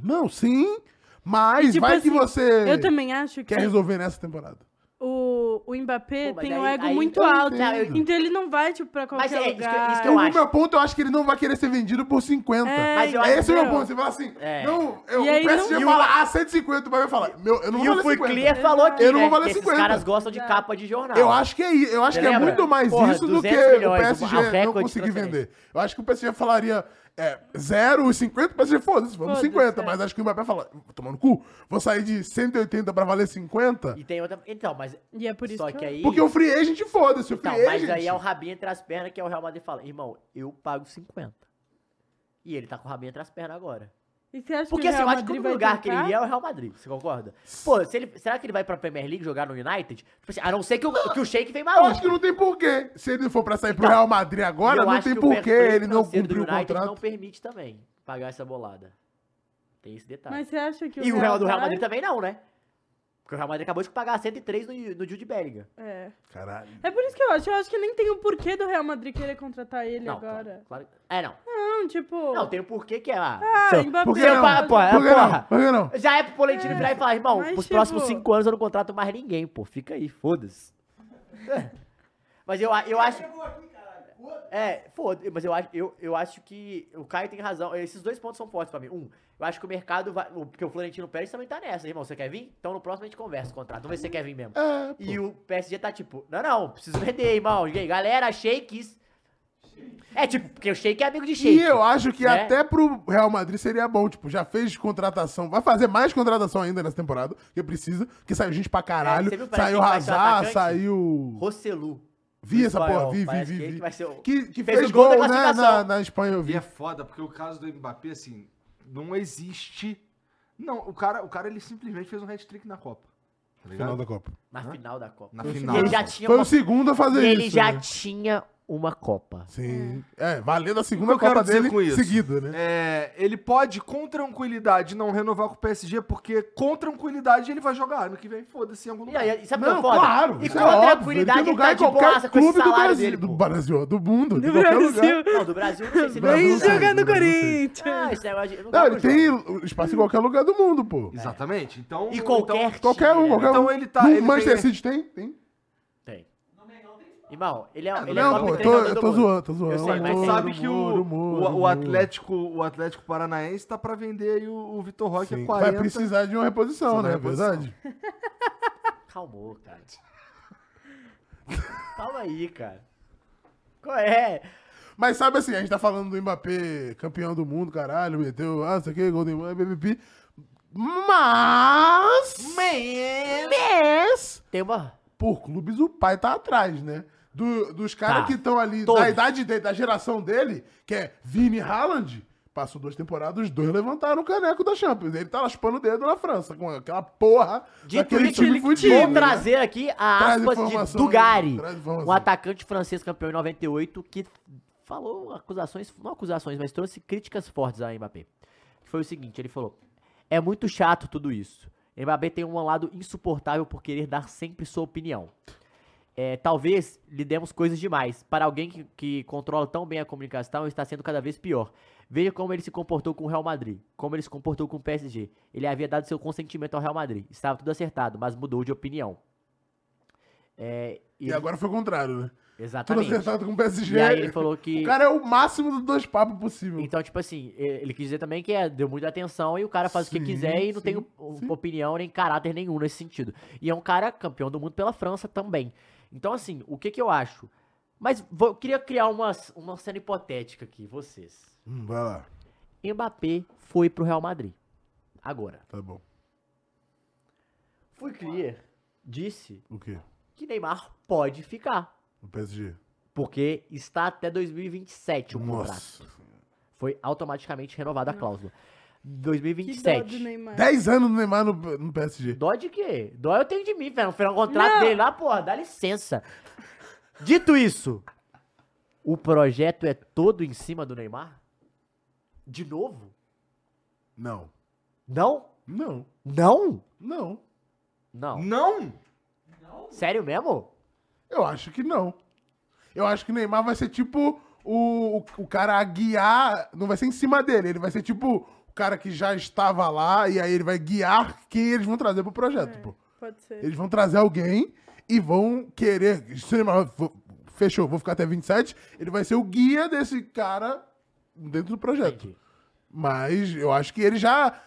B: Não, sim. Mas
D: E, tipo
B: vai que
D: assim,
B: você
D: eu também acho que
B: quer resolver nessa temporada.
D: o, o Mbappé
A: Pô, mas
D: tem um
A: aí-
D: ego
A: aí-
D: muito
A: Eu
D: alto.
A: entendo. Eu-
D: Então ele não vai, tipo, pra qualquer
A: Mas é isso que-
D: lugar.
A: isso que Eu
B: Eu, Então, o
A: acho.
B: meu ponto, eu acho que ele não vai querer ser vendido por 50.
D: É,
A: Mas eu acho
B: Esse é o meu
D: entendeu?
B: ponto. Você fala assim,
A: É.
B: não, eu,
D: E aí
B: o PSG
D: não-
B: fala, ah, 150, mas vai falar, meu, eu não
A: E
B: vou
A: o
B: valer
A: Fui
B: 50.
A: Clear falou aqui,
B: Eu não vou
A: né,
B: valer
A: que esses
B: 50.
A: caras gostam de capa de jornal.
B: Eu acho que é, i- eu acho
A: Você
B: que é
A: lembra?
B: muito mais
A: Porra,
B: isso do que
A: 200 milhões,
B: o PSG
A: o
B: não
A: recorde de
B: conseguir
A: transferência.
B: vender. Eu acho que o PSG falaria é, 0 e 50, o PSG, foda-se, vamos
D: Foda-se,
B: 50.
D: é.
B: Mas acho que o Mbappé fala, tomando cu, vou sair de 180 pra valer 50?
A: E tem outra. Então, mas.
D: E é por isso
A: só
D: que,
A: que
D: eu-
A: aí.
B: Porque o free agent, foda-se, o free
A: Então,
B: agent.
A: mas aí é o rabinho entre as pernas que é o Real Madrid fala: irmão, eu pago 50. E ele tá com o rabinho entre as pernas agora.
D: E você acha
A: Porque
D: que o
A: assim,
D: Real
A: eu acho que o
D: Madrid
A: único
D: vai
A: lugar que ele
D: trocar?
A: iria é o Real Madrid, você concorda? Pô, se ele- será que ele vai pra Premier League jogar no United? Tipo assim, a não ser que o, que o Sheik vem
B: Eu
A: maluco.
B: acho que não tem porquê. Se ele for pra sair pro
A: Então,
B: Real Madrid agora,
A: Eu
B: não
A: acho
B: tem
A: que o
B: porquê
A: preço
B: ele não
A: financeiro do
B: cumprir o
A: United
B: contrato.
A: não permite também pagar essa bolada. Tem esse detalhe.
D: Mas você acha que o
A: e o Real do Real
D: vai?
A: Madrid também não, né? Porque o Real Madrid acabou de pagar 103 no, no Jude Bellingham.
D: É.
B: Caralho.
D: É por isso que eu acho. Eu acho que nem tem o porquê do Real Madrid querer contratar ele
A: Não,
D: agora.
A: Claro, claro- é, não.
D: Não, tipo.
A: Não, tem o porquê que é. Ah,
D: Ah,
A: seu-
D: Mbappé.
B: Então, por que
A: seu
B: não?
A: pa- porra,
B: Por que
A: é porra.
B: não? Por que não?
A: Já é pro Polentino virar e falar, irmão,
D: mas,
A: pros
D: tipo-
A: próximos cinco anos eu não contrato mais ninguém, pô. Fica aí, foda-se. É. mas eu, a- eu acho. É, foda mas eu acho, eu, eu acho que o Caio tem razão. Esses dois pontos são fortes pra mim. Um, eu acho que o mercado vai. o- Porque o Florentino Pérez também tá nessa, irmão. Você quer vir? Então no próximo a gente conversa o contrato. Vamos ver se você quer vir mesmo.
B: É,
A: E o PSG tá tipo, não, não, preciso vender, irmão. E aí, Galera, shakes. É tipo, porque o shake é amigo de shake.
B: E eu acho que
A: né?
B: até pro Real Madrid seria bom, tipo, já fez contratação, vai fazer mais contratação ainda nessa temporada, que precisa, que saiu gente pra
A: É,
B: caralho,
A: você viu, parece
B: saiu
A: que vai ser o
B: Hazard,
A: atacante?
B: saiu...
A: Rosselu.
B: Vi essa
A: Espanhol,
B: porra, vi, vi,
A: parece
B: vi.
A: que ele
B: vi.
A: vai ser o-
B: Que, que
A: fez
B: fez,
A: o gol
B: gol,
A: da
B: né, na,
A: classificação.
B: na Espanha, eu
C: E
B: vi.
C: é foda, porque o caso do Mbappé, assim, não existe. Não, o cara, o cara ele simplesmente fez um hat-trick na Copa. Tá
B: Final
C: ligado?
B: da Copa.
A: Na
C: Hã?
A: final da Copa.
C: Na
B: Foi o
C: final.
A: E ele
C: da
A: já
C: Copa.
A: tinha
B: Foi
A: uma
B: o segundo a fazer
A: E ele
B: isso,
A: já
B: né?
A: tinha uma Copa.
B: Sim. É, valendo a segunda
C: eu quero
B: Copa
C: dizer
B: dele
C: com isso?
B: seguida, né?
C: É, ele pode, com tranquilidade, não renovar com o PSG, porque com tranquilidade ele vai jogar ano que vem, foda-se, em algum
A: E
C: lugar.
A: aí, sabe o que
B: Não,
A: é foda?
B: claro,
A: E
B: isso
A: com
B: é
A: a
B: óbvio.
A: tranquilidade
B: ele tem
A: ele
B: lugar
A: tá
B: em
A: de boaça
B: qualquer
A: com esse
B: clube do
A: salário
B: Brasil,
A: dele,
B: do
A: pô.
B: Brasil, do mundo, de
D: Do
B: qualquer lugar.
D: Brasil.
A: Não, do Brasil não sei se ele
B: Brasil,
D: Vem
B: Brasil,
A: vai.
D: jogar no
B: Brasil.
D: Corinthians.
A: Ah, esse negócio de... eu não
B: Não, ele
A: gosto de
B: tem
A: jogo.
B: espaço em qualquer lugar do mundo, pô.
C: Exatamente. Então,
A: E qualquer
C: então,
B: Qualquer um,
A: time, né?
B: qualquer um.
C: Então ele tá-
B: No
C: ele tem-
B: Manchester City tem? Tem.
A: Tem. Irmão, ele é, ele é
B: Não,
A: top
B: pô, eu tô,
A: treinador
B: eu
A: do
B: tô
A: mundo.
B: zoando, tô zoando. é
A: Eu sei, mas
B: Humor,
A: tem.
C: sabe que o,
B: humor, humor,
C: o, o
B: humor.
C: Atlético, o Atlético Paranaense tá pra vender aí o, o Vitor Roque
B: Sim,
C: a 40.
B: Vai precisar de uma reposição, né?
C: Precisa de
B: É
C: uma reposição.
B: verdade?
A: Calmou, cara. Calma aí, cara. Qual é?
B: Mas sabe assim, a gente tá falando do Mbappé campeão do mundo, caralho, meteu, ah, isso aqui, Golden Boy, BBP. Mas... Mas...
A: Tem uma...
B: Por clubes, o pai tá atrás, né? Do- dos caras
A: Tá.
B: que estão ali
A: Todos.
B: da idade dele, da geração dele, que é Vini e Haaland, passou duas temporadas, os dois levantaram o caneco da Champions. Ele tá raspando o dedo na França, com aquela porra
A: Dito
B: daquele
A: isso,
B: time fudido,
A: vou
B: né?
A: trazer aqui a
B: Traz
A: aspas de
B: informação,
A: Dugari,
B: traz informação.
A: um atacante francês campeão em 98, que falou acusações, não acusações, mas trouxe críticas fortes a Mbappé. Que Foi o seguinte, ele falou, é muito chato tudo isso. Mbappé tem um lado insuportável por querer dar sempre sua opinião. É, talvez lhe demos coisas demais. Para alguém que, que controla tão bem a comunicação, está sendo cada vez pior. Veja como ele se comportou com o Real Madrid, como ele se comportou com o PSG. Ele havia dado seu consentimento ao Real Madrid. Estava tudo acertado, mas mudou de opinião. É,
B: E,
A: ele-
B: agora foi o contrário, né? Tudo
A: Exatamente.
B: acertado com o PSG.
A: E aí ele falou que.
B: O cara é o máximo dos dois papos possível.
A: Então, tipo assim, e- ele quis dizer também que é, deu muita atenção e o cara faz o
B: Sim,
A: que quiser e não tem
B: sim,
A: o- o-
B: sim.
A: opinião nem caráter nenhum nesse sentido. E é um cara campeão do mundo pela França também. Então, assim, o que que eu acho? Mas vou, eu queria criar uma, uma cena hipotética aqui, vocês.
B: Hum, vai lá,
A: Mbappé foi pro Real Madrid. Agora.
B: tá bom.
A: Fui clear, disse
B: O quê?
A: que Neymar pode ficar.
B: O PSG.
A: Porque está até 2027 o um contrato.
B: Nossa.
A: Foi automaticamente renovada a cláusula.
D: Ah, Que
A: 2027.
D: Ah. dó do Neymar.
B: 10 anos do Neymar no, no PSG.
A: Dó de quê? Dó eu tenho de mim, Fernando. Foi um contrato
D: Não.
A: dele lá, porra, dá licença. Dito isso, o projeto é todo em cima do Neymar? De novo?
B: Não.
A: Não?
B: Não.
A: Não?
B: Não.
A: Não.
C: Não?
A: Sério mesmo?
B: Eu acho que não. Eu acho que o Neymar vai ser tipo o, o, o cara a guiar. Não vai ser em cima dele. Ele vai ser tipo o cara que já estava lá e aí ele vai guiar quem eles vão trazer pro projeto, pô.
D: Pode ser.
B: Eles vão trazer alguém e vão querer. Se o Neymar for- fechou, vou ficar até 27. Ele vai ser o guia desse cara dentro do
D: É.
B: projeto.
A: Entendi.
B: Mas eu acho que eles já.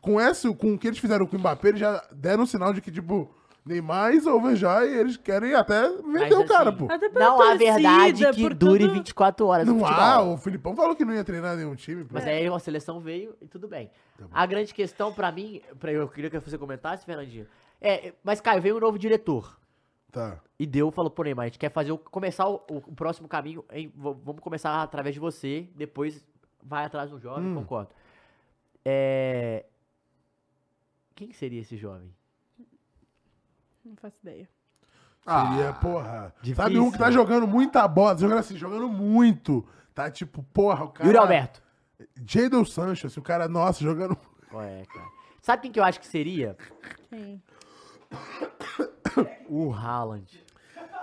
B: Com, esse, com o que eles fizeram com o Mbappé, eles já deram um sinal de que, tipo, Neymar is over já e eles querem até vender o
A: assim,
B: cara, pô.
D: Até É pela
A: Não há
D: torcida, é
A: verdade que
D: por
A: dure
D: tudo-
A: 24 horas no
B: Não há,
A: futebol.
B: o Filipão falou que não ia treinar nenhum time, pô.
D: é-
A: Mas aí a seleção veio e tudo bem.
B: Tá bom.
A: A grande questão pra mim, pra eu queria que você comentasse, Fernandinho. É, mas Caio, veio um novo diretor.
B: Tá.
A: E deu, falou, pô, Neymar, a gente quer fazer o, começar o, o- o próximo caminho, em- v- vamos começar através de você, depois vai atrás do jovem,
B: Hum.
A: concordo. É... Quem que seria esse jovem?
D: Não faço ideia.
B: Seria, porra.
A: Difícil.
B: Sabe um que tá jogando muita bola, jogando assim, jogando muito. Tá tipo, porra, o cara.
A: Yuri Alberto.
B: Jadon Sancho, assim, o cara, nossa, jogando.
A: Qual é, cara? Sabe quem que eu acho que seria?
D: Quem?
A: O Haaland.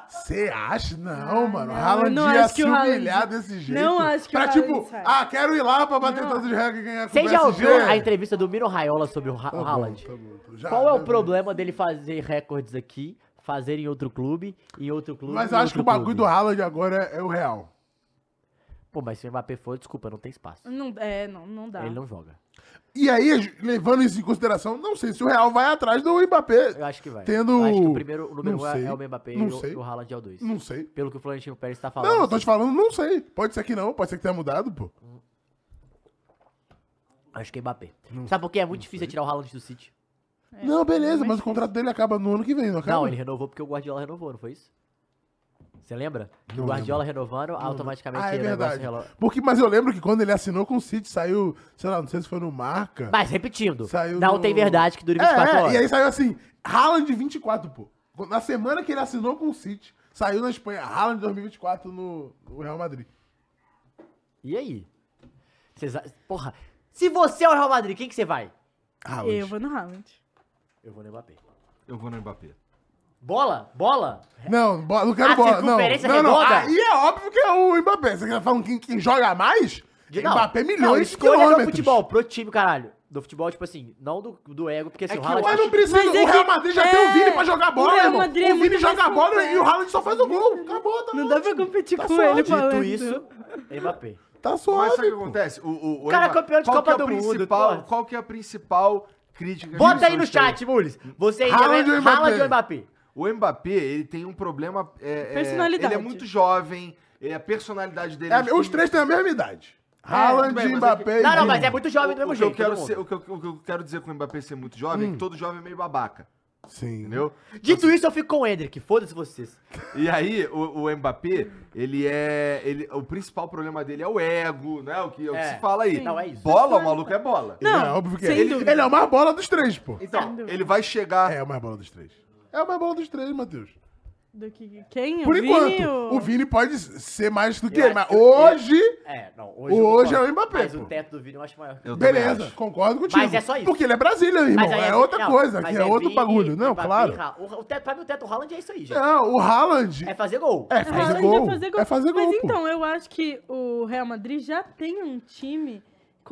B: Você acha? Não, mano. O
D: Ah, não,
B: Haaland
D: eu não
B: ia
D: acho que
B: se
D: o Haaland-
B: humilhar desse jeito.
D: Não acho que
B: Pra
D: o
B: tipo,
D: Haaland sai.
B: ah, quero ir lá pra bater
D: Não.
B: todos os recordes e ganhar com
A: Você
B: o
A: já
B: PSG.
A: ouviu a entrevista do Miro Raiola sobre o, Ha-
B: Tá
A: o
B: bom,
A: Haaland?
B: tá bom, tá- já,
A: Qual é
B: já
A: o
B: vi.
A: problema dele fazer recordes aqui, fazer em outro clube, em outro clube,
B: Mas
A: em
B: eu acho que o
A: outro
B: bagulho do
A: clube?
B: Haaland agora é, é o real.
A: Pô, mas se o Mbappé for, desculpa, não tem espaço.
D: Não, é, não, não dá.
A: Ele não joga.
B: E aí, ju- levando isso em consideração, não sei se o Real vai atrás do Mbappé.
A: Eu acho que vai.
B: Tendo-
A: Eu acho que o primeiro, o número
B: não
A: 1 é,
B: sei,
A: é o Mbappé
B: não
A: e o,
B: sei.
A: e o Haaland é o 2.
B: Não sei.
A: Pelo que o Florentino Pérez tá falando.
B: Não, eu tô te falando, não sei. Pode ser que não, pode ser que tenha mudado, pô.
A: Acho que é Mbappé. Sabe por quê? É muito difícil tirar o Haaland do City.
D: É,
B: não, beleza,
D: mas-
B: mas o contrato dele acaba no ano que vem, não acaba?
A: Não, ele renovou porque o Guardiola renovou, não foi isso? Você lembra? Que
B: Não
A: o Guardiola renovando, automaticamente
B: Ah, é
A: o negócio
B: verdade.
A: relo-
B: Porque, mas eu lembro que quando ele assinou com o City, saiu, sei lá, não sei se foi no Marca.
A: Mas repetindo,
B: Saiu
A: não
B: no-
A: tem verdade que dure 24
B: É, é,
A: horas.
B: e aí saiu assim, Haaland 24, pô. Na semana que ele assinou com o City, saiu na Espanha, Haaland 2024 no, no Real Madrid.
A: E aí? Vocês a- Porra, se você é o Real Madrid, quem que você vai?
B: é Haaland.
D: Eu vou no Haaland.
A: Eu vou no Mbappé.
C: Eu vou no Mbappé.
A: Bola? Bola?
B: Não, bo- não
D: Ah,
B: quero
A: A
B: bola, não.
A: circunferência
B: Não, não,
A: redonda?
B: aí é óbvio que é o Mbappé. Você quer falar quem, quem joga mais?
A: Não,
B: Mbappé
A: não,
B: milhões de
A: escolha do
B: quilômetros.
A: futebol, pro time, caralho. Do futebol, tipo assim, não do, do ego, porque assim,
C: É
A: o
C: que
A: Haaland...
B: Mas não precisa,
D: Mas é
B: o tá Real
D: que-
B: Madrid já
D: é,
B: tem o Vini pra jogar bola,
D: o Real
B: irmão.
D: Madrid é
B: o Vini
D: muito
B: joga a
D: mais
B: bola
D: completo.
B: e o Haaland só faz o gol. Acabou, tá
D: Não dá
B: ótimo.
D: pra competir
B: Tá
D: com
B: suave.
D: Tipo, ele
A: Dito
D: falando.
A: isso, Mbappé.
B: Tá
C: Mas
B: suave,
C: sabe o que
B: pô.
C: acontece? O, o, o
A: Cara,
C: Neymar-
A: campeão de
C: qual que
A: Copa
C: é a
A: do Mundo,
C: principal-
A: porra.
C: Qual que é a principal crítica? que
A: Bota
C: as
A: aí no
C: pessoas
A: chat, Mules. Você ainda
B: Haaland
A: é
B: ou Mbappé?
A: Haaland ou Mbappé?
C: O Mbappé, ele tem um problema. é, é,
D: Personalidade.
C: ele é muito jovem, é, a personalidade dele.
B: É, os três têm a mesma idade. Haaland,
C: tudo bem, mas é
B: Mbappé e
A: Não, não,
B: Vini.
A: mas é muito jovem
C: o,
A: do mesmo
C: o
A: jeito.
C: Que eu quero
A: todo
C: ser-
A: mundo. Hum.
C: o, que eu, o que eu quero dizer com o Mbappé ser muito jovem é que todo jovem é meio babaca.
B: Sim.
C: Entendeu?
A: Dito isso, eu fico com o Hendrick. Foda-se vocês.
C: E aí, o, o Mbappé, ele é. Ele, o principal problema dele é o ego, né? O que, o que
A: É.
C: se fala aí.
A: Não, é isso.
C: Bola, o maluco é bola.
B: Não,
D: Não,
B: é óbvio que é.
D: sem
B: Ele,
D: dúvida.
B: ele é o mais bola dos três, pô.
C: Então,
D: dúvida.
A: É.
C: ele vai chegar.
B: É o mais bola dos três. É o mais bola dos três, Matheus.
D: Do que quem?
B: Por
D: o
B: enquanto,
D: Vini, o...
B: o Vini pode ser mais do que
A: Eu
B: ele, mas
A: acho que-
B: hoje,
A: É, não. Hoje,
B: hoje,
A: eu
B: é
A: concordo.
B: o Mbappé.
A: Mas
B: pô.
A: o teto do Vini eu acho maior.
C: Eu também
B: Beleza,
C: acho.
B: concordo contigo.
A: Mas é só isso.
B: Porque ele é Brasília, irmão.
A: Mas aí
B: É,
A: assim,
B: outra
A: não,
B: coisa,
A: mas
B: aqui é, outro
A: Vini,
B: bagulho. Não,
A: Mbappé e
B: claro.
A: Ra- O, o teto, pra mim, o teto do Haaland é isso aí, gente.
B: Não, o Haaland
A: É fazer gol.
B: é
D: Haaland
B: fazer gol.
D: é fazer gol.
B: É fazer gol,
D: Mas
B: pô.
D: então, eu acho que o Real Madrid já tem um time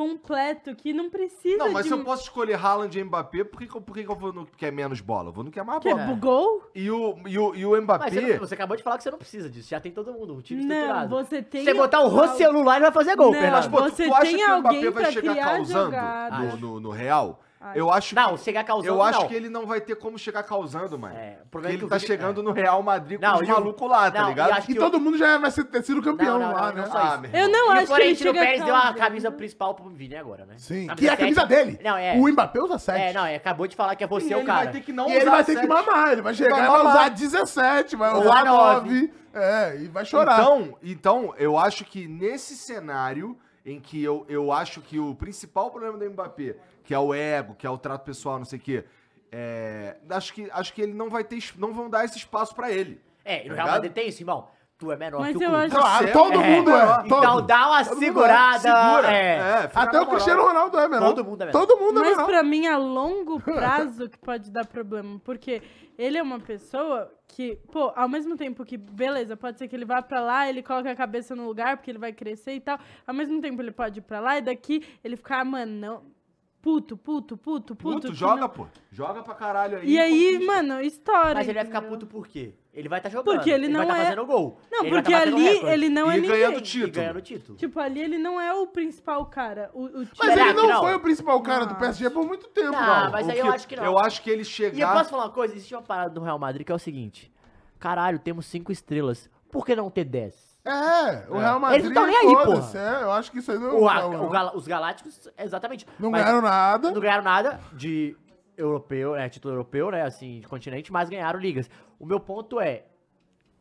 D: completo que não precisa
C: Não, mas
D: de... um
C: se
A: um
C: eu posso escolher Haaland e Mbappé, por que, que eu- por que, que eu vou no que é menos bola? Eu vou no que é mais
D: Que é
C: bola.
D: bugou?
C: E o, e o, e o
A: Mas
C: Mbappé.
A: você, não- você acabou de falar que você não precisa disso. Já tem todo mundo, um time
D: Não,
A: estruturado.
D: você tem...
A: Se você botar o Rossellu lá, ele vai fazer gol,
D: Não,
A: Fernando.
C: Mas, pô,
D: Você
C: tu acha
D: tem
C: que o Mbappé
D: alguém pra
C: vai chegar
D: criar
C: causando
D: jogadas.
C: no, no, no Real?
D: Acho.
C: Eu acho
A: Não,
C: que.
A: chegar causando,
C: Eu acho
A: não.
C: que ele não vai ter como chegar causando, mano.
A: É, o
C: porque
A: problema é
C: ele
A: que o
C: tá
A: Vini-
C: chegando no Real Madrid com
A: Não,
C: os
A: e o-
C: malucos lá, tá
A: não, e
C: ligado?
A: acho
B: E
A: que
B: todo mundo já vai ser, ter sido campeão
A: Não, não,
B: lá,
A: não,
B: né?
A: não só
C: Ah,
A: isso.
C: meu irmão.
D: Eu
A: E
D: não
A: o
D: acho que ele
A: Florentino
D: chega
A: Pérez deu a
D: causando.
A: camisa principal pro Vini agora, né?
B: Sim, que é a camisa
A: técnica.
B: dele.
A: Não, é.
B: O Mbappé usa 7.
A: É, não, é, acabou de falar que é
C: E
A: você
C: ele
A: o cara.
C: vai ter um que não
B: e ele
C: usar
B: vai ter
C: sete.
B: que mamar, ele vai chegar
C: Vai
B: e vai
C: mamar.
B: usar 17, vai
A: Ou
B: usar
A: a nove.
B: 9. É, e vai chorar.
C: Então, então, eu acho que nesse cenário em que eu, eu acho que o principal problema do Mbappé, que é o ego, que é o trato pessoal, não sei o quê, é, acho, que, acho que ele não vai ter. es- Não vão dar esse espaço pra ele.
A: É, e no Real
C: Tá ligado?
A: Madrid tem isso, irmão. Tu é menor
D: Mas
A: que o
D: eu
A: clube.
D: acho-
B: claro,
C: Céu.
B: todo
A: É.
B: mundo é. todo.
A: Então dá uma
B: Todo mundo é.
A: segurada.
C: Segura!
A: É.
C: fica
B: Até
C: na
B: o Cristiano
C: moral.
B: Ronaldo é menor.
A: Todo mundo é menor.
B: Todo mundo é
D: Mas
B: menor.
D: pra mim, a longo prazo que pode dar problema. Porque ele é uma pessoa que, pô, ao mesmo tempo que, beleza, pode ser que ele vá pra lá, ele coloca a cabeça no lugar porque ele vai crescer e tal. Ao mesmo tempo ele pode ir pra lá e daqui ele ficar, ah, mano, não. Puto, puto, puto, puto.
C: Puto,
D: que
C: joga,
D: não-
C: pô. Joga pra caralho aí.
D: E aí,
C: conquista.
D: mano, estoura.
A: Mas ele vai ficar
D: entendeu?
A: puto por quê? Ele vai estar jogando.
D: Porque ele
A: vai
D: não
A: tá
D: é-
A: fazendo gol.
D: Não,
A: ele vai
D: porque
A: tá batendo
D: ali
A: recorde
D: ele não é
C: E ganhando
D: ninguém.
A: E
C: título.
A: ganhando título.
D: Tipo, ali ele não é o principal cara. O, o
B: Mas
A: Será
B: ele
A: que
B: não,
A: não?
B: foi o principal cara do
D: Não.
B: PSG por muito tempo,
A: Não,
B: não.
A: Ah, mas
C: O
A: aí eu acho que não.
C: Eu acho que ele chegar.
A: E eu posso falar uma coisa? Existe uma parada do Real Madrid que é o seguinte: caralho, temos cinco estrelas. Por que não ter 10?
B: É, o
C: É.
B: Real
A: Eles
B: Madrid.
A: não tão nem aí,
B: foda-se, é, eu acho que isso aí não.
A: O, a-
B: não,
A: o Gala- os Galácticos, exatamente.
B: não
A: Mas
B: ganharam nada.
A: Não ganharam nada de europeu, né? Título europeu, né? Assim, de continente, mas ganharam ligas. O meu ponto é.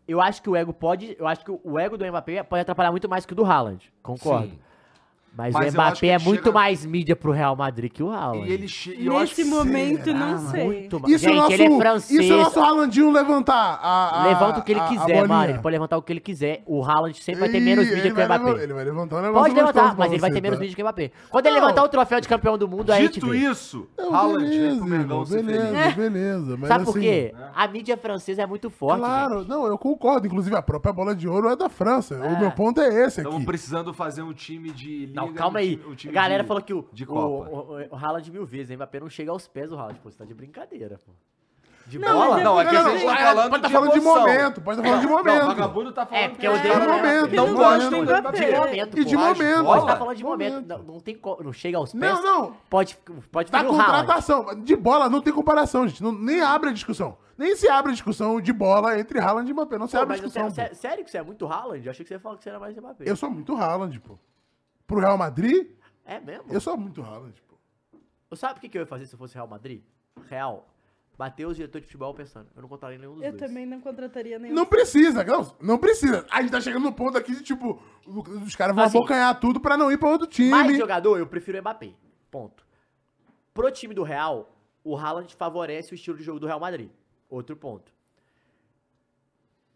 A: Eu acho que o ego pode. Eu acho que o ego do Mbappé pode atrapalhar muito mais que o do Haaland. Concordo.
C: Sim.
A: Mas,
C: Mas eu
A: o
C: acho
A: Mbappé
C: que
A: é
C: ele
A: muito
C: chega-
A: mais mídia pro Real Madrid que o Haaland.
C: E ele che... e eu acho
D: Nesse
C: que-
D: momento, não sei.
A: Ah, Muito mais.
B: Isso
A: Gente,
B: é nosso,
A: ele é francês.
B: Isso é nosso Haalandinho levantar. A, a,
A: Levanta o que ele
B: Ah, a- a
A: quiser, mano.
B: bolinha.
A: Ele pode levantar o que ele quiser. O Haaland sempre vai ter menos
B: Ih,
A: mídia
B: ele
A: que o
B: vai
A: Mbappé.
B: levan- Ele vai levantar um negócio
A: Pode levantar,
B: gostoso pra
A: mas ele vai
B: você,
A: ter menos
B: tá?
A: mídia que o Mbappé. Quando ele
B: Não.
A: levantar o troféu de campeão do mundo, aí É. a gente
C: Dito
A: vê.
C: isso,
B: Não,
C: Haaland vem
B: beleza,
C: pro Mengão
B: irmão,
C: ser
B: beleza,
C: feliz.
B: beleza. Mas
A: Sabe por
B: assim,
A: quê? A mídia francesa é muito forte. gente.
B: Claro, não, eu concordo. Inclusive, a própria bola de ouro é da França. O meu ponto é esse aqui.
C: Estamos precisando fazer um time de liga.
A: Não, calma
C: um
A: aí.
C: time- um time
A: a galera
C: de-
A: falou que o,
C: de
A: o,
C: Copa.
A: o, o, o Haaland mil vezes, hein? O Mbappé não chega aos pés do Haaland, pô. Você tá de brincadeira, pô. De
D: Não,
A: bola?
D: mas é
C: Não, é que
B: Não,
C: a
B: não,
C: gente tá
B: não,
C: falando
B: pode
C: de
B: tá falando de
C: emoção.
B: momento, pode tá falando de
C: Não,
B: momento.
C: o vagabundo tá falando
A: É, porque eu
C: de
A: dei
C: cara-
B: um momento,
C: Não
B: não
C: gosta do
B: gosto,
C: Mbappé.
A: De
D: é.
A: momento,
B: E de
A: pô.
C: Mas
B: momento.
A: Mas
C: bola?
A: tá falando de momento. Não, não tem co- não chega aos pés.
B: Não, Tá não.
A: Pode, pode
B: Da
A: vir o Haaland.
B: contratação. De bola não tem comparação, gente. Não- nem abre a discussão. Nem se abre a discussão de bola entre Haaland e Mbappé. Não se
A: Pô,
B: abre a
A: mas
B: discussão.
D: um
A: você,
B: pô.
A: sé- sério que você é muito Haaland? Eu achei que você ia falar que você era mais Mbappé.
B: Eu sou muito Haaland, pô. Pro Real Madrid,
A: É mesmo?
B: eu sou muito Haaland, pô.
A: Eu Sabe o que que eu ia fazer se eu fosse Real Madrid? Real. Bater os diretores de futebol pensando. Eu não contaria nenhum dos
D: Eu
A: dois.
D: também não contrataria nenhum.
B: Não precisa, não, não precisa. A gente tá chegando no ponto aqui de, tipo, o- os caras vão
A: Assim,
B: abocanhar tudo pra não ir pra outro time.
A: Mais jogador, eu prefiro o Mbappé. Ponto. Pro time do Real, o Haaland favorece o estilo de jogo do Real Madrid. Outro ponto.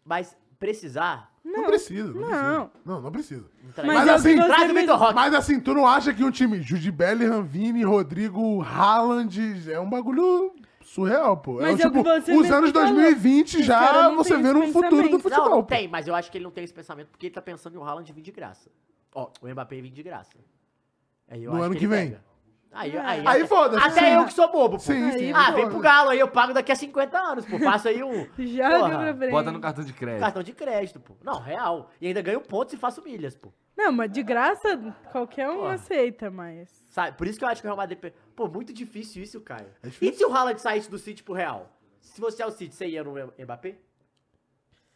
A: Mas precisar.
B: não, precisa, não,
D: não.
B: precisa. Não, não precisa.
A: traz-
B: Mas
D: é o que
B: assim,
D: você
A: traz o
D: mesmo-
A: Vitor Roque.
B: Mas assim, tu não acha que um time Jude Bellingham, Vini, Rodrigo, Haaland é um bagulho surreal, pô.
D: Mas
B: é,
D: é
B: o
D: o que
B: tipo,
D: você
B: os
D: mesmo
B: anos
D: falou.
B: 2020
D: Os
B: já
D: caras não
B: você
D: têm
B: vê no
D: esse
B: futuro do
D: pensamento.
B: futebol,
A: não, não
B: pô.
A: tem, mas eu acho que ele não tem esse pensamento porque ele tá pensando em o Haaland vir de graça. Ó, o Mbappé vir de graça. Aí eu
B: No
A: acho
B: ano
A: que
B: que
A: ele
B: vem.
A: pega. Aí,
D: É.
A: aí,
B: Aí
A: até-
B: foda-se,
A: Até
B: sim.
A: eu que sou bobo, pô.
B: Sim,
D: Aí,
B: sim.
A: ah,
B: pô.
A: vem pro Galo aí, eu pago daqui a 50 anos, pô. Faça aí um.
D: Joga
A: Porra,
D: pra frente.
C: Bota no cartão de
B: É.
C: crédito.
A: Cartão de crédilho, pô. Não, real. E ainda ganho pontos e faço milhas, pô.
D: Não, mas de graça qualquer um
A: Porra.
D: aceita, mas.
A: Sabe? Por isso que eu acho que o Real Madrid. pe- Pô, muito difícil isso, Caio.
B: É
A: e
B: difícil.
A: se o Haaland saísse do City pro Real? Se você é o City, você ia no Mbappé?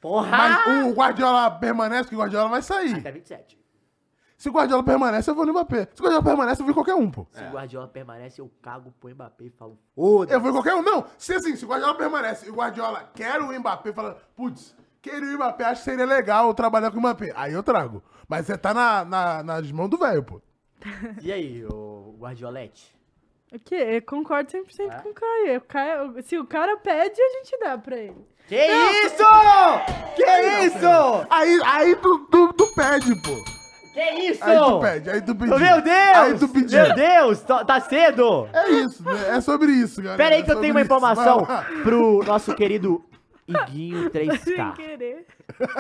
A: Porra! Ah,
B: Mas o Guardiola permanece, porque o Guardiola vai sair.
A: Até 27.
B: Se o Guardiola permanece, eu vou no Mbappé. Se o Guardiola permanece, eu vou em qualquer um, pô.
A: Se o Guardiola permanece, eu cago pro Mbappé e falo.
B: Eu vou em qualquer um. Não, se assim, se o Guardiola permanece e o Guardiola quer o Mbappé, fala, putz, queria o Mbappé, acho que seria legal eu trabalhar com o Mbappé. Aí eu trago. Mas você tá na, na, nas mãos do velho, pô.
A: E aí, ô Guardiolete?
D: O quê? Eu concordo 100% com o Caio. O Caio- Se o cara pede, a gente dá pra ele.
A: Que isso? isso?
B: Aí, aí tu, tu, tu pede, pô.
A: Que isso?
B: Aí tu pede, aí tu pediu.
A: Meu Deus!
B: Aí tu pediu.
A: Meu Deus, tá tá cedo!
B: É isso, né? é sobre isso, galera.
A: Pera aí
B: É
A: que eu
B: sobre
A: tenho uma
B: isso.
A: informação
B: Vai lá.
A: pro nosso querido Iguinho
D: Sem
A: 3K.
D: querer.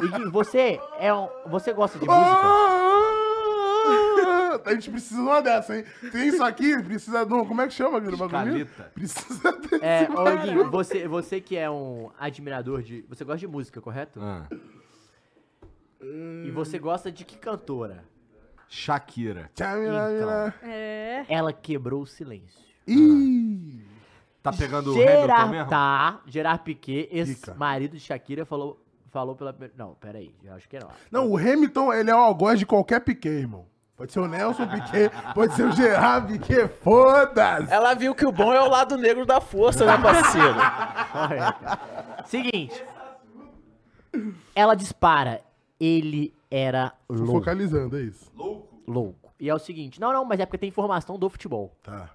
A: Iguinho, você é um, você gosta de música?
B: Ah, A gente precisa de uma dessa, hein? Tem isso aqui, precisa de um. Como é que chama aquele bagulho?
C: Escaleta.
B: Precisa desse.
A: É, ô Iguinho, você, você que é um admirador de, você gosta de música, correto?
C: Ah,
B: Hum.
A: E você gosta de que cantora?
C: Shakira.
B: Tchau, mira,
A: Então.
B: mira.
D: É.
A: Ela quebrou o silêncio.
B: Ih!
C: Tá pegando o Hamilton
A: Gerard,
C: mesmo?
A: tá, Gerard Piquet, ex-marido de Shakira, falou, falou pela... Não, peraí, eu acho que não.
B: Não, o Hamilton, ele é o algoz de qualquer Piquet, irmão. Pode ser o Nelson Piquet, pode ser o Gerard Piquet, foda-se!
F: Ela viu que o bom é o lado negro da força, né, parceiro?
A: Seguinte. Ela dispara. Ele era
B: Tô
A: louco.
B: focalizando, é isso.
A: louco. E é o seguinte. Não, não, mas é porque tem informação do futebol.
B: Tá.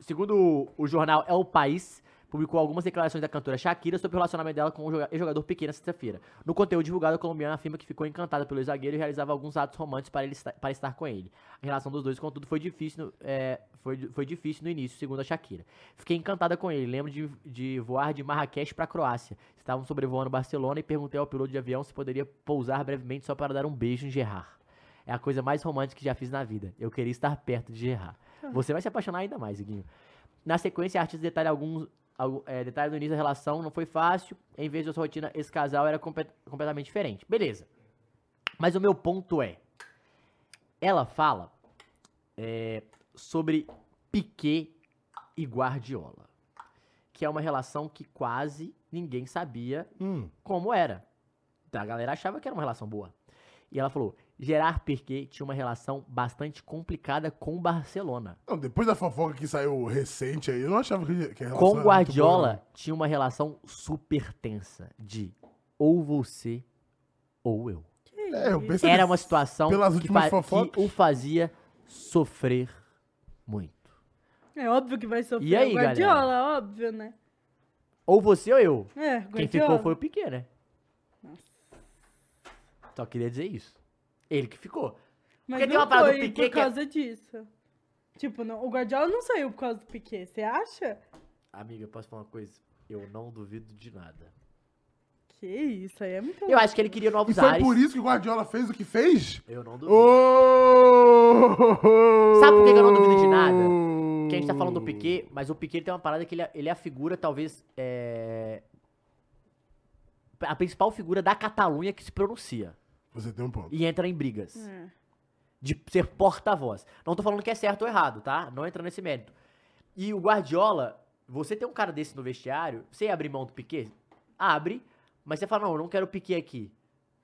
A: Segundo o- o jornal É o País, publicou algumas declarações da cantora Shakira sobre o relacionamento dela com o joga- ex-jogador Piquet na sexta-feira. No conteúdo divulgado, a colombiana afirma que ficou encantada pelo zagueiro e realizava alguns atos românticos para, ele esta- para estar com ele. A relação dos dois, contudo, foi difícil, no- é, foi, di- foi difícil no início, segundo a Shakira. Fiquei encantada com ele. Lembro de, de voar de Marrakech para a Croácia. Estavam sobrevoando Barcelona e perguntei ao piloto de avião se poderia pousar brevemente só para dar um beijo em Gerard. É a coisa mais romântica que já fiz na vida. Eu queria estar perto de Gerard. Você vai se apaixonar ainda mais, Iguinho. Na sequência, a artista detalha alguns algu- é, detalhes do início da relação. Não foi fácil. Em vez de sua rotina, esse casal era compe- completamente diferente. Beleza. Mas o meu ponto é... Ela fala é, sobre Piquet e Guardiola. Que é uma relação que quase ninguém sabia
B: Hum.
A: como era. A galera achava que era uma relação boa. E ela falou: Gerard Piquet tinha uma relação bastante complicada com o Barcelona.
B: Não, depois da fofoca que saiu recente aí, eu não achava que, que a relação
A: Com
B: era muito boa, né?
A: Guardiola tinha uma relação super tensa de ou você ou eu.
D: Que
B: não. É, eu
D: isso?
B: pensei
A: Era
B: que-
A: uma situação
B: pelas
A: que,
B: últimas
A: fa- que
B: fofocas.
A: o fazia sofrer muito.
D: É óbvio que vai sofrer.
A: E aí,
D: o Guardiola, óbvio, né?
A: Ou você ou eu.
D: É,
A: Quem
D: Guardiola.
A: ficou foi o Piquet, né? Só queria dizer isso. Ele que ficou.
D: Mas
A: Porque tem
D: não
A: uma parada do
D: foi
A: Piquet
D: por
A: que é-
D: causa disso. Tipo, não, o Guardiola não saiu por causa do Piquet, você acha?
A: Amiga, eu posso falar uma coisa? Eu não duvido de nada.
D: Que isso, aí é muito
A: Eu acho que ele queria
B: E
A: novos
B: foi
A: ares.
B: por isso que o Guardiola fez o que fez?
A: Eu não duvido.
B: Oh!
A: Sabe por que que eu não duvido de nada? Porque a gente tá falando
B: Hum.
A: do Piquet, mas o Piquet ele tem uma parada que ele é, ele é a figura, talvez. é, A principal figura da Catalunha que se pronuncia
B: Você tem um ponto.
A: e entra em brigas.
D: É.
A: De ser porta-voz. Não tô falando que é certo ou errado, tá? Não entra nesse mérito. E o Guardiola, você tem um cara desse no vestiário, você ia abrir mão do Piquet? Abre, mas você fala, não, eu não quero o Piquet aqui.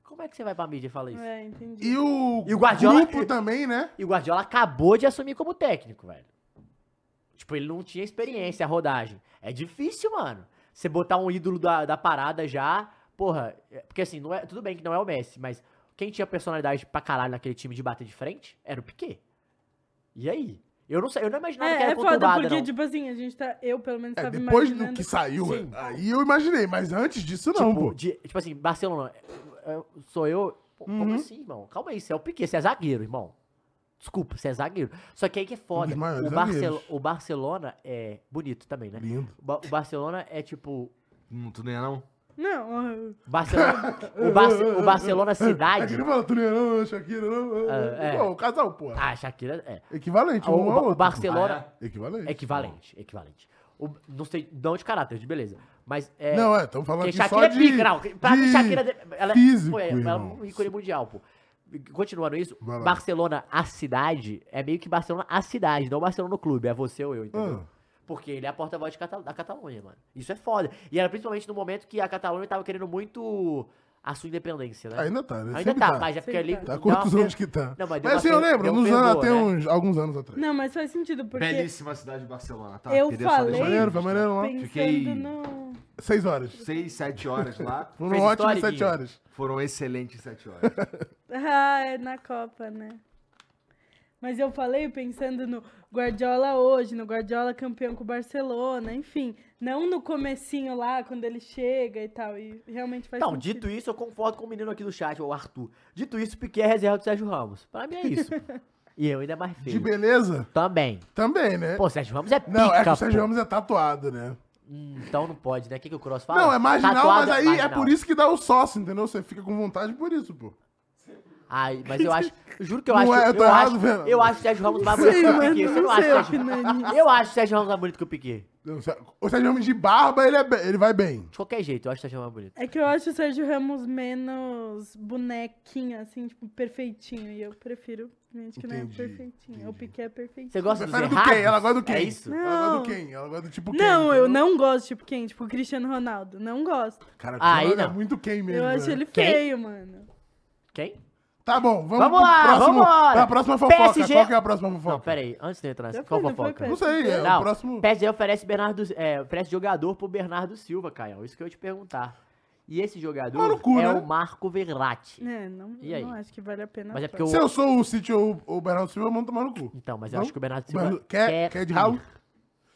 A: Como é que você vai pra mídia e fala isso?
D: É, entendi.
B: E o,
A: E o Guardiola- é-
B: grupo também, né?
A: E o Guardiola acabou de assumir como técnico, velho. Tipo, ele não tinha experiência, a rodagem. É difícil, mano. Você botar um ídolo da, da parada já, porra. é- Porque assim, não é, tudo bem que não é o Messi, mas quem tinha personalidade pra caralho naquele time de bater de frente era o Piquet. E aí? Eu não sei, eu não imaginava que
D: É,
A: era
D: é foda,
A: conturbada,
D: porque,
A: não.
D: tipo assim, a gente tá. Eu, pelo menos,
B: É,
D: tava
B: depois do
D: imaginando.
B: que saiu,
A: Sim.
B: aí eu imaginei, mas antes disso não,
A: tipo,
B: pô.
A: de- tipo assim, Barcelona, é- é- sou eu. Pô, Como
B: Uhum.
A: assim, irmão? Calma aí, você é o Piquet, você é zagueiro, irmão. Desculpa, você é zagueiro. Só que aí que é foda.
B: dos maiores
A: o, Barcel-
B: zagueiros.
A: o Barcelona é bonito também, né?
B: Lindo.
A: O, Ba- o Barcelona é tipo.
C: Não, tu nem é não?
D: Não,
A: Barcelona, o, Barce- o Barcelona
B: É que
A: cidade.
B: ele fala, tu não é não, Shakira não.
A: Ah, é.
B: Pô, o casal, pô.
A: Ah, Shakira é.
B: Equivalente,
A: O,
B: um ao
A: Ba- o
B: outro.
A: Barcelona.
B: Equivalente.
A: Equivalente, equivalente. O- não sei, não de caráter, de beleza. Mas é.
B: Não, é, estamos falando
A: Porque
B: aqui
A: Shakira
B: só
A: é
B: de...
A: pica, não. Pra mim,
B: de
A: Shakira. Ela,
B: físico,
A: pô, é- ela é
B: irmão.
A: um ícone mundial, pô. Continuando isso,
B: Vai lá.
A: Barcelona, a cidade, é meio que Barcelona, a cidade, não Barcelona, o clube. É você ou eu, entendeu?
B: Ah,
A: Porque ele é a porta-voz de Catal- da Catalunha, mano. Isso é foda. E era principalmente no momento que a Catalunha tava querendo muito a sua independência, né?
B: ainda tá, né?
A: Ainda
B: Sempre
A: tá, mas é porque
D: Sempre
A: ali.
D: tá.
B: Tá
A: dá
B: quantos
A: uma-
B: anos que tá?
A: Não, mas deu
B: mas assim,
A: uma
B: eu
A: per-
B: lembro,
A: deu um
B: nos anos,
A: perdoa,
B: até
A: né?
B: uns, alguns anos atrás.
D: não, mas faz sentido, porque
C: Belíssima cidade de Barcelona, tá?
D: Eu
B: Foi
D: falei-
C: só deixar
B: maneiro, foi
C: registrado.
B: maneiro lá.
D: pensando
C: Fiquei-
D: no.
B: Seis horas.
C: Seis, sete horas lá.
B: Foram
A: Fez
B: ótimas
A: história,
B: sete
A: Guinho?
B: horas.
C: Foram excelentes sete horas.
D: Ah, é na Copa, né? Mas eu falei pensando no Guardiola hoje, no Guardiola campeão com o Barcelona, enfim, Não no comecinho lá, quando ele chega e tal. E realmente faz
A: Então,
D: sentido.
A: dito isso, eu concordo com o menino aqui do chat, o Arthur. Dito isso, Piquet é reserva do Sérgio Ramos. Pra mim é isso. e eu ainda é mais
B: De
A: feio.
B: beleza?
A: Também. Também,
B: né?
A: Pô, Sérgio Ramos é pica,
B: Não, é que o Sérgio
A: pô.
B: Ramos é tatuado, né?
A: Hum, Então não pode, né? O que, que o Cross fala?
B: Não, é marginal,
A: Tatuado
B: mas aí é
A: marginal.
B: por isso que dá o sócio, entendeu? Você fica com vontade por isso, pô.
A: Ai, mas eu acho. eu Juro que eu
B: Não
A: acho.
B: é, eu
A: eu,
B: tô errado,
A: acho
B: Fernando.
A: eu acho o Sérgio Ramos mais
D: Não
A: bonito é
D: sei,
A: que o
D: mano,
A: Piquet. Você
D: não
A: não acha o
D: sei,
A: Sérgio-
D: Pinani.
A: Eu acho o Sérgio Ramos mais bonito que o Piquet.
B: Não, O Sérgio Ramos de barba, ele, é be- ele vai bem.
A: De qualquer jeito, eu acho o Sérgio Ramos mais bonito.
D: É que eu acho o Sérgio Ramos menos bonequinho, assim, tipo, perfeitinho. E eu prefiro gente que
B: Entendi,
D: não é perfeitinho. O Piquet é perfeitinho.
A: Você gosta dos
B: Prefere
A: errados?
B: do quem? Ela gosta do quem?
A: É isso?
B: Ela gosta do
D: Não.
B: quem? Ela gosta do tipo quem?
D: Não, eu
B: entendeu?
D: não gosto, tipo, quem? Tipo, o Cristiano Ronaldo. Não gosto.
B: Cara,
A: Ah, aí
B: ele é
A: não.
B: muito quem mesmo.
D: Eu acho
B: né?
D: ele
A: Quem?
D: feio, mano.
A: Quem?
B: Tá bom, vamos,
A: Vamos
B: pro
A: lá,
B: próximo,
A: vambora.
B: pra próxima fofoca.
A: PSG
B: Qual que é a próxima fofoca?
A: Não, pera aí. Antes de eu entrar nessa.
D: Já
A: Qual
D: foi, não foi,
A: fofoca?
D: pera?
B: Não sei, é
A: Não.
B: o próximo.
A: PSG oferece, Bernardo, é, oferece jogador pro Bernardo Silva, Caio. É Isso que eu ia te perguntar. E esse
B: Mas
A: jogador
B: no cu,
A: é
B: né?
A: o Marco Verratti.
D: É, não,
A: E aí?
D: não acho que vale a pena.
A: Mas é
D: a
A: porque o.
B: Se eu sou o City ou o Bernardo Silva, eu mando tomar no cu.
A: Então, mas eu
B: Não?
A: acho que o Bernardo Silva.
B: Bernardo- Quer,
A: quer
B: quer de
A: ir.
B: ralo?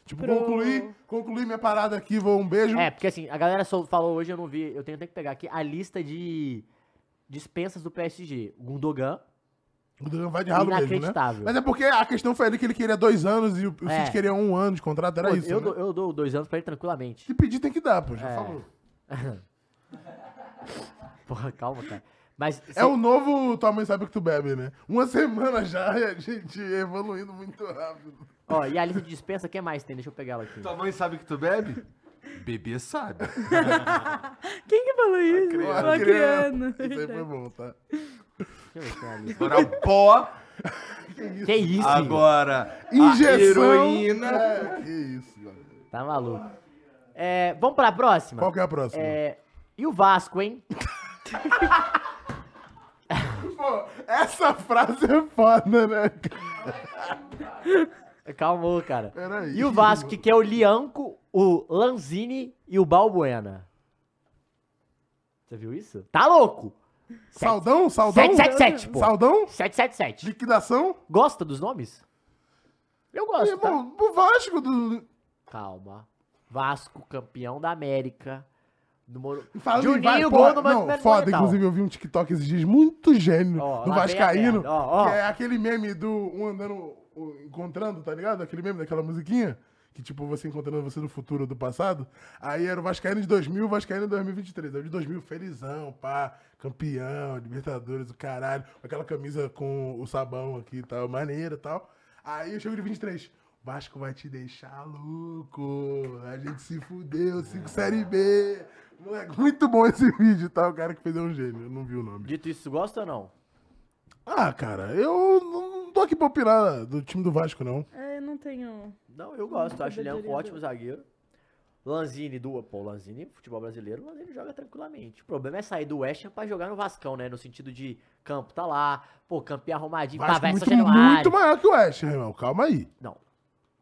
B: Tipo,
D: Pro-
B: concluir, concluir minha parada aqui, vou um beijo.
A: É, porque assim, a galera só falou hoje, eu não vi. Eu tenho até que pegar aqui a lista de dispensas do PSG. Gundogan,
B: O Dugan vai de ralo mesmo, né?
A: inacreditável.
B: Mas é porque a questão foi ali que ele queria dois anos e o, o
A: É.
B: City queria um ano de contrato, era
A: Pô,
B: isso,
A: eu,
B: né?
A: dou, eu dou dois anos pra ele tranquilamente.
B: Se pedir tem que dar, pô, já
A: É.
B: falou.
A: Porra, calma, cara. Mas. se-
B: É o novo Tua Mãe Sabe O Que Tu Bebe, né? Uma semana já e a gente evoluindo muito rápido.
A: Ó, e a lista de dispensa, o que mais tem? Deixa eu pegar ela aqui.
C: Tua mãe sabe que tu bebe? Bebê sabe.
D: Quem que falou isso?
B: Uma
D: Lacriano.
A: é
B: Isso aí foi bom, tá?
A: Deixa eu ver se tem a lista.
C: Agora pó,
A: Que isso, Igor?
C: agora a
B: Injeção.
C: heroína.
B: É, que isso, mano.
A: Tá maluco. É, vamos pra próxima?
B: Qual que é a próxima?
A: É, e o Vasco, hein?
B: Pô, essa frase é foda, né? cara?
A: Calma, cara.
B: Peraí.
A: E o Vasco, que quer o Lianco, o Lanzini e o Balbuena. Você viu isso? Tá louco!
B: Saldão? Saldão?
A: 777, pô.
B: Saldão?
A: 777.
B: Liquidação?
A: Gosta dos nomes? Eu gosto, tá?
B: Irmão, pro Vasco do.
A: Calma. Vasco, campeão da América. No Moro...
B: Fala, assim,
A: Juninho,
B: vai,
A: gol
B: porra,
A: do
B: Não,
A: Monumental.
B: foda. Inclusive, eu vi um TikTok esses dias muito gênio
A: Ó,
B: do
A: lá vem a
B: Vascaíno.
A: merda, ó, ó.
B: Que é aquele meme do um andando, o- encontrando, tá ligado? Aquele meme daquela musiquinha. Que tipo, você encontrando você do futuro ou do passado. Aí era o Vascaíno de 2000 e o Vascaíno de 2023. Aí o de 2000, felizão, pá, campeão, Libertadores, o caralho. Aquela camisa com o sabão aqui e tal, maneira e tal. Aí eu chego de 23. O Vasco vai te deixar louco. A gente se fudeu, 5 Série B. Moleque, muito bom esse vídeo, tá? O cara que fez é um gênio, eu não vi o nome.
A: Dito isso, gosta ou não?
B: Ah, cara, eu não tô aqui pra opinar do time do Vasco, não.
D: É, eu não tenho.
A: Não, eu gosto. Acho o Lianco um
D: Poderia
A: ótimo zagueiro. Lanzini do. Pô, Lanzini, futebol brasileiro, Lanzini joga tranquilamente. O problema é sair do West Ham pra jogar no Vascão, né? No sentido de campo tá lá, pô, campeão arrumadinho,
B: Vasco é
A: Pavés
B: muito,
A: São Januário.
B: muito maior que o West, Ham, irmão. Calma aí,
A: Não.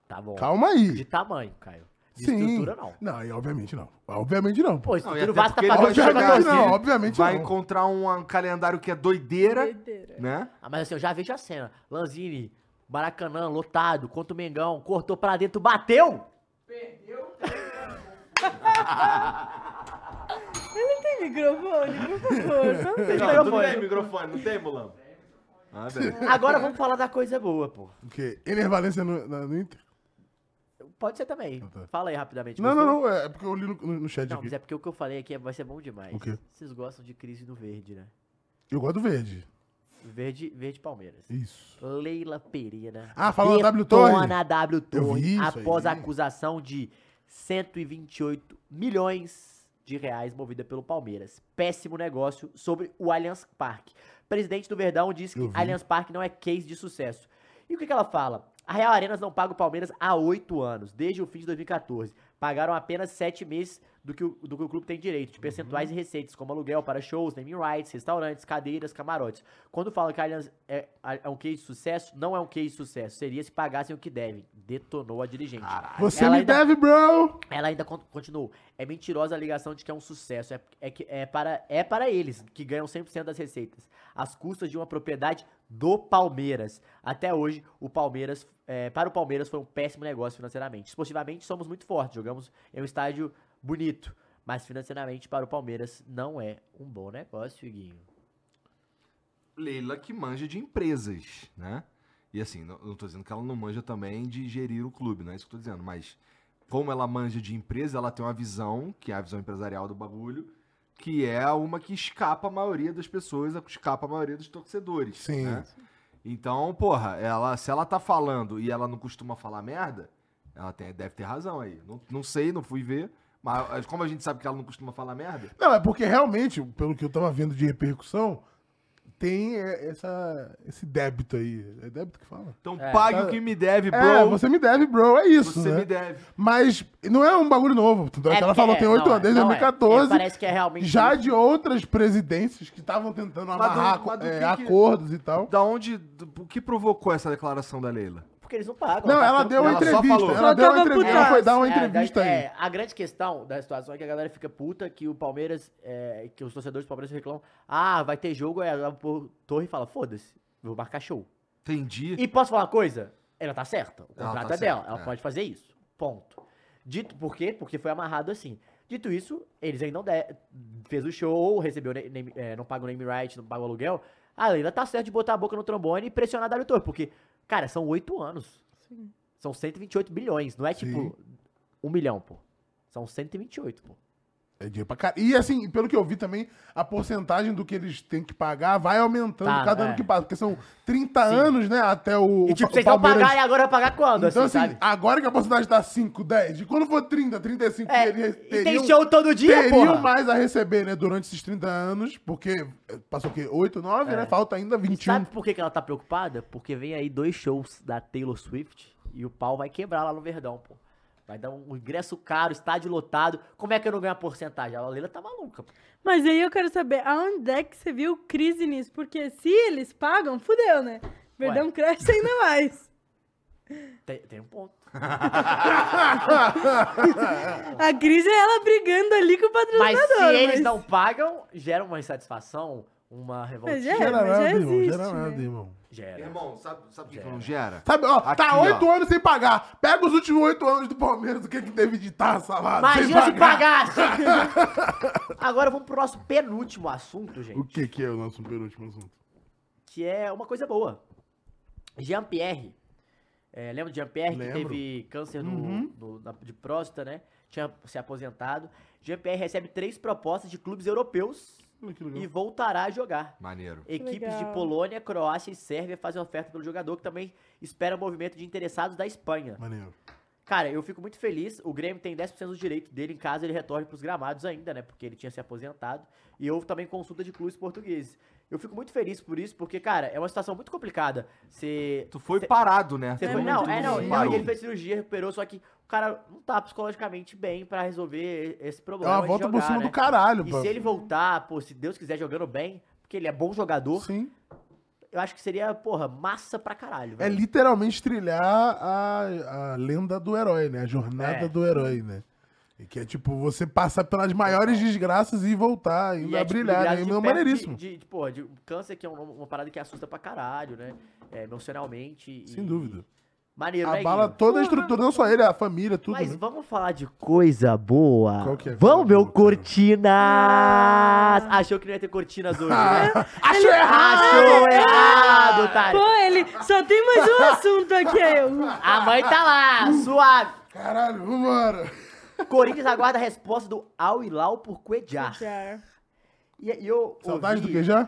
A: Tá bom.
B: calma
A: De
B: aí.
A: tamanho, Caio. De
B: Sim.
A: estrutura, não.
B: Não, e obviamente não. Obviamente não.
A: Pô, a
C: Não, e
A: estrutura do
C: até
A: Vasco tá
C: porque
A: pagando pra
C: ele vai
B: Obviamente
C: chegar
A: jogar.
B: não,
C: aqui,
B: obviamente
C: Vai
B: não.
C: encontrar um, um calendário que é doideira,
D: Doideira.
C: né?
A: Ah, mas assim, eu já vejo a cena. Lanzini, Maracanã, lotado, contra o Mengão, cortou pra dentro, bateu!
D: Mas não tem microfone, por favor. Não tem.
A: Não, não tem
C: microfone, não tem, Mulão? Ah, bem.
A: Agora vamos falar da coisa boa, pô.
B: O quê? Ener Valência no, na- no Inter?
A: Pode ser também.
B: tá.
A: Fala aí rapidamente.
B: Não,
A: gostou?
B: não, não. É porque eu li no, no- no chat
A: Tipo assim? Não,
B: aqui.
A: mas é porque o que eu falei aqui é- vai ser bom demais.
B: O quê?
A: Vocês gostam de crise no verde, né?
B: Eu gosto do verde.
A: Verde, verde Palmeiras.
B: Isso.
A: Leila Pereira.
B: Ah, falou na W Torre?
A: detona a W
B: Eu vi
A: Torre
B: isso
A: após a
B: aí.
A: acusação de 128 milhões de reais movida pelo Palmeiras. Péssimo negócio sobre o Allianz Parque. Presidente do Verdão diz
B: Eu
A: que
B: vi.
A: Allianz Parque não é case de sucesso. E o que, que ela fala? A Real Arenas não paga o Palmeiras há oito anos, desde o fim de 2014. Pagaram apenas sete meses do que, o, do que o clube tem direito, de percentuais e receitas, como aluguel para shows, naming rights, restaurantes, cadeiras, camarotes. Quando fala que a Allianz é, é um case de sucesso, não é um case de sucesso. Seria se pagassem o que devem. Detonou a dirigente.
B: Você
A: Ela
B: me
A: ainda-
B: deve, bro!
A: Ela ainda con- continuou. É mentirosa a ligação de que é um sucesso. É, é, que- é para, é para eles, que ganham 100% das receitas. As custas de uma propriedade do Palmeiras. Até hoje, o Palmeiras, é, para o Palmeiras, foi um péssimo negócio financeiramente. Esportivamente, somos muito fortes. Jogamos em um estádio bonito. Mas financeiramente, para o Palmeiras, não é um bom negócio, Guinho.
C: Leila que manja de empresas, né? E assim, não, não tô dizendo que ela não manja também de gerir o clube, não é isso que eu tô dizendo, mas como ela manja de empresa, ela tem uma visão, que é a visão empresarial do bagulho, que é uma que escapa a maioria das pessoas, escapa a maioria dos torcedores.
B: Sim.
C: né? Então, porra, ela, se ela tá falando e ela não costuma falar merda, ela tem- deve ter razão aí. Não, não sei, não fui ver, mas como a gente sabe que ela não costuma falar merda,
B: Não, é porque realmente, pelo que eu tava vendo de repercussão, tem é, essa, esse débito aí. É débito que fala?
C: então pague
B: tá-
C: o que me deve, bro.
B: É, você me deve, bro, é isso,
C: você
B: né?
C: me deve.
B: Mas não é um bagulho novo. tanto é que
A: É
B: ela falou
A: porque-
B: tem oito
A: não,
B: anos, desde
A: não é.
B: 2014.
A: É, parece que é realmente
B: Já
A: isso.
B: de outras presidências que estavam tentando
C: do-
B: amarrar
C: mas do
B: é,
C: que que-
B: acordos e tal.
C: Da onde. do- o que provocou essa declaração da Leila?
A: Porque eles não pagam.
B: Não,
A: tá
B: ela
A: tudo
B: deu uma
A: bem.
C: ela só
B: entrevista.
C: falou.
B: Ela
D: Só
B: deu uma
D: tava
B: entrevista.
D: putaça.
B: Ela foi dar uma
A: É, a
B: entrevista
A: grande-
B: aí.
A: é, a grande questão da situação é que a galera fica puta que o Palmeiras, é, que os torcedores do Palmeiras reclamam, ah, vai ter jogo, aí ela por torre e fala, foda-se, vou marcar show.
C: Entendi.
A: E posso falar uma coisa? Ela tá certa, o
C: Ela
A: contrato
C: tá
A: é dela,
C: certa,
A: ela
C: é.
A: pode fazer isso, ponto. Dito, por quê? Porque foi amarrado assim. Dito isso, eles ainda não de- fez o show, recebeu, ne- name- é, não paga o name right, não paga o aluguel, a Leila tá certa de botar a boca no trombone e pressionar a W Torre, porque, cara, são oito anos.
D: Sim.
A: São 128 bilhões, não é tipo um milhão, pô. São 128, pô.
B: É dinheiro pra caralho. E assim, pelo que eu vi também, a porcentagem do que eles têm que pagar vai aumentando
A: Tá,
B: cada
A: é.
B: ano que passa. Porque são 30
A: Sim.
B: anos, né? Até o.
A: E
B: o
A: tipo,
B: Pa-
A: vocês vão
B: Palmeiras-
A: pagar e agora vai pagar quando,
B: Então,
A: assim,
B: assim,
A: sabe?
B: agora que a porcentagem tá 5, 10, e quando for 30, 35,
A: É,
B: teria- um-
A: e
B: teriam-
A: tem show todo dia,
B: teriam
A: porra.
B: mais a receber, né, durante esses 30 anos, porque passou o quê? 8, 9, né? Falta ainda
A: E
B: 21.
A: É. sabe por que, que ela tá preocupada? Porque vem aí dois shows da Taylor Swift e o pau vai quebrar lá no Verdão, pô. Vai dar um ingresso caro, estádio lotado. Como é que eu não ganho a porcentagem? A Leila tá maluca, pô.
D: Mas aí eu quero saber, aonde é que você viu crise nisso? Porque se eles pagam, fudeu, né? Verdão cresce ainda mais.
A: Tem, tem um ponto.
D: A crise é ela brigando ali com o patrocinador.
A: Mas se eles não pagam, gera uma insatisfação, uma revolta.
D: é,
B: Gera
D: mas já
B: nada, irmão.
D: existe,
B: Gera
D: né?
B: nada, irmão.
A: Gera.
C: Irmão, sabe, sabe o
A: É.
C: que que não gera?
B: Sabe, ó,
C: Aqui,
B: tá
C: ó.
B: oito anos sem pagar. Pega os últimos oito anos do Palmeiras, o que que teve de taça lá? sem
A: Imagina se pagasse! Agora vamos pro nosso penúltimo assunto, gente.
B: O que que é o nosso penúltimo assunto?
A: que é uma coisa boa. Jean Pierre. É, lembra do Jean Pierre que
B: Lembro.
A: teve câncer no-
B: Uhum.
A: no- na- de próstata, né? Tinha se aposentado. Jean Pierre recebe três propostas de clubes europeus
B: Olha que
A: e
B: legal.
A: voltará a jogar.
C: Maneiro.
A: Equipes de
D: legal.
A: Polônia, Croácia e Sérvia fazem oferta pelo jogador, que também espera movimento de interessados da Espanha.
B: Maneiro.
A: Cara, eu fico muito feliz. O Grêmio tem 10% do direito dele em caso ele retorne pros gramados ainda, né? Porque ele tinha se aposentado. E houve também consulta de clubes portugueses. Eu fico muito feliz por isso, porque, cara, é uma situação muito complicada. Você.
C: Tu foi parado, né?
A: você
C: Tu
A: foi-
C: foi
A: não,
C: muito
A: é, não.
C: bem
A: não,
C: parado.
A: e ele fez cirurgia, recuperou, só que o cara não tá psicologicamente bem pra resolver esse
B: É
A: problema.
B: uma
A: de
B: volta por
A: jogar,
B: cima
A: né?
B: do caralho,
A: E
B: pô.
A: se ele voltar, pô, se Deus quiser, jogando bem, porque ele é bom jogador,
B: Sim.
A: eu acho que seria, porra, massa pra caralho.
B: É
A: velho.
B: literalmente trilhar a, a lenda do herói, né? A jornada
A: É.
B: do herói, né? E que é tipo, você passar pelas maiores desgraças e voltar, ainda
A: é,
B: a
A: tipo,
B: brilhar,
A: ligado
B: né?
A: de
B: Meu
A: perto
B: maneiríssimo.
A: De, de, de, porra, de câncer que é uma, uma parada que assusta pra caralho, né? É, emocionalmente. e-
B: Sem dúvida.
A: Maneiro, né,
B: Abala
A: Guinho?
B: toda a estrutura, não só ele, a família, tudo.
A: Mas
B: né?
A: vamos falar de coisa boa.
B: Qual que é a
A: vamos,
B: coisa
A: meu
B: boa, cara?
A: cortinas! Achou que não ia ter cortinas hoje, né? Achou errado! Achou errado, otário!
D: Pô, ele só tem mais um assunto aqui, eu.
A: A mãe tá lá, suave.
B: Caralho, vambora.
A: Corinthians aguarda a resposta do Al Hilal por Cuejar. E, e eu
B: Saudade do
A: ouvi-
B: que já?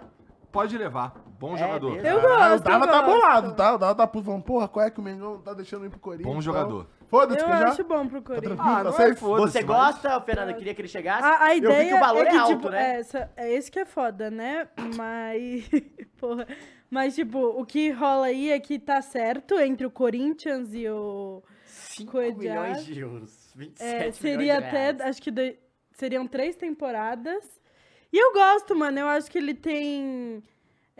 C: Pode levar. Bom
A: É
C: jogador.
A: mesmo.
D: Eu
B: Ah, o
D: gosto.
B: Dava
D: eu
B: tá
D: gosto.
B: bolado, tá? O Dava tá puto falando, porra, qual é que o Mengão não tá deixando ir pro Corinthians?
C: Bom
B: e tal?
C: jogador.
B: Foda-se,
D: Eu
B: que já.
D: acho bom pro
B: Tá
D: Corinthians.
B: tranquilo,
C: Ah,
B: tá
C: não é
B: safe?
C: foda.
A: Você
C: Foda-se,
A: gosta, Fernando? Queria que ele chegasse.
D: A, a
A: eu vi
D: ideia
A: que o valor
D: é,
A: é,
D: que,
A: alto,
D: tipo,
A: né?
D: é, essa- é esse que é foda, né? Mas, porra, mas tipo, o que rola aí é que tá certo entre o Corinthians e o
A: 5
D: Cuejá.
A: milhões de euros. 27
D: é,
A: milhões
D: seria
A: de
D: até
A: reais.
D: acho que doi- seriam três temporadas. E eu gosto, mano. Eu acho que ele tem.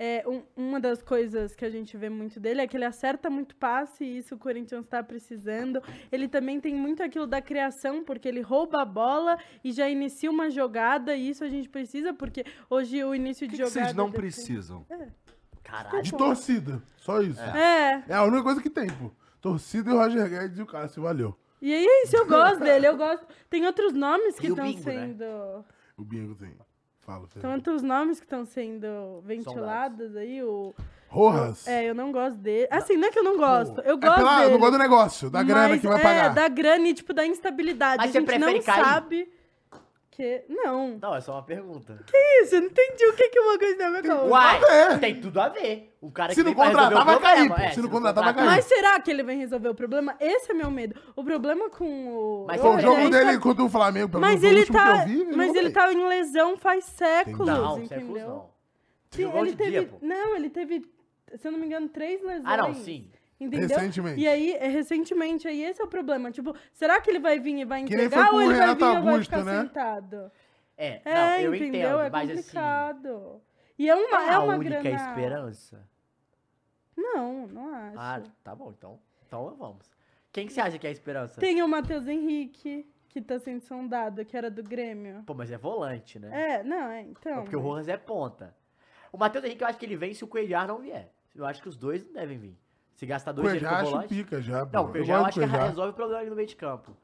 D: é, um- uma das coisas que a gente vê muito dele é que ele acerta muito passe e isso o Corinthians tá precisando. Ele também tem muito aquilo da criação, porque ele rouba a bola e já inicia uma jogada e isso a gente precisa, porque hoje o início
C: O que,
D: de
C: que
D: jogada.
C: vocês não
A: né?
D: deve-
C: precisam?
A: Caralho.
B: De torcida. Só isso. É.
D: É.
B: a única coisa que tem, pô. Torcida e o Roger Guedes e o Cássio. Valeu.
D: E aí é isso, eu gosto dele, eu gosto. Tem outros nomes que
A: E o
D: estão
A: bingo, né?
D: sendo.
B: O Bingo tem. Fala,
D: Tem
B: Fernando.
D: outros Então, nomes que estão sendo ventilados aí. O...
B: Rojas.
D: É, eu não gosto dele. Assim, não é que eu não gosto. Eu
B: É
D: gosto
B: pela-
D: dele.
B: eu não gosto do negócio, da grana
D: mas
B: que vai
D: é,
B: pagar.
D: da grana e, tipo, da instabilidade.
A: Mas
D: a
A: você
D: gente
A: prefere
D: não
A: cair?
D: sabe que... Não.
A: Não, é só uma pergunta.
D: Isso, eu não entendi o que, que uma coisa tem a ver com a outra.
A: Uai,
B: ver.
A: tem tudo a ver. O cara
B: Se
A: que vem
B: não
A: pra resolver
B: contratar,
A: o
B: vai
A: problema.
B: cair, pô.
A: É,
B: Se não contratar, vai
A: contratar-
D: Mas será que ele vem resolver o problema? Esse é meu medo. O problema com o...
A: Mas
B: Pô, o
A: é,
B: um jogo
A: é,
B: dele contra o Flamengo, pelo menos,
D: Mas
B: foi o
D: ele
B: último
D: tá,
B: que eu vi, ele
D: mas
B: jogou
D: ele
B: bem.
D: tá em lesão faz séculos,
A: Não, séculos
D: entendeu?
A: não.
D: Sim,
A: Jogou
D: ele
A: hoje em
D: teve,
A: dia, pô.
D: não, ele teve, se eu não me engano, três lesões.
A: Ah, não, sim.
D: Entendeu?
B: Recentemente.
D: E aí, é, recentemente, aí esse é o problema. Tipo, será que ele vai vir e vai
B: Que nem foi
D: entregar
B: com
D: ou
B: o
D: ele vai vir
B: Renato
D: e vai ficar
B: Augusto, né?
D: sentado?
A: É, não,
D: é,
A: eu
D: entendeu?
A: entendo,
D: é
A: mas assim.
D: complicado. E é uma, é
A: a
D: uma
A: única
D: grana...
A: esperança.
D: Não, não acho.
A: Ah, tá bom, então. Então vamos. Quem que você acha que é a esperança?
D: Tem o Matheus Henrique, que tá sendo sondado, que era do Grêmio.
A: Pô, mas é volante, né?
D: É, não, é, então.
A: Porque o Rojas é ponta. O Matheus Henrique, eu acho que ele vem se o Coelhar não vier. Eu acho que os dois não devem vir. Se gastar dois dinheiro
B: Cuejá
A: com
B: acho
A: volante.
B: pica já, pô.
A: Não, o
B: Eu
A: Cuejá eu
B: gosto
A: acho
B: do
A: que
B: Cuejá.
A: resolve o problema ali no meio de campo.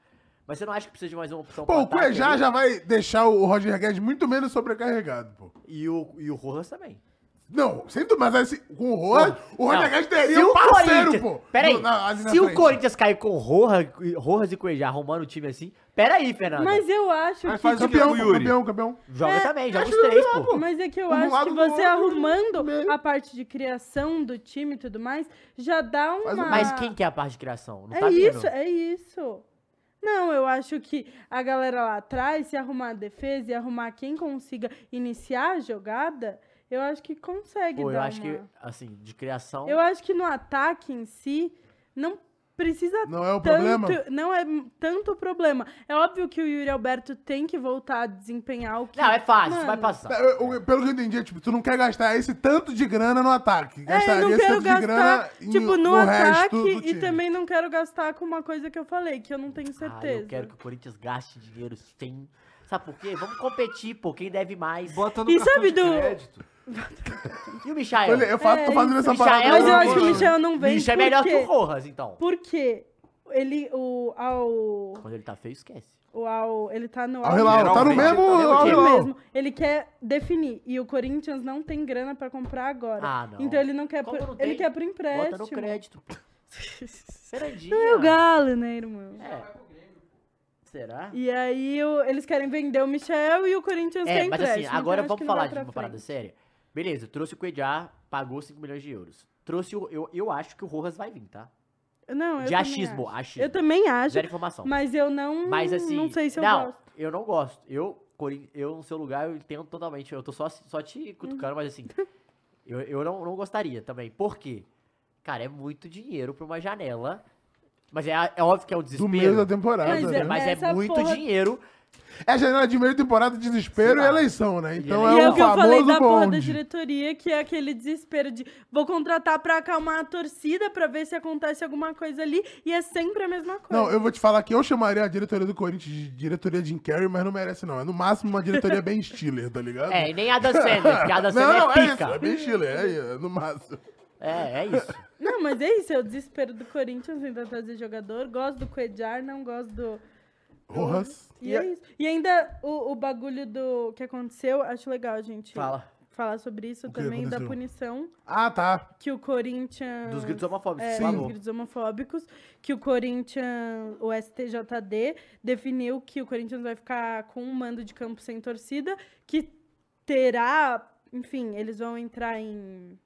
A: Mas você não acha que precisa de mais uma opção
B: Pô,
A: pro
B: o
A: ataque né?
B: Cuejá
A: ali?
B: já vai deixar o Roger Guedes muito menos sobrecarregado, pô.
A: E o, e o Rojas também.
B: Não, sem dúvida, mas assim, com o Roger, o Roger
A: Não,
B: Guedes
A: se
B: teria
A: o
B: um parceiro,
A: Corinthians-
B: pô.
A: Pera aí,
B: no- na- ali na
A: se o
B: frente.
A: Corinthians cair com o Rojas, Rojas e Cuejá arrumando o time assim, pera aí, Fernando.
D: Mas é, eu acho que.
C: Mas
D: tá
C: faz o que
B: Campeão,
C: com o
B: pô,
C: Yuri?
B: campeão, campeão.
A: Joga também, joga
B: acho
A: os três, pô.
D: Mas é que eu
B: Um do
D: acho
B: lado
D: que
B: do outro,
D: você arrumando
B: meio.
D: a parte de criação do time e tudo mais, já dá uma.
B: Faz um-
A: Mas quem que é a parte de criação? Não
D: Ah. É
A: tá
D: isso,
A: vendo?
D: é isso. Não, eu acho que a galera lá atrás, se arrumar a defesa e arrumar quem consiga iniciar a jogada, eu acho que consegue
A: Pô,
D: dar
A: eu acho
D: uma-
A: que, assim, de criação...
D: Eu acho que no ataque em si, não precisa
B: Não é o
D: tanto,
B: problema?
D: não é tanto problema. É óbvio que o Yuri Alberto tem que voltar a desempenhar o que
A: Não, é fácil, isso vai
D: Mano.
A: passar.
B: Eu- eu- Pelo que eu entendi, é, tipo, tu não quer gastar esse tanto de grana no ataque.
D: É, eu
B: Gastaria
D: não
B: esse
D: quero
B: tanto de grana
D: gastar,
B: em-
D: tipo, no,
B: resto do
D: ataque e
B: time.
D: também não quero gastar com uma coisa que eu falei, que eu não tenho
A: Ah,
D: certeza.
A: eu quero que o Corinthians gaste dinheiro sem... Sabe por quê? Vamos competir, pô, quem deve mais.
C: Bota no
D: E
C: cartão
D: sabe
C: de
D: do-
C: crédito.
A: E o Michael?
B: Olha, eu faço,
D: É,
B: tô fazendo
D: isso.
B: essa parada.
A: Michael,
D: Mas eu
A: Eu
D: acho que o
A: gosto.
D: Michel não vem.
A: Michel é
D: por
A: melhor
D: quê?
A: que o Rojas, então.
D: Porque ele, o ao,
A: Quando ele tá feio, esquece.
D: o ao, ele tá no
B: Ao Hilal, tá no
C: Geralmente,
B: mesmo...
A: tá no mesmo
B: Ao
D: Ele
A: time.
B: Hilal.
D: mesmo, ele quer definir e o Corinthians não tem grana pra comprar agora.
A: Ah, não.
D: Então ele não quer,
A: Como
D: pro-
A: não
D: ele
A: tem?
D: quer pro
A: Bota
D: empréstimo.
A: no crédito. Fernandinho.
D: Não é o Galo, né, irmão?
A: É. Será?
D: E aí o- eles querem vender o Michel e o Corinthians
A: É,
D: quer
A: mas
D: empréstimo.
A: assim, agora
D: então acho
A: vamos
D: que não vai
A: falar de
D: pra
A: uma parada
D: frente.
A: séria. Beleza, trouxe o Cuejá, pagou 5 milhões de euros. Trouxe o. Eu, eu acho que o Rojas vai vir, tá?
D: Não,
A: de
D: eu também
A: achismo,
D: acho.
A: achismo.
D: Eu também acho,
A: Zero informação.
D: mas eu não,
A: Mas assim.
D: Hum, não sei se eu
A: não,
D: gosto.
A: eu não gosto. Eu, Corin- eu, no seu lugar, eu entendo totalmente. Eu tô só, só te cutucando, mas assim. Eu, eu não, não gostaria também. Por quê? Cara, é muito dinheiro pra uma janela. Mas é, é óbvio que é um
B: Do meio da
A: desespero.
B: temporada,
A: É um
D: Mas
B: né?
A: desespero, mas é
D: Essa
A: muito
D: porra-
A: dinheiro.
B: É a janela de meio temporada, desespero
A: Sei
B: e
A: lá.
B: eleição, né? Então
A: E
D: e
B: é
D: é
B: o
D: o que eu falei
B: famoso
D: da porra da
B: bonde.
D: diretoria, que é aquele desespero de vou contratar pra acalmar a torcida pra ver se acontece alguma coisa ali, e é sempre a mesma coisa.
B: Não, eu vou te falar que eu chamaria a diretoria do Corinthians de diretoria Jim Carrey, mas não merece não. É no máximo uma diretoria bem Stiller, tá ligado?
A: É, e nem Adam Sandler, porque Adam
B: não,
A: Sandler
B: não,
A: é
B: é isso,
A: pica.
B: é bem Stiller, é, é no máximo.
A: É, é isso.
D: Não, mas é isso, é o desespero do Corinthians tentar trazer jogador. Gosto do Coedjar, não gosto do.
B: Rojas.
D: E, é isso. E ainda o, o bagulho do que aconteceu, acho legal a gente
A: Fala.
D: falar sobre isso
B: O que
D: também, da
B: aconteceu?
D: punição
B: Ah, tá.
D: que o Corinthians.
A: Dos gritos homofóbicos,
D: é,
A: por
D: dos
A: favor.
D: gritos homofóbicos, que o Corinthians, o STJD, definiu que o Corinthians vai ficar com um mando de campo sem torcida, que terá, enfim, eles vão entrar em.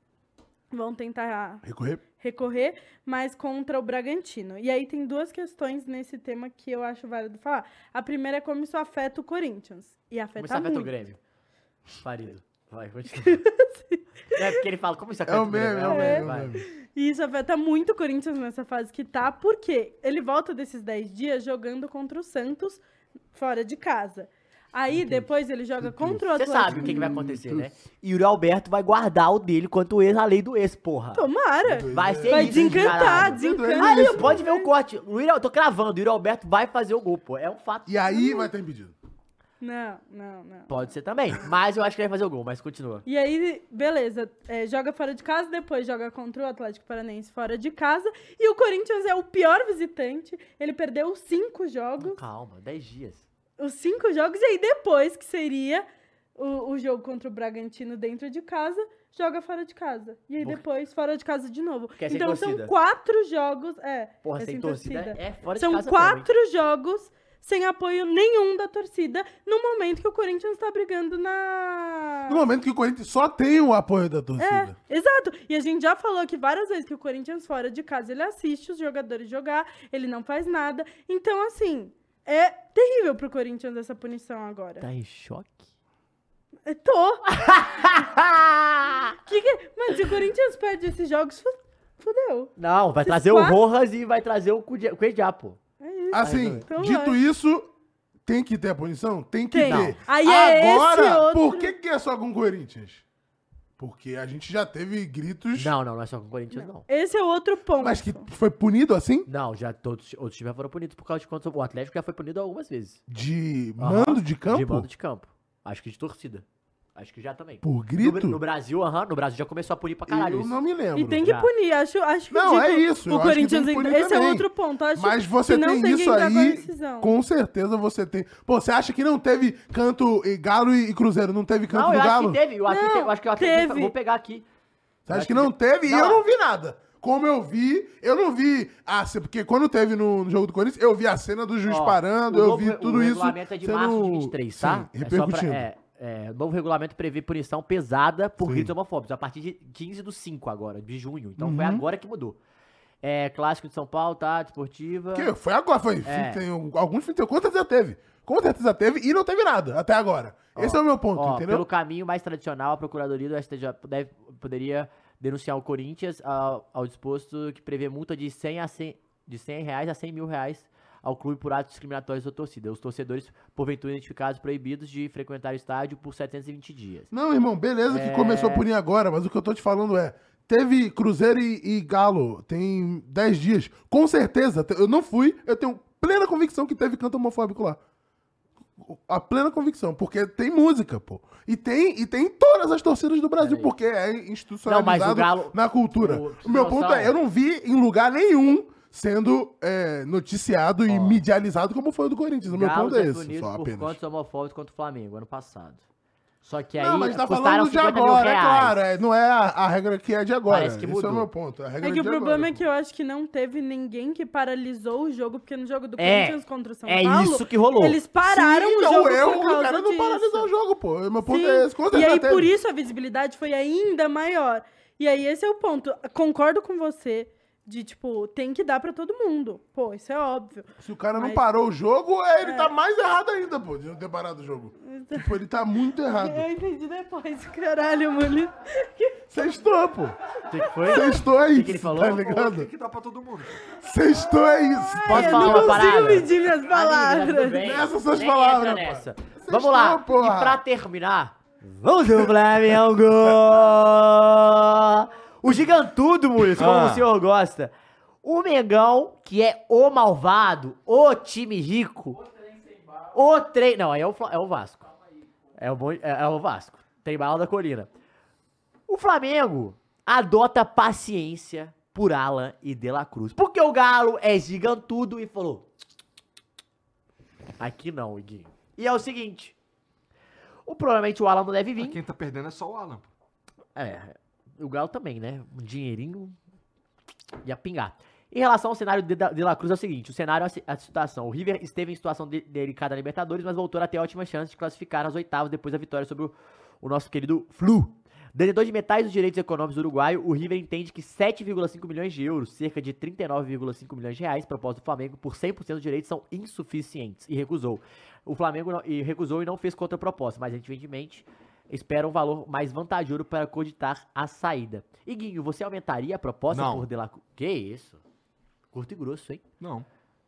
D: vão tentar
B: Recorrer.
D: recorrer, mas contra o Bragantino. E aí tem duas questões nesse tema que eu acho válido falar. A primeira é como isso afeta o Corinthians. E
A: Como
D: afeta
A: isso afeta
D: muito.
A: o Grêmio? Farido. Vai, continua. é porque ele fala, como isso afeta
B: É o
A: o Grêmio?
B: meme, é
A: É,
B: o meme. é
A: vai.
B: o meme.
D: E isso afeta muito o Corinthians nessa fase que tá, porque ele volta desses 10 dias jogando contra o Santos fora de casa. Aí depois ele joga contra o
A: Você
D: Atlético.
A: sabe o que, que vai acontecer, né? Yuri Alberto vai guardar o dele quanto ex a lei do ex, porra.
D: Tomara.
A: Vai ser isso,
D: Vai
A: caralho.
D: desencantar,
B: Doido,
D: desencanta.
A: Aí, pode ver o corte. O Yuri, eu tô cravando, o Yuri Alberto vai fazer o gol, pô. É um fato.
B: E aí vai estar impedido.
D: Não, não, não.
A: Pode ser também. Mas eu acho que ele vai fazer o gol, mas continua.
D: E aí, beleza, é, joga fora de casa, depois joga contra o Atlético Paranaense fora de casa. E o Corinthians é o pior visitante. Ele perdeu os cinco jogos.
A: Calma, 10 dias.
D: Os cinco jogos, e aí depois, que seria o, o jogo contra o Bragantino dentro de casa, joga fora de casa. E aí
A: Por-
D: depois, fora de casa de novo.
A: Que é sem
D: então
A: torcida.
D: são quatro jogos. É,
A: Porra,
D: é
A: sem torcida, é fora de
D: São
A: casa também.
D: quatro jogos sem apoio nenhum da torcida, no momento que o Corinthians tá brigando na.
B: No momento que o Corinthians só tem o apoio da torcida.
D: Exato. E a gente já falou aqui várias vezes que o Corinthians fora de casa, ele assiste os jogadores jogar, ele não faz nada. Então, assim, é terrível pro Corinthians essa punição agora.
A: Tá em choque?
D: Eu tô. que que... Mano, se o Corinthians perde esses jogos, fu- fudeu.
A: Não, vai
D: Esses
A: trazer
D: quatro-
A: o Rojas e vai trazer o Cudia- Cuejá, pô.
D: É isso.
B: Assim,
D: Então
B: dito
D: vai.
B: isso, tem que ter a punição? Tem que
D: Tem.
B: ter.
D: Aí é
B: Agora,
D: esse outro.
B: por que, que é só com o Corinthians? Porque a gente já teve gritos,
A: Não, não, não é só com o Corinthians, não.
D: Esse é o outro ponto.
B: mas que foi punido assim?
A: Não, já todos outros times já foram punidos por causa de quantos. O Atlético já foi punido algumas vezes.
B: De
A: Aham.
B: mando de campo?
A: De bando de campo. Acho que de torcida. Acho que já também.
B: Por
A: No,
B: grito?
A: Bra- no Brasil, aham, no Brasil já começou a punir pra caralho
B: Eu
A: isso.
B: não me lembro.
D: E tem que
A: Já.
D: punir, acho, acho
B: Não, é
D: ridículo.
B: isso, eu
D: O
B: acho que tem que
D: Corinthians,
B: punir
D: ainda- esse
B: também.
D: é outro ponto. Acho
B: Mas você
D: que não
B: tem,
D: tem
B: isso
D: quem tá com a
B: aí,
D: decisão.
B: com certeza você tem. Pô, você acha que não teve canto e Galo e e Cruzeiro? Não teve canto
A: Não,
B: do
A: eu acho
B: Galo?
A: que teve. Eu acho, que
D: Não,
A: teve, eu acho que o Atlético.
D: teve.
A: Vou pegar aqui.
B: Você acha que não teve? E
A: Não.
B: eu não vi nada. Como eu vi, eu não vi. Ah, se- porque quando teve no, no jogo do Corinthians, eu vi a cena do juiz
A: Ó,
B: parando,
A: o
B: eu
A: novo
B: vi
A: re-
B: tudo
A: o
B: isso.
A: regulamento é de
B: sendo-
A: março de 23, tá? é
B: Sim,
A: só pra,
B: repercutindo.
A: é, é, o novo regulamento prevê punição pesada por
B: Sim.
A: gritos homofóbicos, a partir de 15 do 5 agora, de junho. Então foi
B: Uhum.
A: agora que mudou. É, clássico de São Paulo, tá? Desportiva.
B: Que foi agora, foi.
A: É.
B: Tem um- alguns tem, com certeza teve. Com certeza teve e não teve nada até agora. Esse é o meu ponto,
A: Ó,
B: entendeu?
A: pelo caminho mais tradicional, a Procuradoria do STJ deve- poderia denunciar o Corinthians ao, ao disposto que prevê multa de 100, a 100, de 100 reais a 100 mil reais ao clube por atos discriminatórios da torcida. Os torcedores, porventura identificados, proibidos de frequentar o estádio por 720 dias.
B: Não, irmão, beleza
A: É.
B: que começou a punir agora, mas o que eu tô te falando é. Teve Cruzeiro e, e Galo, tem 10 dias. Com certeza, te- eu não fui, eu tenho plena convicção que teve canto homofóbico lá. A plena convicção, porque tem música, pô. E tem, e tem em todas as torcidas do Brasil,
A: Peraí.
B: porque é
A: Não, mas
B: institucionalizado
A: o Galo-
B: na cultura.
A: o-
B: O meu ponto é,
A: Noção.
B: eu não vi em lugar nenhum sendo é, noticiado e
A: Ó.
B: medializado como foi o do Corinthians. O meu
A: Galo
B: ponto é
A: já
B: esse,
A: punido
B: só
A: por
B: apenas.
A: contos homofóbicos contra o Flamengo, ano passado. Só que aí
B: Não, mas tá
A: custaram
B: falando de
A: 50 mil
B: agora, é
A: reais.
B: claro. é, não é a, a regra que é de agora.
A: Parece que
B: Esse é
A: mudou.
B: o meu ponto. A regra
D: É que o
B: de
D: problema
B: agora.
D: é que eu acho que não teve ninguém que paralisou o jogo, porque no jogo do
A: É,
D: Corinthians contra o São
A: É
D: Paulo,
A: isso que rolou.
D: eles pararam
B: Sim,
D: o
B: então
D: jogo
B: eu,
D: por
B: o
D: causa
B: cara não
D: disso.
B: paralisou o jogo, pô. O meu ponto
D: Sim.
B: é esse. Com
D: E
B: certeza
D: aí,
B: teve.
D: por isso, a visibilidade foi ainda maior. E aí, esse é o ponto. Concordo com você de, tipo, tem que dar pra todo mundo. Pô, isso é óbvio.
B: Se o cara não
D: Mas-
B: parou o jogo, é, ele tá mais errado ainda, pô, de não ter parado o jogo. Tipo, ele tá muito errado.
D: Eu entendi depois, caralho, mano.
B: Sextou, pô.
A: O que que foi?
B: Sextou é
A: que ele
B: isso,
A: falou?
B: tá
C: Tem
B: ligado?
C: que dar pra todo mundo.
B: Sextou é isso.
A: Posso falar
D: Eu não
A: uma
D: consigo
A: parada?
D: medir minhas
A: Amiga, tá tudo
D: palavras.
A: bem?
B: Nessas suas
A: Nem
B: palavras,
A: entra
B: pô.
A: nessa.
B: Vocês
A: Vamos lá.
B: estão, porra.
A: E pra terminar, vamos ver o Flamengo. O gigantudo, Muris, como
F: Ah.
A: o senhor gosta. O Mengão, que é o malvado, o time rico. O trem. Não, aí é o, Fla- é o Vasco. É o, bom- é- é o Vasco. Tem bala da colina. O Flamengo adota paciência por Alan e De La Cruz. Porque o Galo é gigantudo e falou: Aqui não, Iguinho. E é o seguinte. O, provavelmente o Alan não deve
C: Mas
A: vir.
C: Quem tá perdendo é só o Alan. pô.
A: É, o Galo também, né? Um dinheirinho ia pingar. Em relação ao cenário de, de La Cruz é o seguinte, o cenário é a si- a situação. O River esteve em situação de- delicada na Libertadores, mas voltou a ter ótimas chances de classificar nas oitavas depois da vitória sobre o, o nosso querido Flu. Detentor de metais dos direitos econômicos do uruguaio, o River entende que 7,5 milhões de euros, cerca de 39,5 milhões de reais, propósito do Flamengo, por 100% dos direitos são insuficientes e recusou. O Flamengo não- e recusou e não fez contraproposta, mas evidentemente espera um valor mais vantajoso para cogitar a saída. Iguinho, você aumentaria a proposta
C: Não.
A: por Delacruz? Que isso? Curto e grosso, hein?
C: Não.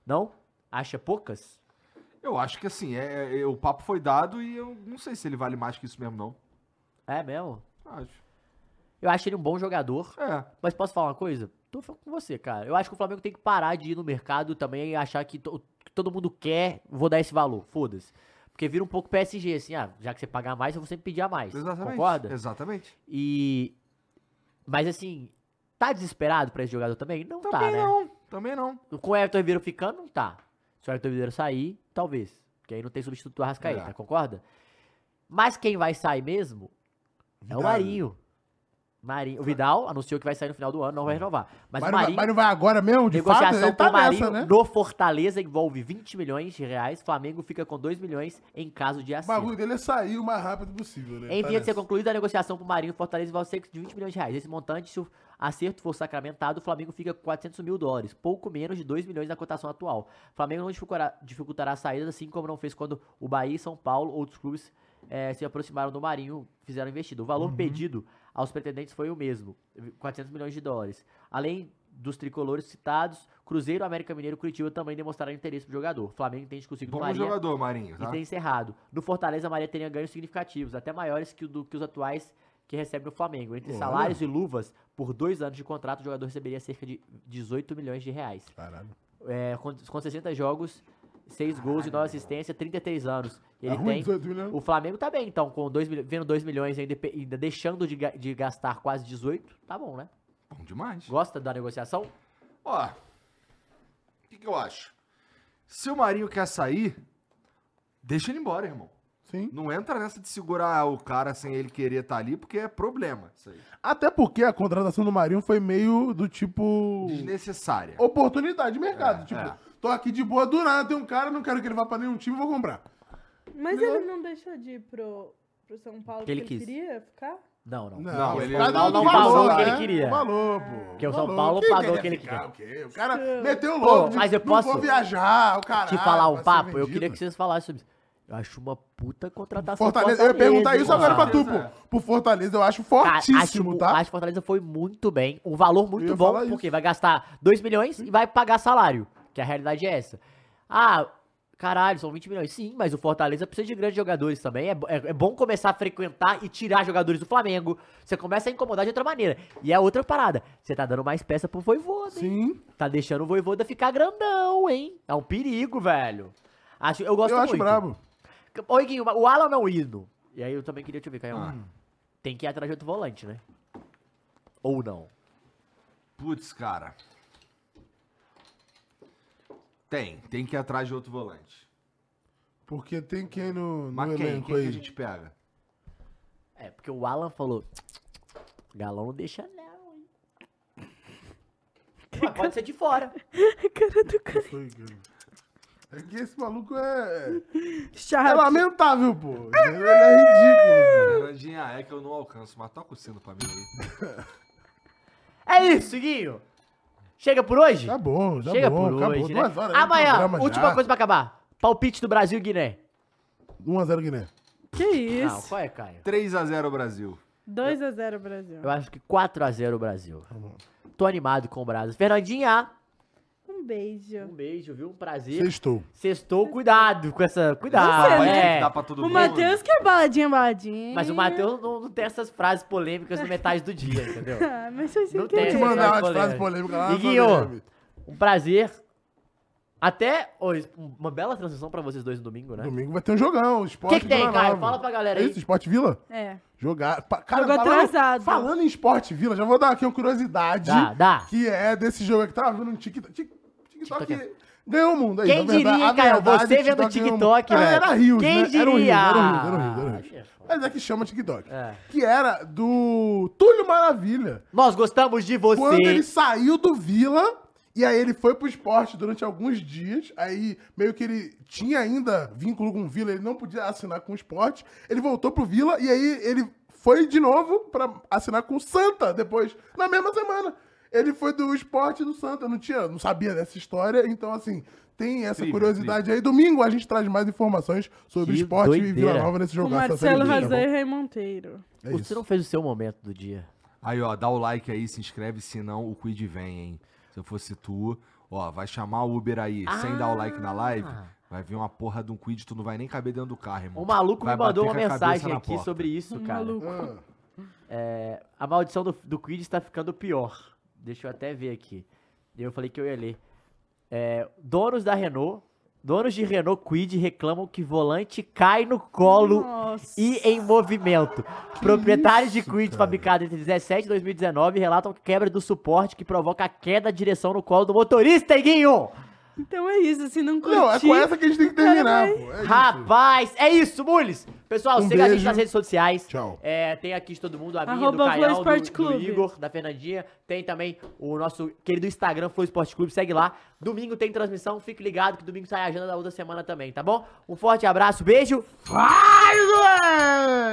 A: Não? Acha poucas?
C: Eu acho que assim, é, é- o papo foi dado e eu não sei se ele vale mais que isso mesmo, não.
A: É mesmo?
C: Acho.
A: Eu acho ele um bom jogador,
C: É.
A: mas posso falar uma coisa? Tô falando com você, cara. Eu acho que o Flamengo tem que parar de ir no mercado também e achar que, to- que todo mundo quer, vou dar esse valor, foda-se. Porque vira um pouco PSG, assim, ah, já que você pagar mais, eu vou sempre pedir a mais.
C: Exatamente.
A: Concorda?
C: Exatamente.
A: E. Mas assim, tá desesperado pra esse jogador também? Não tá,
C: Também
A: né?
C: não. Também não.
A: Com o Everton Ribeiro ficando, não tá. Se o Everton Ribeiro sair, talvez. Porque aí não tem substituto do Arrascaeta,
C: É.
A: concorda? Mas quem vai sair mesmo é o
B: Vidal.
A: Marinho. Marinho. O Vidal anunciou que vai sair no final do ano, não vai renovar. Mas o
B: Mário vai,
A: Marinho,
B: Mário vai agora mesmo, de fato,
A: negociação
B: ele
A: com
B: tá
A: o Marinho é
B: nessa, né?
A: no Fortaleza envolve 20 milhões de reais. Flamengo fica com 2 milhões em caso de
B: O
A: acerto.
B: bagulho dele é sair o mais rápido possível, né?
A: Em
B: Tá
A: via de ser
B: nessa.
A: concluída a negociação pro Marinho, o Fortaleza vai cerca de 20 milhões de reais. Esse montante, se o acerto for sacramentado, o Flamengo fica com 400 mil dólares, pouco menos de 2 milhões na cotação atual. O Flamengo não dificultará, dificultará a saída, assim como não fez quando o Bahia e São Paulo, outros clubes, eh, se aproximaram do Marinho, fizeram investido. O valor pedido aos pretendentes foi o mesmo, 400 milhões de dólares. Além dos tricolores citados, Cruzeiro, América Mineiro e Curitiba também demonstraram interesse pro jogador. O Flamengo tem conseguido
C: Bom
A: o Marinho é
C: jogador, Marinho.
A: e
C: Tá?
A: tem encerrado. No Fortaleza, a Maria teria ganhos significativos, até maiores que, o do, que os atuais que recebe no Flamengo. Entre
B: Olha.
A: salários e luvas, por dois anos de contrato, o jogador receberia cerca de 18 milhões de reais.
B: Caralho.
A: É, com, com 60 jogos, 6 gols e 9 assistências, 33 anos. Ele
B: Tá ruim,
A: tem.
B: 18 milhões?
A: O Flamengo tá bem, então, com dois, mil- vendo 2 milhões ainda, pe- ainda deixando de, ga- de gastar quase 18, tá bom, né?
C: Bom demais.
A: Gosta da negociação?
C: Ó, o que, que eu acho? Se o Marinho quer sair, deixa ele embora, irmão.
B: Sim.
C: Não entra nessa de segurar o cara sem ele querer estar ali, porque é problema isso aí.
B: Até porque a contratação do Marinho foi meio do tipo.
C: Desnecessária.
B: Oportunidade de mercado.
C: É,
B: tipo,
C: é.
B: tô aqui de boa do nada, tem um cara, não quero que ele vá pra nenhum time, vou comprar.
D: Mas
B: Uhum.
D: ele não deixou de ir pro, pro São Paulo
A: Que
D: que
A: ele
D: ele,
A: quis.
D: queria ficar?
A: Não, não.
C: Não, ele-
B: Mas
A: não,
B: do
A: não pagou o que ele queria.
B: né? O valor, pô.
A: Porque o
B: valor.
A: São Paulo
B: Quem
A: pagou o
B: quer
A: que ele
B: ficar?
A: quer.
B: O quê? O cara
D: Sim.
B: meteu
A: Pô,
B: logo. de,
A: mas eu
B: Não
A: posso
B: vou viajar, o cara.
A: te falar um papo, eu queria que vocês falassem sobre isso. Eu acho uma puta contratação. pro
B: Fortaleza, eu ia perguntar
A: hein,
B: isso agora pra
A: mano.
B: tu,
C: Fortaleza,
B: pô. Pro Fortaleza, eu acho
A: Cara, acho,
B: fortíssimo,
A: o-
B: tá?
A: acho que Fortaleza foi muito bem. Um valor
B: Eu
A: muito
B: ia
A: bom,
B: falar
A: porque
B: isso.
A: vai gastar 2 milhões e vai pagar salário. Que a realidade é essa. Ah, caralho, são 20 milhões. Sim, mas o Fortaleza precisa de grandes jogadores também. É, bo- é- é bom começar a frequentar e tirar jogadores do Flamengo. Você começa a incomodar de outra maneira. E é outra parada. Você tá dando mais peça pro Voivoda, hein?
B: Sim.
A: Tá deixando o Voivoda ficar grandão, hein? É um perigo, velho. Acho, eu gosto
B: Eu acho
A: muito.
B: brabo.
A: Ô, Iguinho, o Alan não indo. Hum. E aí eu também queria te ver, Caio. Tem que ir atrás de outro volante, né? Ou não.
C: Putz, cara. Tem, tem que ir atrás de outro volante.
B: Porque tem quem no, no
C: Mas quem?
B: elenco
C: Quem que a
B: aí.
C: gente pega?
A: É, porque o Alan falou. Galão não deixa, não, hein? Mas pode ser de fora.
D: A cara do cara.
B: Foi, cara. É que esse maluco é. É
D: Chato.
B: lamentável, pô. Ele é ridículo. pô.
C: Grandinha é que eu não alcanço, mas toca o sino pra mim aí.
A: É isso, Guinho. Chega por hoje?
B: Tá bom, já
A: Chega
B: bom.
A: por
B: acabou.
A: hoje.
B: Duas
A: né?
B: horas. de
A: Amanhã,
B: programa
A: última
B: já.
A: coisa pra acabar. Palpite do Brasil e Guiné.
B: 1x0 Guiné.
D: Que
A: Não,
D: isso?
A: qual é, Caio?
C: 3x0 Brasil.
D: 2x0 Brasil.
A: Eu acho que 4x0 o Brasil.
B: Tá
A: Tô animado com o Brasil. Fernandinha,
D: Um
A: um
D: beijo.
A: beijo, viu? Um prazer.
B: Sextou.
A: Sextou, cuidado com essa. Cuidado,
D: Você,
A: né?
C: Que Dá pra todo
D: O
C: mundo.
D: Matheus que é baladinha, baladinha.
A: Mas o Matheus não, não tem essas frases polêmicas na metade do dia, entendeu?
D: Ah, mas foi sem
A: Não tem.
B: Vou te
A: É,
D: querer.
B: mandar
A: frase
B: umas frases
A: polêmica.
B: polêmicas lá.
A: Iguinho.
B: Flamengo.
A: Um prazer. Até hoje, um, uma bela transição pra vocês dois no domingo, né?
B: Domingo vai ter um jogão.
A: O
B: Esporte
A: que, que tem,
B: Vila
A: Caio?
B: Nova.
A: Fala pra galera
B: É
A: aí.
B: Isso, Esporte Vila?
D: É.
B: Jogar. pa- Cara,
D: Jogou
B: falando,
D: atrasado.
B: Falando em Esporte Vila, já vou dar aqui uma curiosidade.
A: Dá, dá.
B: Que é desse jogo aqui. Tava vendo um TikTok. Tik- TikTok ganhou o mundo aí.
A: é. Quem
B: na verdade,
A: diria,
B: a
A: Caio?
B: verdade, é
A: Você vendo
B: ganhou o mundo.
A: TikTok,
B: Ah,
A: velho.
B: Era Rios,
A: Quem
B: né? Era um Rios,
A: diria?
B: era um Rios, era um Rios, era um Rios.
A: Achei foda.
B: Mas é que chama TikTok.
A: É.
B: Que era do Túlio Maravilha.
A: Nós gostamos de você.
B: Quando ele saiu do Vila, e aí ele foi pro esporte durante alguns dias, aí meio que ele tinha ainda vínculo com o Vila, ele não podia assinar com o esporte, ele voltou pro Vila, e aí ele foi de novo pra assinar com o Santa depois, na mesma semana. Ele foi do esporte do Santa, não tinha, não sabia dessa história, então assim, tem essa
C: Incrível,
B: curiosidade aí. Domingo a gente traz mais informações sobre
A: Que
B: esporte e
A: doideira.
B: Vila Nova nesse
D: O
B: jogo.
D: Marcelo é Razan e o Rei Monteiro.
B: tá É
A: Você
B: isso.
A: não fez o seu momento do dia.
C: Aí, ó, dá o like aí, se inscreve, senão o
A: Ah.
C: Quid vem, hein? Se eu fosse tu, ó, vai chamar o Uber aí, sem dar o like na live, Vai vir uma porra de um quid, tu não vai nem caber dentro do carro, irmão.
A: Um maluco
C: Vai
A: me mandou uma
C: bater com a cabeça
A: mensagem
C: na
A: aqui
C: porta.
A: sobre isso,
D: Um
A: cara.
D: maluco.
B: Ah,
A: A maldição do, do Quid está ficando pior. Deixa eu até ver aqui. Eu falei que eu ia ler. É, donos da Renault. Donos de Renault Quid reclamam que volante cai no colo
D: Nossa.
A: e
B: é
A: em movimento. Proprietários de Quid
B: cara?
A: fabricados entre 17 e 2019 relatam quebra do suporte que provoca a queda da direção no colo do motorista, Iguinho!
D: Então é isso, se não curtir...
B: não, é com essa que a gente tem que terminar, pô. É isso.
A: Rapaz, é isso, Mules! Pessoal,
B: Um
A: siga a gente
B: beijo.
A: nas redes sociais.
B: Tchau.
A: É, tem aqui de todo mundo, a minha,
D: Arroba
A: do
D: Flow
A: Caião,
D: Esporte
A: do, do
D: Clube.
A: Igor, da Fernandinha. Tem também o nosso querido Instagram, Flow Esporte Clube, segue lá. Domingo tem transmissão, fique ligado que domingo sai a agenda da outra semana também, tá bom? Um forte abraço, beijo,
B: Vai, velho!